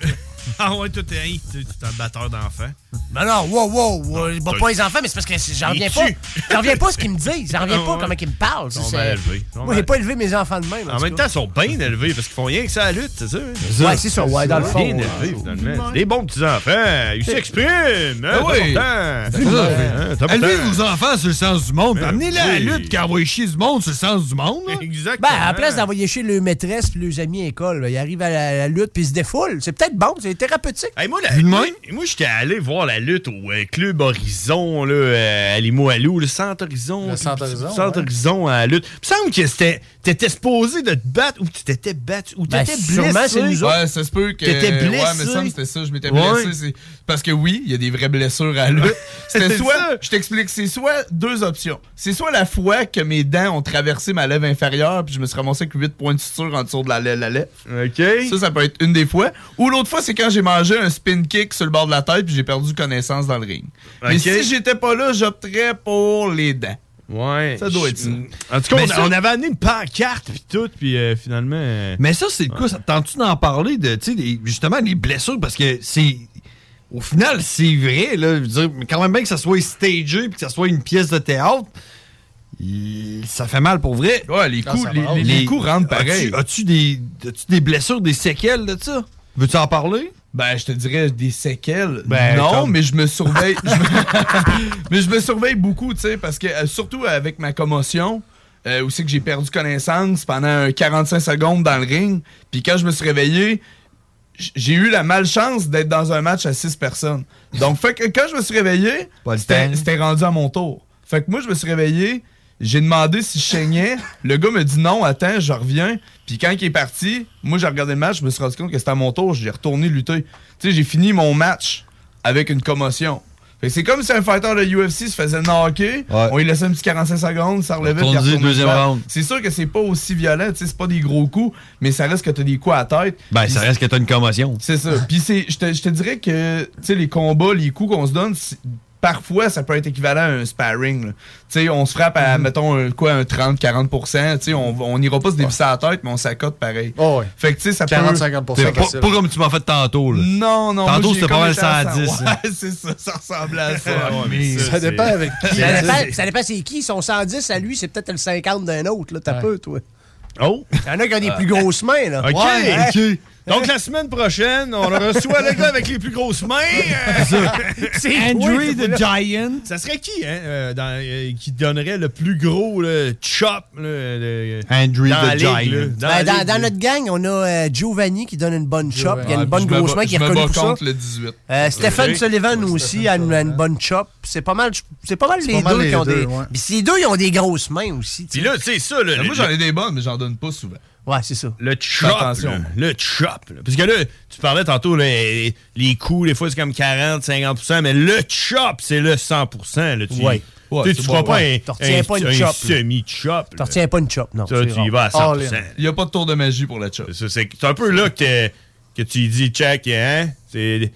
Ah ouais, toi, t'es hein, tu- tu t'es un batteur d'enfants. Ben non, wow, wow, wow, je bats t'as- pas les enfants, mais c'est parce que c'est- j'en Il reviens pas. tue. J'en reviens pas à ce qu'ils me disent, j'en reviens Ah pas ouais. comment ils me parlent. Ils sont c'est- mal c'est- élevés. Ils sont Moi, j'ai mal- pas élevé mes enfants de même. En même temps, ils sont bien élevés parce qu'ils font rien que ça à la lutte, c'est ça? hein? Ouais, c'est ça, ouais, dans le fond, euh, Bien ouais. élevés, finalement. C'est Des bons petits-enfants. Ils s'expriment. Hein, Ah oui. t'as C'est pas le temps. ça. Hein, t'as pas le Élevez temps. vos enfants sur le sens du monde. puis Ben Amenez-la à la oui. lutte qui envoie chier du monde sur le sens du monde. Exactement. Ben, à Hein? la place d'envoyer chez leurs maîtresses puis leurs amis à l'école, là, ils arrivent à la, la lutte puis ils se défoulent. C'est peut-être bon, c'est thérapeutique. Hey, moi, la- moi, moi, j'étais allé voir la lutte au euh, Club Horizon, là, euh, à Limoilou, le Centre Horizon. Le puis- Centre Horizon, Centre ouais. Horizon à la lutte. Il me semble que c'était- t'étais supposé de te battre ou tu t'étais battu ou Ben, t'étais blessé. Ouais, ça se peut que. T'étais blessé. Ouais, mais ça, c'était ça. Je m'étais Ouais. blessé. c'est- Parce que oui, il y a des vraies blessures à l'œil. C'était C'est ça. soit. Je t'explique, c'est soit deux options. C'est soit la fois que mes dents ont traversé ma lèvre inférieure, puis je me suis ramassé avec 8 points de suture en dessous de la lèvre. La lèvre. OK. Ça, ça peut être une des fois. Ou l'autre fois, c'est quand j'ai mangé un spin kick sur le bord de la tête, puis j'ai perdu connaissance dans le ring. Mais OK. si j'étais pas là, j'opterais pour les dents. Ouais. Ça doit être ça. En tout cas, Mais on, ça- Ben, on avait amené une pancarte puis tout, puis euh, finalement. euh, Mais ça, c'est le quoi? Ça te Tente-tu d'en parler de, tu sais, des- justement, des blessures? Parce que c'est. Au final, c'est vrai, là. Je veux dire, mais quand même bien que ça soit stagé puis que ça soit une pièce de théâtre, il- ça fait mal pour vrai. Ouais, les coups- les- les- les coups rentrent pareil. As-tu, as-tu des, as-tu des blessures, des séquelles de ça? Veux-tu en parler? Ben, je te dirais des séquelles. Ben, non, comme- mais je me surveille. je me- mais je me surveille beaucoup, tu sais, parce que euh, surtout avec ma commotion, euh, où c'est que j'ai perdu connaissance pendant un 45 secondes dans le ring. Puis quand je me suis réveillé, j- j'ai eu la malchance d'être dans un match à 6 personnes. Donc, fait que quand je me suis réveillé, c'était c'était rendu à mon tour. Fait que moi, je me suis réveillé, j'ai demandé si je saignais. Le gars me dit non, attends, je reviens. Puis quand il est parti, moi, j'ai regardé le match, je me suis rendu compte que c'était à mon tour, j'ai retourné lutter. Tu sais, j'ai fini mon match avec une commotion. Fait que c'est comme si un fighter de UFC se faisait knocker, on lui laissait un petit 45 secondes, ça relevait, puis il Retourne-y, retournait deuxième le match. round. C'est sûr que c'est pas aussi violent, tu sais, c'est pas des gros coups, mais ça reste que t'as des coups à la tête. Ben, Puis ça reste que t'as une commotion. c'est ça. Puis c'est, je te, je te dirais que, tu sais, les combats, les coups qu'on se donne, c'est- parfois, ça peut être équivalent à un sparring. là. Tu sais, on se frappe à, mettons, un, quoi, un 30-40%. Tu sais, on on n'ira pas se dévisser à la tête, mais on s'accote pareil. Fait que, tu sais, ça peut... 40-50%, T'es pas- facile. pas comme tu m'as fait tantôt, là. Non, non. Tantôt, moi, j'ai c'était pas mal comme été à 110, cent- hein. Ouais, c'est ça, ça ressemblait à ça. Ouais, mais ça, Ça c'est- dépend avec qui. Ça dépend, ça dépend c'est qui. Son 110 à lui, c'est peut-être le 50 d'un autre. là. T'as peu, toi. Oh! hein? Il y en a qui ont des plus grosses mains. Là. OK. Ouais. OK. Donc, la semaine prochaine, on reçoit le gars avec les plus grosses mains. C'est Andrew the Giant. Ça serait qui, hein, euh, dans- euh, qui donnerait le plus gros là, chop? Là, de- Andrew dans the la ligue, Giant. là, Ben, Dans, la ligue, dans là. notre gang, on a euh, Giovanni qui donne une bonne chop, qui a Ouais, une bonne puis je me grosse bats- main, qui est je me reconnu bats pour ça. contre le 18. Euh, Stéphane Ok. Sullivan aussi a une, une bonne chop. C'est pas mal, c'est pas mal les pas mal deux les qui ont deux, des. ouais. Puis ces deux, ils ont des grosses mains aussi. Puis là, tu sais, ça, là. Moi, j'en ai des bonnes, mais j'en donne pas souvent. Ouais, c'est ça. Le chop, Attention. là. le chop. là. Parce que là, tu parlais tantôt, là, les, les coups, des fois, c'est comme 40, 50 mais le chop, c'est le 100 là, tu, Ouais. tu Ouais, sais, c'est tu bon, feras pas ouais. un, T'en retiens un- pas une un chop, là. semi-chop. T'en retiens pas une chop, non. Ça, c'est tu y rare. vas à 100 All in. Il n'y a pas de tour de magie pour la chop. C'est ça, c'est c'est un peu là que, t'es- que tu dis check, hein? C'est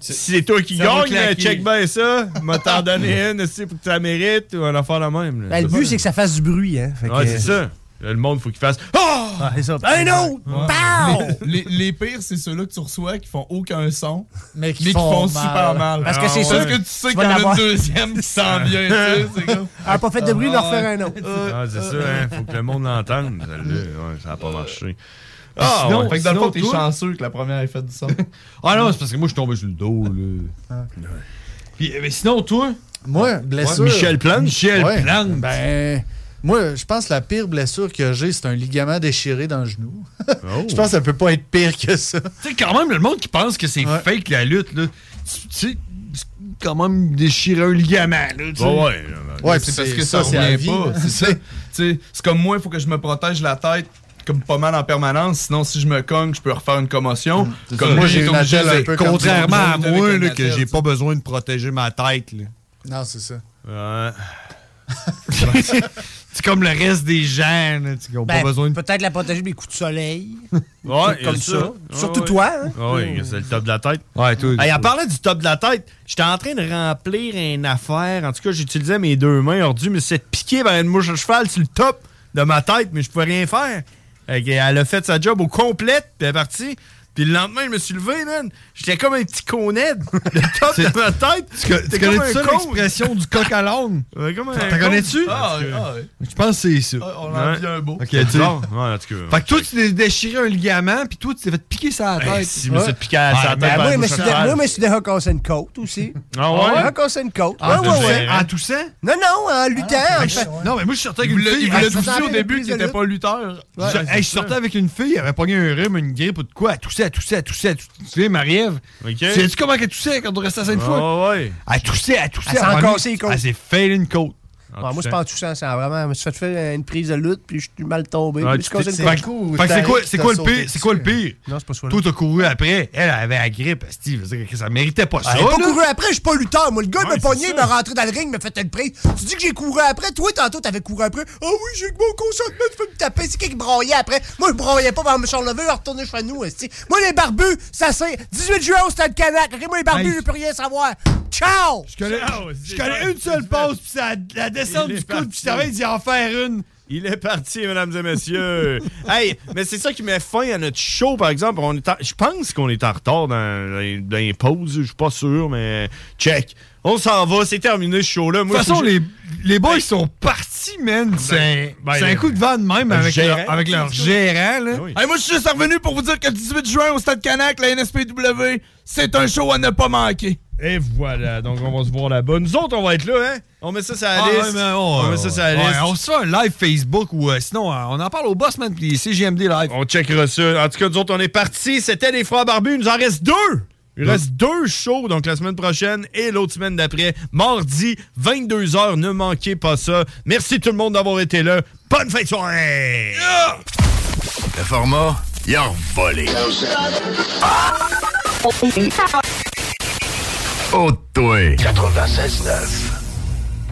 c'est- c'est toi qui Ça va gagne, claquer. check bien ça. M'a t'en donné une aussi pour que tu la mérites ou un affaire la même. là. Ben, le but, c'est que ça fasse du bruit. Hein. Fait Ouais, que- c'est ça. Le monde, faut qu'il fasse. Oh! Ah, c'est ça. Un autre! Pow! Les, les- les pires, c'est ceux-là que tu reçois qui font aucun son, mais qui, font, super mal. Parce que c'est Ah sûr ouais. Ah. que tu sais qu'il y en a l'avoir. une deuxième qui s'en vient. tu sais, c'est comme- euh, Ah, pas fait de bruit, Ah leur ouais. faire un autre. Ah, c'est ça, hein. Faut que le monde l'entende. celle-là. Ouais, ça n'a pas marché. Ah, ouais. ouais. Fait que dans le fond, t'es toi- chanceux que la première ait fait du son. Ah non, c'est parce que moi, je suis tombé sur le dos, là. Puis, mais sinon, toi? Moi, blessure. Ouais, Michel Plante? Michel Plante. Ben, moi, je pense que la pire blessure que j'ai, c'est un ligament déchiré dans le genou. Oh. Je pense que ça peut pas être pire que ça. Tu sais, quand même, le monde qui pense que c'est fake la lutte, là, tu tu sais, c'est quand même déchirer un ligament. Là, tu sais. Ouais, ouais, ouais. Ouais, c'est parce que ça, revient revient pas. C'est ça. Tu sais, c'est comme moi, il faut que je me protège la tête comme pas mal en permanence, sinon si je me cogne, je peux refaire une commotion. comme Moi, moi, j'ai j'étais une obligé attelle de- un peu Contrairement à moi, là, que j'ai pas besoin de protéger ma tête. là. Non, c'est ça. Ouais. c'est comme le reste des gens, là, tu sais, qui ont Ben, pas besoin de. Peut-être la protéger des coups de soleil. Ouais, comme et ça. Surtout toi. Hein? Oui, c'est le top de la tête. Ouais, toi. Hey, en parlant du top de la tête, j'étais en train de remplir une affaire. En tout cas, j'utilisais mes deux mains ordues, mais c'est piqué par une mouche à cheval sur le top de ma tête, mais je pouvais rien faire. Fait que elle a fait sa job au complet, puis elle est partie. Puis le lendemain, je me suis levé, man. J'étais comme un petit coned. Le top de ma tête. Tu connais ça l'expression du coq à l'âne? Comment T'en connais-tu? Ah, ouais, ah, ouais. Je pense que c'est ça. Ah, on en vit un beau. Ok, tu Bon, ouais, en tout cas. Fait que toi, tu t'es déchiré un ligament, puis toi, tu t'es fait piquer sa tête. si, je me suis fait piquer la- sa tête Ben, par moi, la je me bouche suis dé- à cheval. moi, je me suis déhaussé une côte aussi. Ah ouais? Déhaussé une côte. Ouais, En ouais, toussant, ouais. en toussant? Non, non, en luttant. en fait- Ah, Non, mais moi, je suis sorti avec Il une voulait- fille. il voulait Ah, tousser sortais au début avec qu'il une était fille. pas lutteur. Ouais, ben, Je- hey, je sortais avec une fille, elle avait pogné un rhume, une grippe ou de quoi. Elle toussait, elle toussait, elle toussait. elle toussait. Tu sais, Marie-Ève? Sais-tu comment elle toussait quand on restait à Sainte-Foy? ouais. Elle toussait, elle toussait. Elle s'en à un moment cassait les côtes. donné, Elle s'est failé une côte. Ouais, Ah, moi, je Ben. pense tout ça, ça vraiment. Je me suis fait faire une prise de lutte, puis je suis mal Ah, tombé. puis je causais une Fait que- côte. fait que c'est quoi, c'est quoi le pire? C'est quoi le pire? Non, c'est pas ça. Toi, t'as couru après. Elle elle avait la grippe. asti, je veux dire que Ça méritait pas ça. Ah, J'ai pas là. couru après, je suis pas lutteur. Moi, le gars il m'a c'est pogné, il ça. m'a rentré dans le ring, il m'a fait une prise. Tu dis que j'ai couru après? Toi, tantôt, t'avais couru après. Ah oui, j'ai que mon consentement, tu peux me taper. C'est qui qui broyait après? Moi, je broyais pas avant de me suis relevé, retourner chez nous. esti. Moi, les barbus, ça c'est 18 juin au stade Canac. Ok, moi, les barbus, Hey. je peux rien savoir. Ciao! Je connais, je connais une seule pause, puis c'est la, la descente Il est du coude, puis parti. je t'avais d'y en faire une. Il est parti, mesdames et messieurs. hey, mais c'est ça qui met fin à notre show, par exemple. On est en- Je pense qu'on est en retard dans, les- dans les pauses. Je suis pas sûr, mais check. On s'en va, c'est terminé ce show-là. De toute façon, les, les boys sont partis, man. C'est ben, c'est un ben, coup de vanne même le avec, gérant, Ben leur, avec leur c'est ça. gérant. Là. Hey, moi, je suis juste revenu pour vous dire que le 18 juin, au Stade Canac, la NSPW, c'est un show à ne pas manquer. Et voilà, donc on va se voir là-bas. Nous autres, on va être là, hein? On met ça sur la Ah, liste. ouais, mais on met ça sur la ouais, liste. on se fait un live Facebook ou euh, sinon, euh, on en parle au boss, man, puis les CGMD live. On checkera ça. En tout cas, nous autres, on est partis. C'était les Frères Barbus. Il nous en reste deux. Il reste deux shows, donc la semaine prochaine et l'autre semaine d'après, mardi, 22h. Ne manquez pas ça. Merci tout le monde d'avoir été là. Bonne fin de soirée! Le format, il a volé. Ah! Oh, toi. 96.9.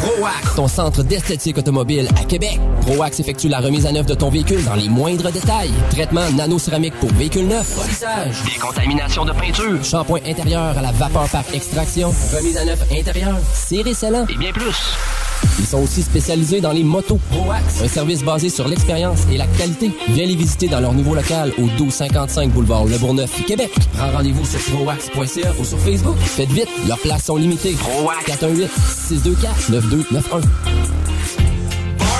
ProAx, ton centre d'esthétique automobile à Québec. ProAx effectue la remise à neuf de ton véhicule dans les moindres détails. Traitement nano-céramique pour véhicule neuf, polissage, décontamination de peinture, shampoing intérieur à la vapeur par extraction, remise à neuf intérieure, serré scellant et bien plus. Ils sont aussi spécialisés dans les motos. ProAx, un service basé sur l'expérience et la qualité. Viens les visiter dans leur nouveau local au 1255 boulevard Le Bourgneuf, Québec. Prends rendez-vous sur proax.ca ou sur Facebook. Faites vite, leurs places sont limitées. ProAx 418 624 9291.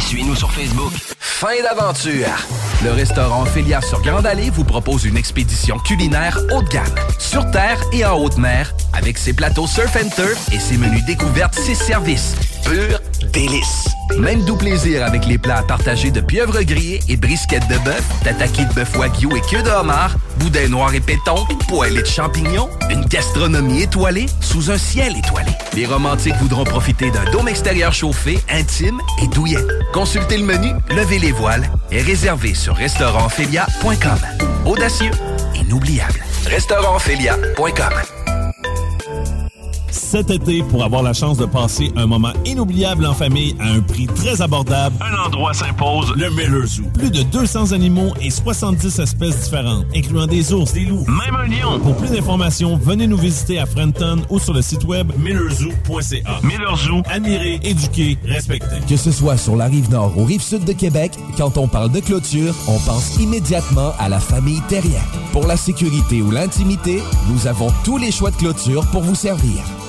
Suivez-nous sur Facebook. Fin d'aventure! Le restaurant Filière sur Grande Allée vous propose une expédition culinaire haut de gamme, sur terre et en haute mer, avec ses plateaux surf and turf et ses menus découvertes, ses services. Pur délice! Même doux plaisir avec les plats à partager de pieuvres grillées et brisquettes de bœuf, tataki de bœuf wagyu et queue de homard, boudin noir et péton, poêlée de champignons, une gastronomie étoilée sous un ciel étoilé. Les romantiques voudront profiter d'un dôme extérieur chauffé, intime et douillet. Consultez le menu, levez les voiles et réservez sur restaurantfelia.com. Audacieux, inoubliable. Restaurantfelia.com. Cet été, pour avoir la chance de passer un moment inoubliable en famille à un prix très abordable, un endroit s'impose, le Miller Zoo. Plus de 200 animaux et 70 espèces différentes, incluant des ours, des loups, même un lion. Pour plus d'informations, venez nous visiter à Frenton ou sur le site web millerzoo.ca. Miller Zoo, admirer, éduquer, respecter. Que ce soit sur la rive nord ou rive sud de Québec, quand on parle de clôture, on pense immédiatement à la famille Terrien. Pour la sécurité ou l'intimité, nous avons tous les choix de clôture pour vous servir.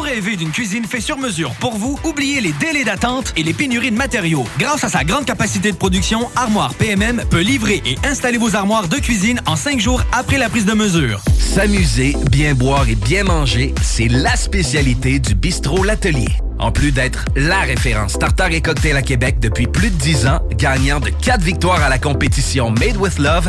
rêvez d'une cuisine faite sur mesure pour vous? Oubliez les délais d'attente et les pénuries de matériaux. Grâce à sa grande capacité de production, Armoire PMM peut livrer et installer vos armoires de cuisine en cinq jours après la prise de mesure. S'amuser, bien boire et bien manger, c'est la spécialité du bistrot L'Atelier. En plus d'être la référence tartare et cocktail à Québec depuis plus de 10 ans, gagnant de 4 victoires à la compétition Made with Love,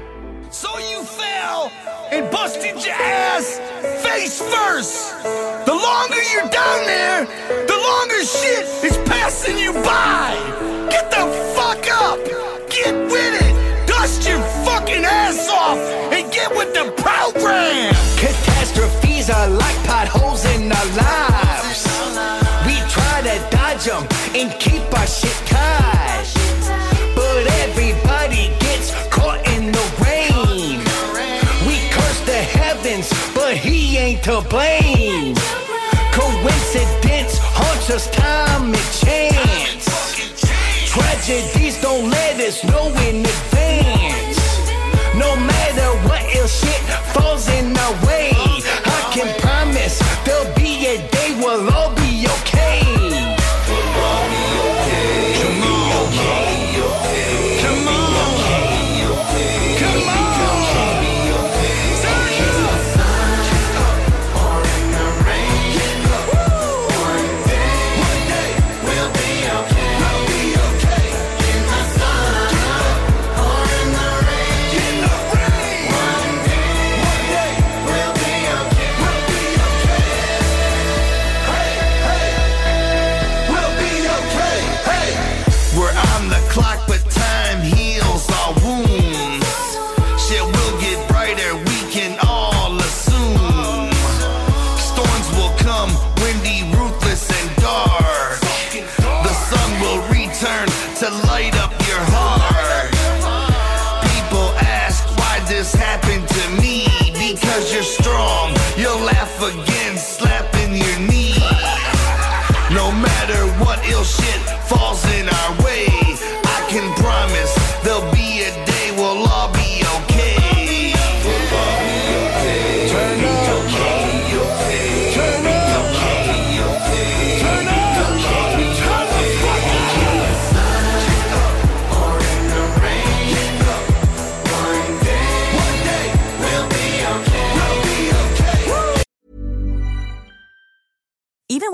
So you fell and busted your ass face first. The longer you're down there, the longer shit is passing you by. Get the fuck up. Get with it. Dust your fucking ass off and get with the program. Catastrophes are like potholes in our lives. We try to dodge them and keep our shit tight. But everybody gets caught in the rain. We curse the heavens, but he ain't to blame. Coincidence haunts us time and chance. Tragedies don't let us know in advance. No matter what ill shit falls in our way, I can promise there'll be a day we'll all be okay. Come on, come on, come We'll be okay. We'll be okay. In the sun or in the rain. even